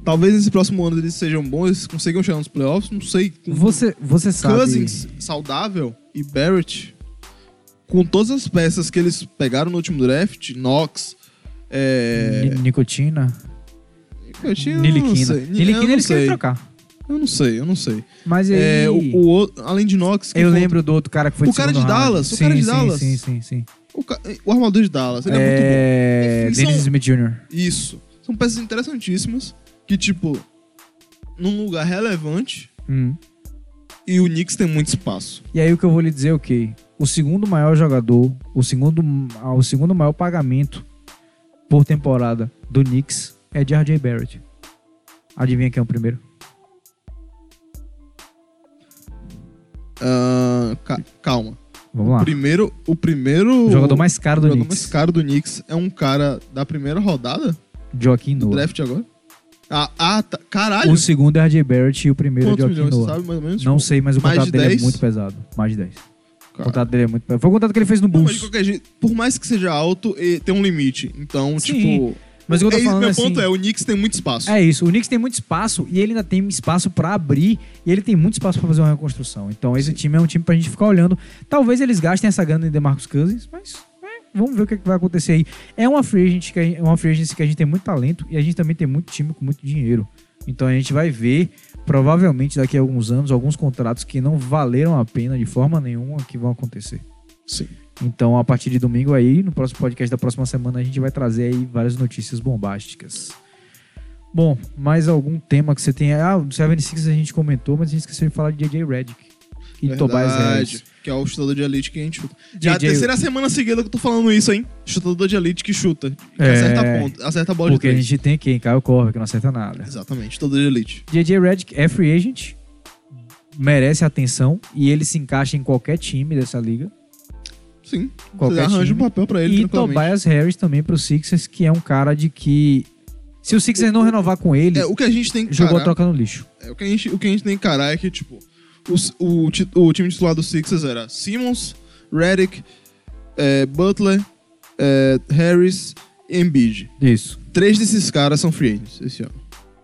B: Talvez nesse próximo ano eles sejam bons, eles consigam chegar nos playoffs, não sei. com-
A: Você, você sabe.
B: Cousins saudável e Barrett, com todas as peças que eles pegaram no último draft, Knox, é...
A: Ni- Nicotina.
B: eu tinha- eu não
A: Niliquina.
B: sei. eu
A: Niliquina
B: não
A: eles querem
B: sei.
A: trocar.
B: Eu não sei, eu não sei.
A: Mas aí.
B: É, o, o outro- além de Knox, quem
A: eu
B: foi
A: lembro do outro cara que foi
B: O
A: de
B: cara de
A: segundo round.
B: Dallas, o
A: Sim,
B: cara de
A: sim,
B: Dallas.
A: Sim, sim, sim.
B: outro? O, ca- o armador de Dallas, ele é, muito
A: É,
B: Enfim,
A: Dennis
B: são-
A: Smith Jr.
B: bom. Isso. São peças interessantíssimas que, tipo, num lugar relevante
A: Hum.
B: e o Knicks tem muito espaço.
A: E aí o que eu vou lhe dizer é o quê? O segundo maior jogador, o segundo, ah, o segundo maior pagamento por temporada do Knicks é de RJ Barrett. Adivinha quem é o primeiro?
B: Ah, ca- calma.
A: Vamos lá.
B: Primeiro, o primeiro...
A: Ah. O jogador mais caro do
B: O jogador
A: Knicks.
B: mais caro do Knicks é um cara da primeira rodada
A: Joaquim
B: do
A: Noah.
B: draft agora? Ah, ah tá. caralho!
A: O segundo é RJ Barrett e o primeiro é Joaquim
B: Quantos milhões, você
A: Noah.
B: sabe mais ou menos?
A: Não
B: Tipo,
A: sei, mas o
B: mais
A: contrato
B: de
A: dele
B: 10?
A: é muito pesado. Mais de 10. O
B: cara.
A: contrato dele é muito pesado. Foi o contrato que ele fez no
B: Não, mas de
A: Bulls.
B: qualquer jeito, por mais que seja alto, eh, tem um limite. Então,
A: Sim,
B: tipo...
A: mas o que eu tô
B: é isso,
A: falando
B: meu
A: assim-
B: ponto é, o Knicks tem muito espaço.
A: É isso. O Knicks tem muito espaço e ele ainda tem espaço pra abrir e ele tem muito espaço pra fazer uma reconstrução. Então esse time é um time pra gente ficar olhando. Talvez eles gastem essa grana em DeMarcus Cousins, mas é, vamos ver o que, é que vai acontecer aí. É uma free agent que a gente, é uma free agency que a gente tem muito talento e a gente também tem muito time com muito dinheiro. Então a gente vai ver provavelmente daqui a alguns anos alguns contratos que não valeram a pena de forma nenhuma que vão acontecer.
B: Sim.
A: Então, a partir de domingo aí, no próximo podcast da próxima semana, a gente vai trazer aí várias notícias bombásticas. Bom, mais algum tema que você tem? Ah, o 76 a gente comentou, mas a gente esqueceu de falar de JJ Redick e de
B: Verdade,
A: Tobias Harris.
B: Que é o chutador de elite que a gente chuta. Já é a
A: JJ
B: terceira semana seguida que eu tô falando isso, hein? Chutador de elite que chuta. Que
A: É.
B: acerta, a ponta, acerta a bola
A: Porque
B: de
A: a
B: três.
A: gente tem quem? Caio Corre, que não acerta nada.
B: Exatamente, chutador de elite.
A: JJ Redick é free agent. merece atenção e ele se encaixa em qualquer time dessa liga.
B: Sim. Você
A: Qualquer
B: arranja
A: time.
B: um papel pra ele
A: e
B: tranquilamente.
A: Tobias Harris também pro Sixers, que é um cara de que. Se o Sixers não renovar com ele,
B: É, o que a gente tem que
A: jogou a
B: encarar-
A: troca no lixo.
B: é, o, que a gente, o que a gente tem que encarar é que, tipo, os- o, ti- o time titular do Sixers era Simmons, Redick, é, Butler, é, Harris e Embiid.
A: Isso.
B: Três desses caras são free agents esse ano.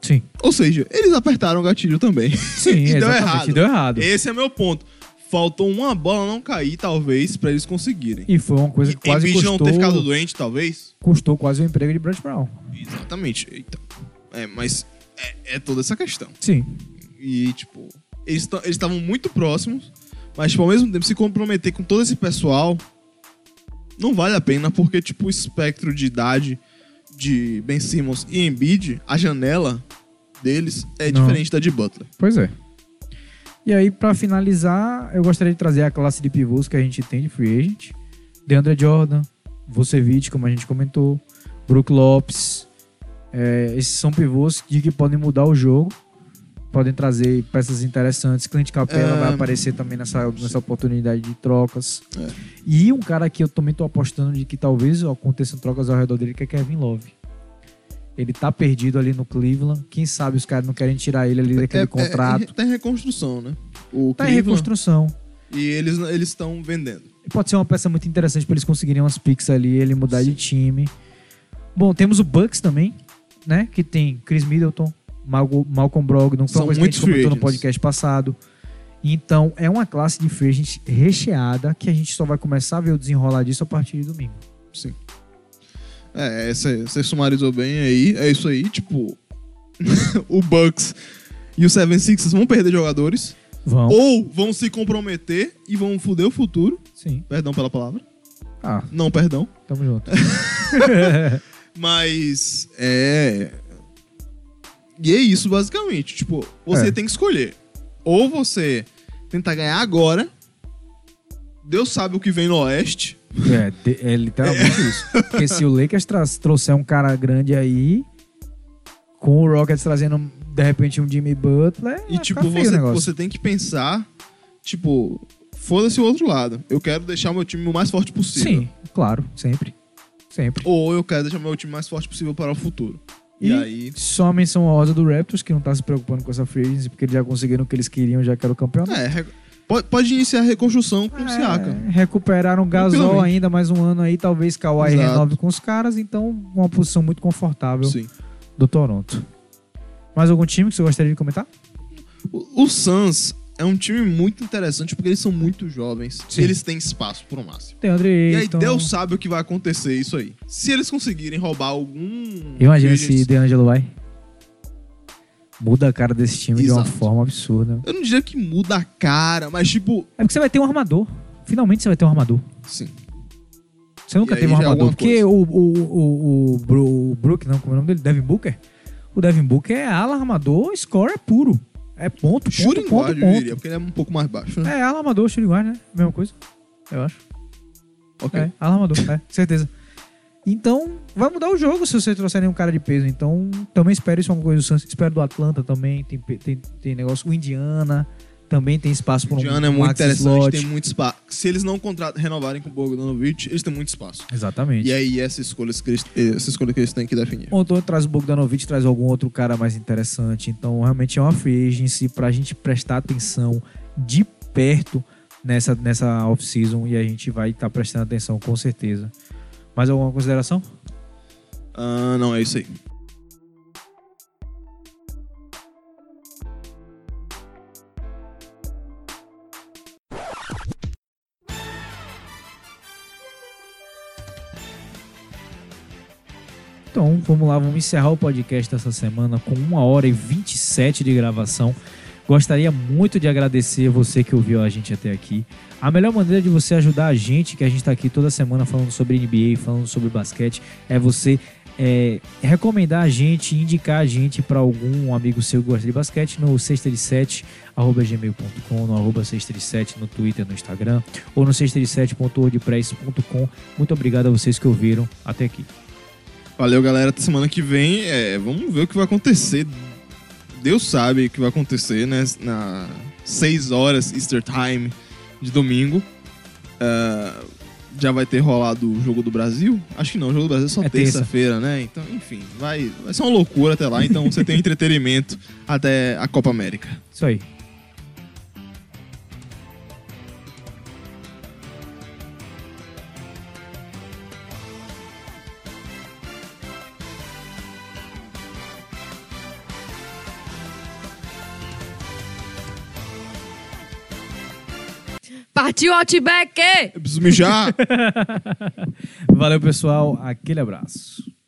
A: Sim.
B: Ou seja, eles apertaram o gatilho também.
A: Sim,
B: e deu
A: exatamente.
B: errado.
A: E deu errado.
B: Esse é meu ponto. Faltou uma bola não cair, talvez, pra eles conseguirem.
A: E foi uma coisa que quase
B: Embiid
A: custou,
B: não ter ficado doente, talvez.
A: custou quase o emprego de Brad Brown.
B: Exatamente. Então, é, mas é, é toda essa questão.
A: Sim.
B: E, tipo, eles ta- eles estavam muito próximos, mas, tipo, ao mesmo tempo, se comprometer com todo esse pessoal não vale a pena, porque, tipo, o espectro de idade de Ben Simmons e Embiid, a janela deles é
A: Não.
B: diferente da de Butler.
A: Pois é. E aí, pra finalizar, eu gostaria de trazer a classe de pivôs que a gente tem de free agent. DeAndre Jordan, Vucevic, como a gente comentou, Brook Lopes. É, esses são pivôs de que podem mudar o jogo, podem trazer peças interessantes. Clint Capella
B: É.
A: vai aparecer também nessa, nessa oportunidade de trocas. E um cara que eu também tô apostando de que talvez aconteçam trocas ao redor dele, que é Kevin Love. Ele tá perdido ali no Cleveland. Quem sabe os caras não querem tirar ele ali daquele
B: É- é-
A: contrato.
B: é- tá em reconstrução, né? O
A: Tá em
B: Cleveland,
A: reconstrução.
B: E eles eles estão vendendo.
A: E Pode ser uma peça muito interessante pra eles conseguirem umas picks ali, ele mudar de time. Bom, temos o Bucks também, né? Que tem Chris Middleton, Malgo- Malcolm Brogdon, que foi
B: São
A: uma coisa que a
B: muitos
A: gente comentou
B: free
A: no
B: agents.
A: podcast passado. Então, é uma classe de free agent recheada que a gente só vai começar a ver o desenrolar disso a partir de domingo.
B: É, você você sumarizou bem aí. É isso aí, tipo. o Bucks e o Seven Sixers vão perder jogadores.
A: Vão.
B: Ou vão se comprometer e vão foder o futuro.
A: Sim.
B: Perdão pela palavra.
A: Ah,
B: Não, perdão.
A: tamo junto.
B: Mas é. E é isso, basicamente. Tipo, você
A: É.
B: tem que escolher. Ou você tentar ganhar agora. Deus sabe o que vem no Oeste.
A: É, de- é literalmente isso. Porque se o Lakers tra- trouxer um cara grande aí, com o Rockets trazendo de repente um Jimmy Butler,
B: E,
A: vai ficar
B: tipo,
A: É, tá feio o
B: você,
A: negócio.
B: você tem que pensar, tipo, foda-se o outro lado. Eu quero deixar o meu time o mais forte possível.
A: Sim, claro, sempre. Sempre.
B: Ou eu quero deixar o meu time o mais forte possível para o futuro. E,
A: E-
B: aí.
A: Só a menção rosa do Raptors, que não tá se preocupando com essa free agency, porque eles já conseguiram o que eles queriam, já que era o campeonato.
B: É, re- pode, pode iniciar a reconstrução com o
A: É.
B: Siaka.
A: recuperaram o Gasol
B: Tranquilamente.
A: ainda mais um ano aí, talvez Kawhi
B: Exato.
A: renove com os caras, então uma posição muito confortável
B: Sim.
A: do Toronto. Mais algum time que você gostaria de comentar?
B: O, o Suns é um time muito interessante porque eles são muito jovens.
A: Sim.
B: E eles têm espaço pro máximo.
A: Tem André
B: E aí Deus sabe o que vai acontecer isso aí. Se eles conseguirem roubar algum.
A: Imagina se
B: agent-
A: DeAngelo vai. Muda a cara desse time de uma
B: Exato.
A: forma absurda.
B: Eu não diria que muda a cara, mas tipo.
A: É porque você vai ter um armador. Finalmente você vai ter um armador.
B: Sim.
A: Você nunca
B: E aí
A: teve um
B: já é
A: armador.
B: alguma
A: Porque o, o, o, o, Bru- o Brook, não, como é o nome dele? Devin Booker? O Devin Booker é ala armador, score é puro. É ponto, ponto,
B: Shooting
A: ponto,
B: guard, eu
A: ponto.
B: diria, porque ele é um pouco mais baixo, né?
A: É ala armador, shooting guard, né? Mesma coisa, eu acho.
B: Ok.
A: É, ala armador, é, certeza. Então, vai mudar o jogo se você trouxer nenhum cara de peso. Então, também espero isso é uma coisa do Suns. Espero do Atlanta também, tem, pe- tem, tem negócio. O Indiana também tem espaço para um
B: Indiana é muito
A: Max
B: interessante,
A: Slot.
B: tem muito espaço. Se eles não contratam, renovarem com o Bogdanovich, eles têm muito espaço.
A: Exatamente.
B: E é- aí, essa escolha, que eles, essa escolha que eles têm que definir.
A: Ou então traz o Bogdanovich, traz algum outro cara mais interessante. Então, realmente é uma free agency pra gente prestar atenção de perto nessa, nessa off-season e a gente vai estar prestando atenção com certeza. Mais alguma consideração?
B: Ah, não, é isso aí.
A: Então, vamos lá, vamos encerrar o podcast essa semana com 1 hora e 27 de gravação. Gostaria muito de agradecer você que ouviu a gente até aqui. A melhor maneira de você ajudar a gente, que a gente está aqui toda semana falando sobre NBA, falando sobre basquete, é você é, recomendar a gente, indicar a gente para algum amigo seu que gosta de basquete no 637 arroba gmail.com, no arroba 637 no Twitter, no Instagram ou no 637.wordpress.com. Muito obrigado a vocês que ouviram até aqui.
B: Valeu, galera. Até semana que vem. É, vamos ver o que vai acontecer. Deus sabe o que vai acontecer né, na 6 horas Easter Time de domingo. Ah, já vai ter rolado o Jogo do Brasil? Acho que não, o Jogo do Brasil é só
A: É terça.
B: terça-feira, né? Então, enfim, vai, vai ser uma loucura até lá. Então você tem entretenimento até a Copa América.
A: Isso aí.
E: Partiu Outback!
B: Eu preciso mijar!
A: Valeu, pessoal. Aquele abraço.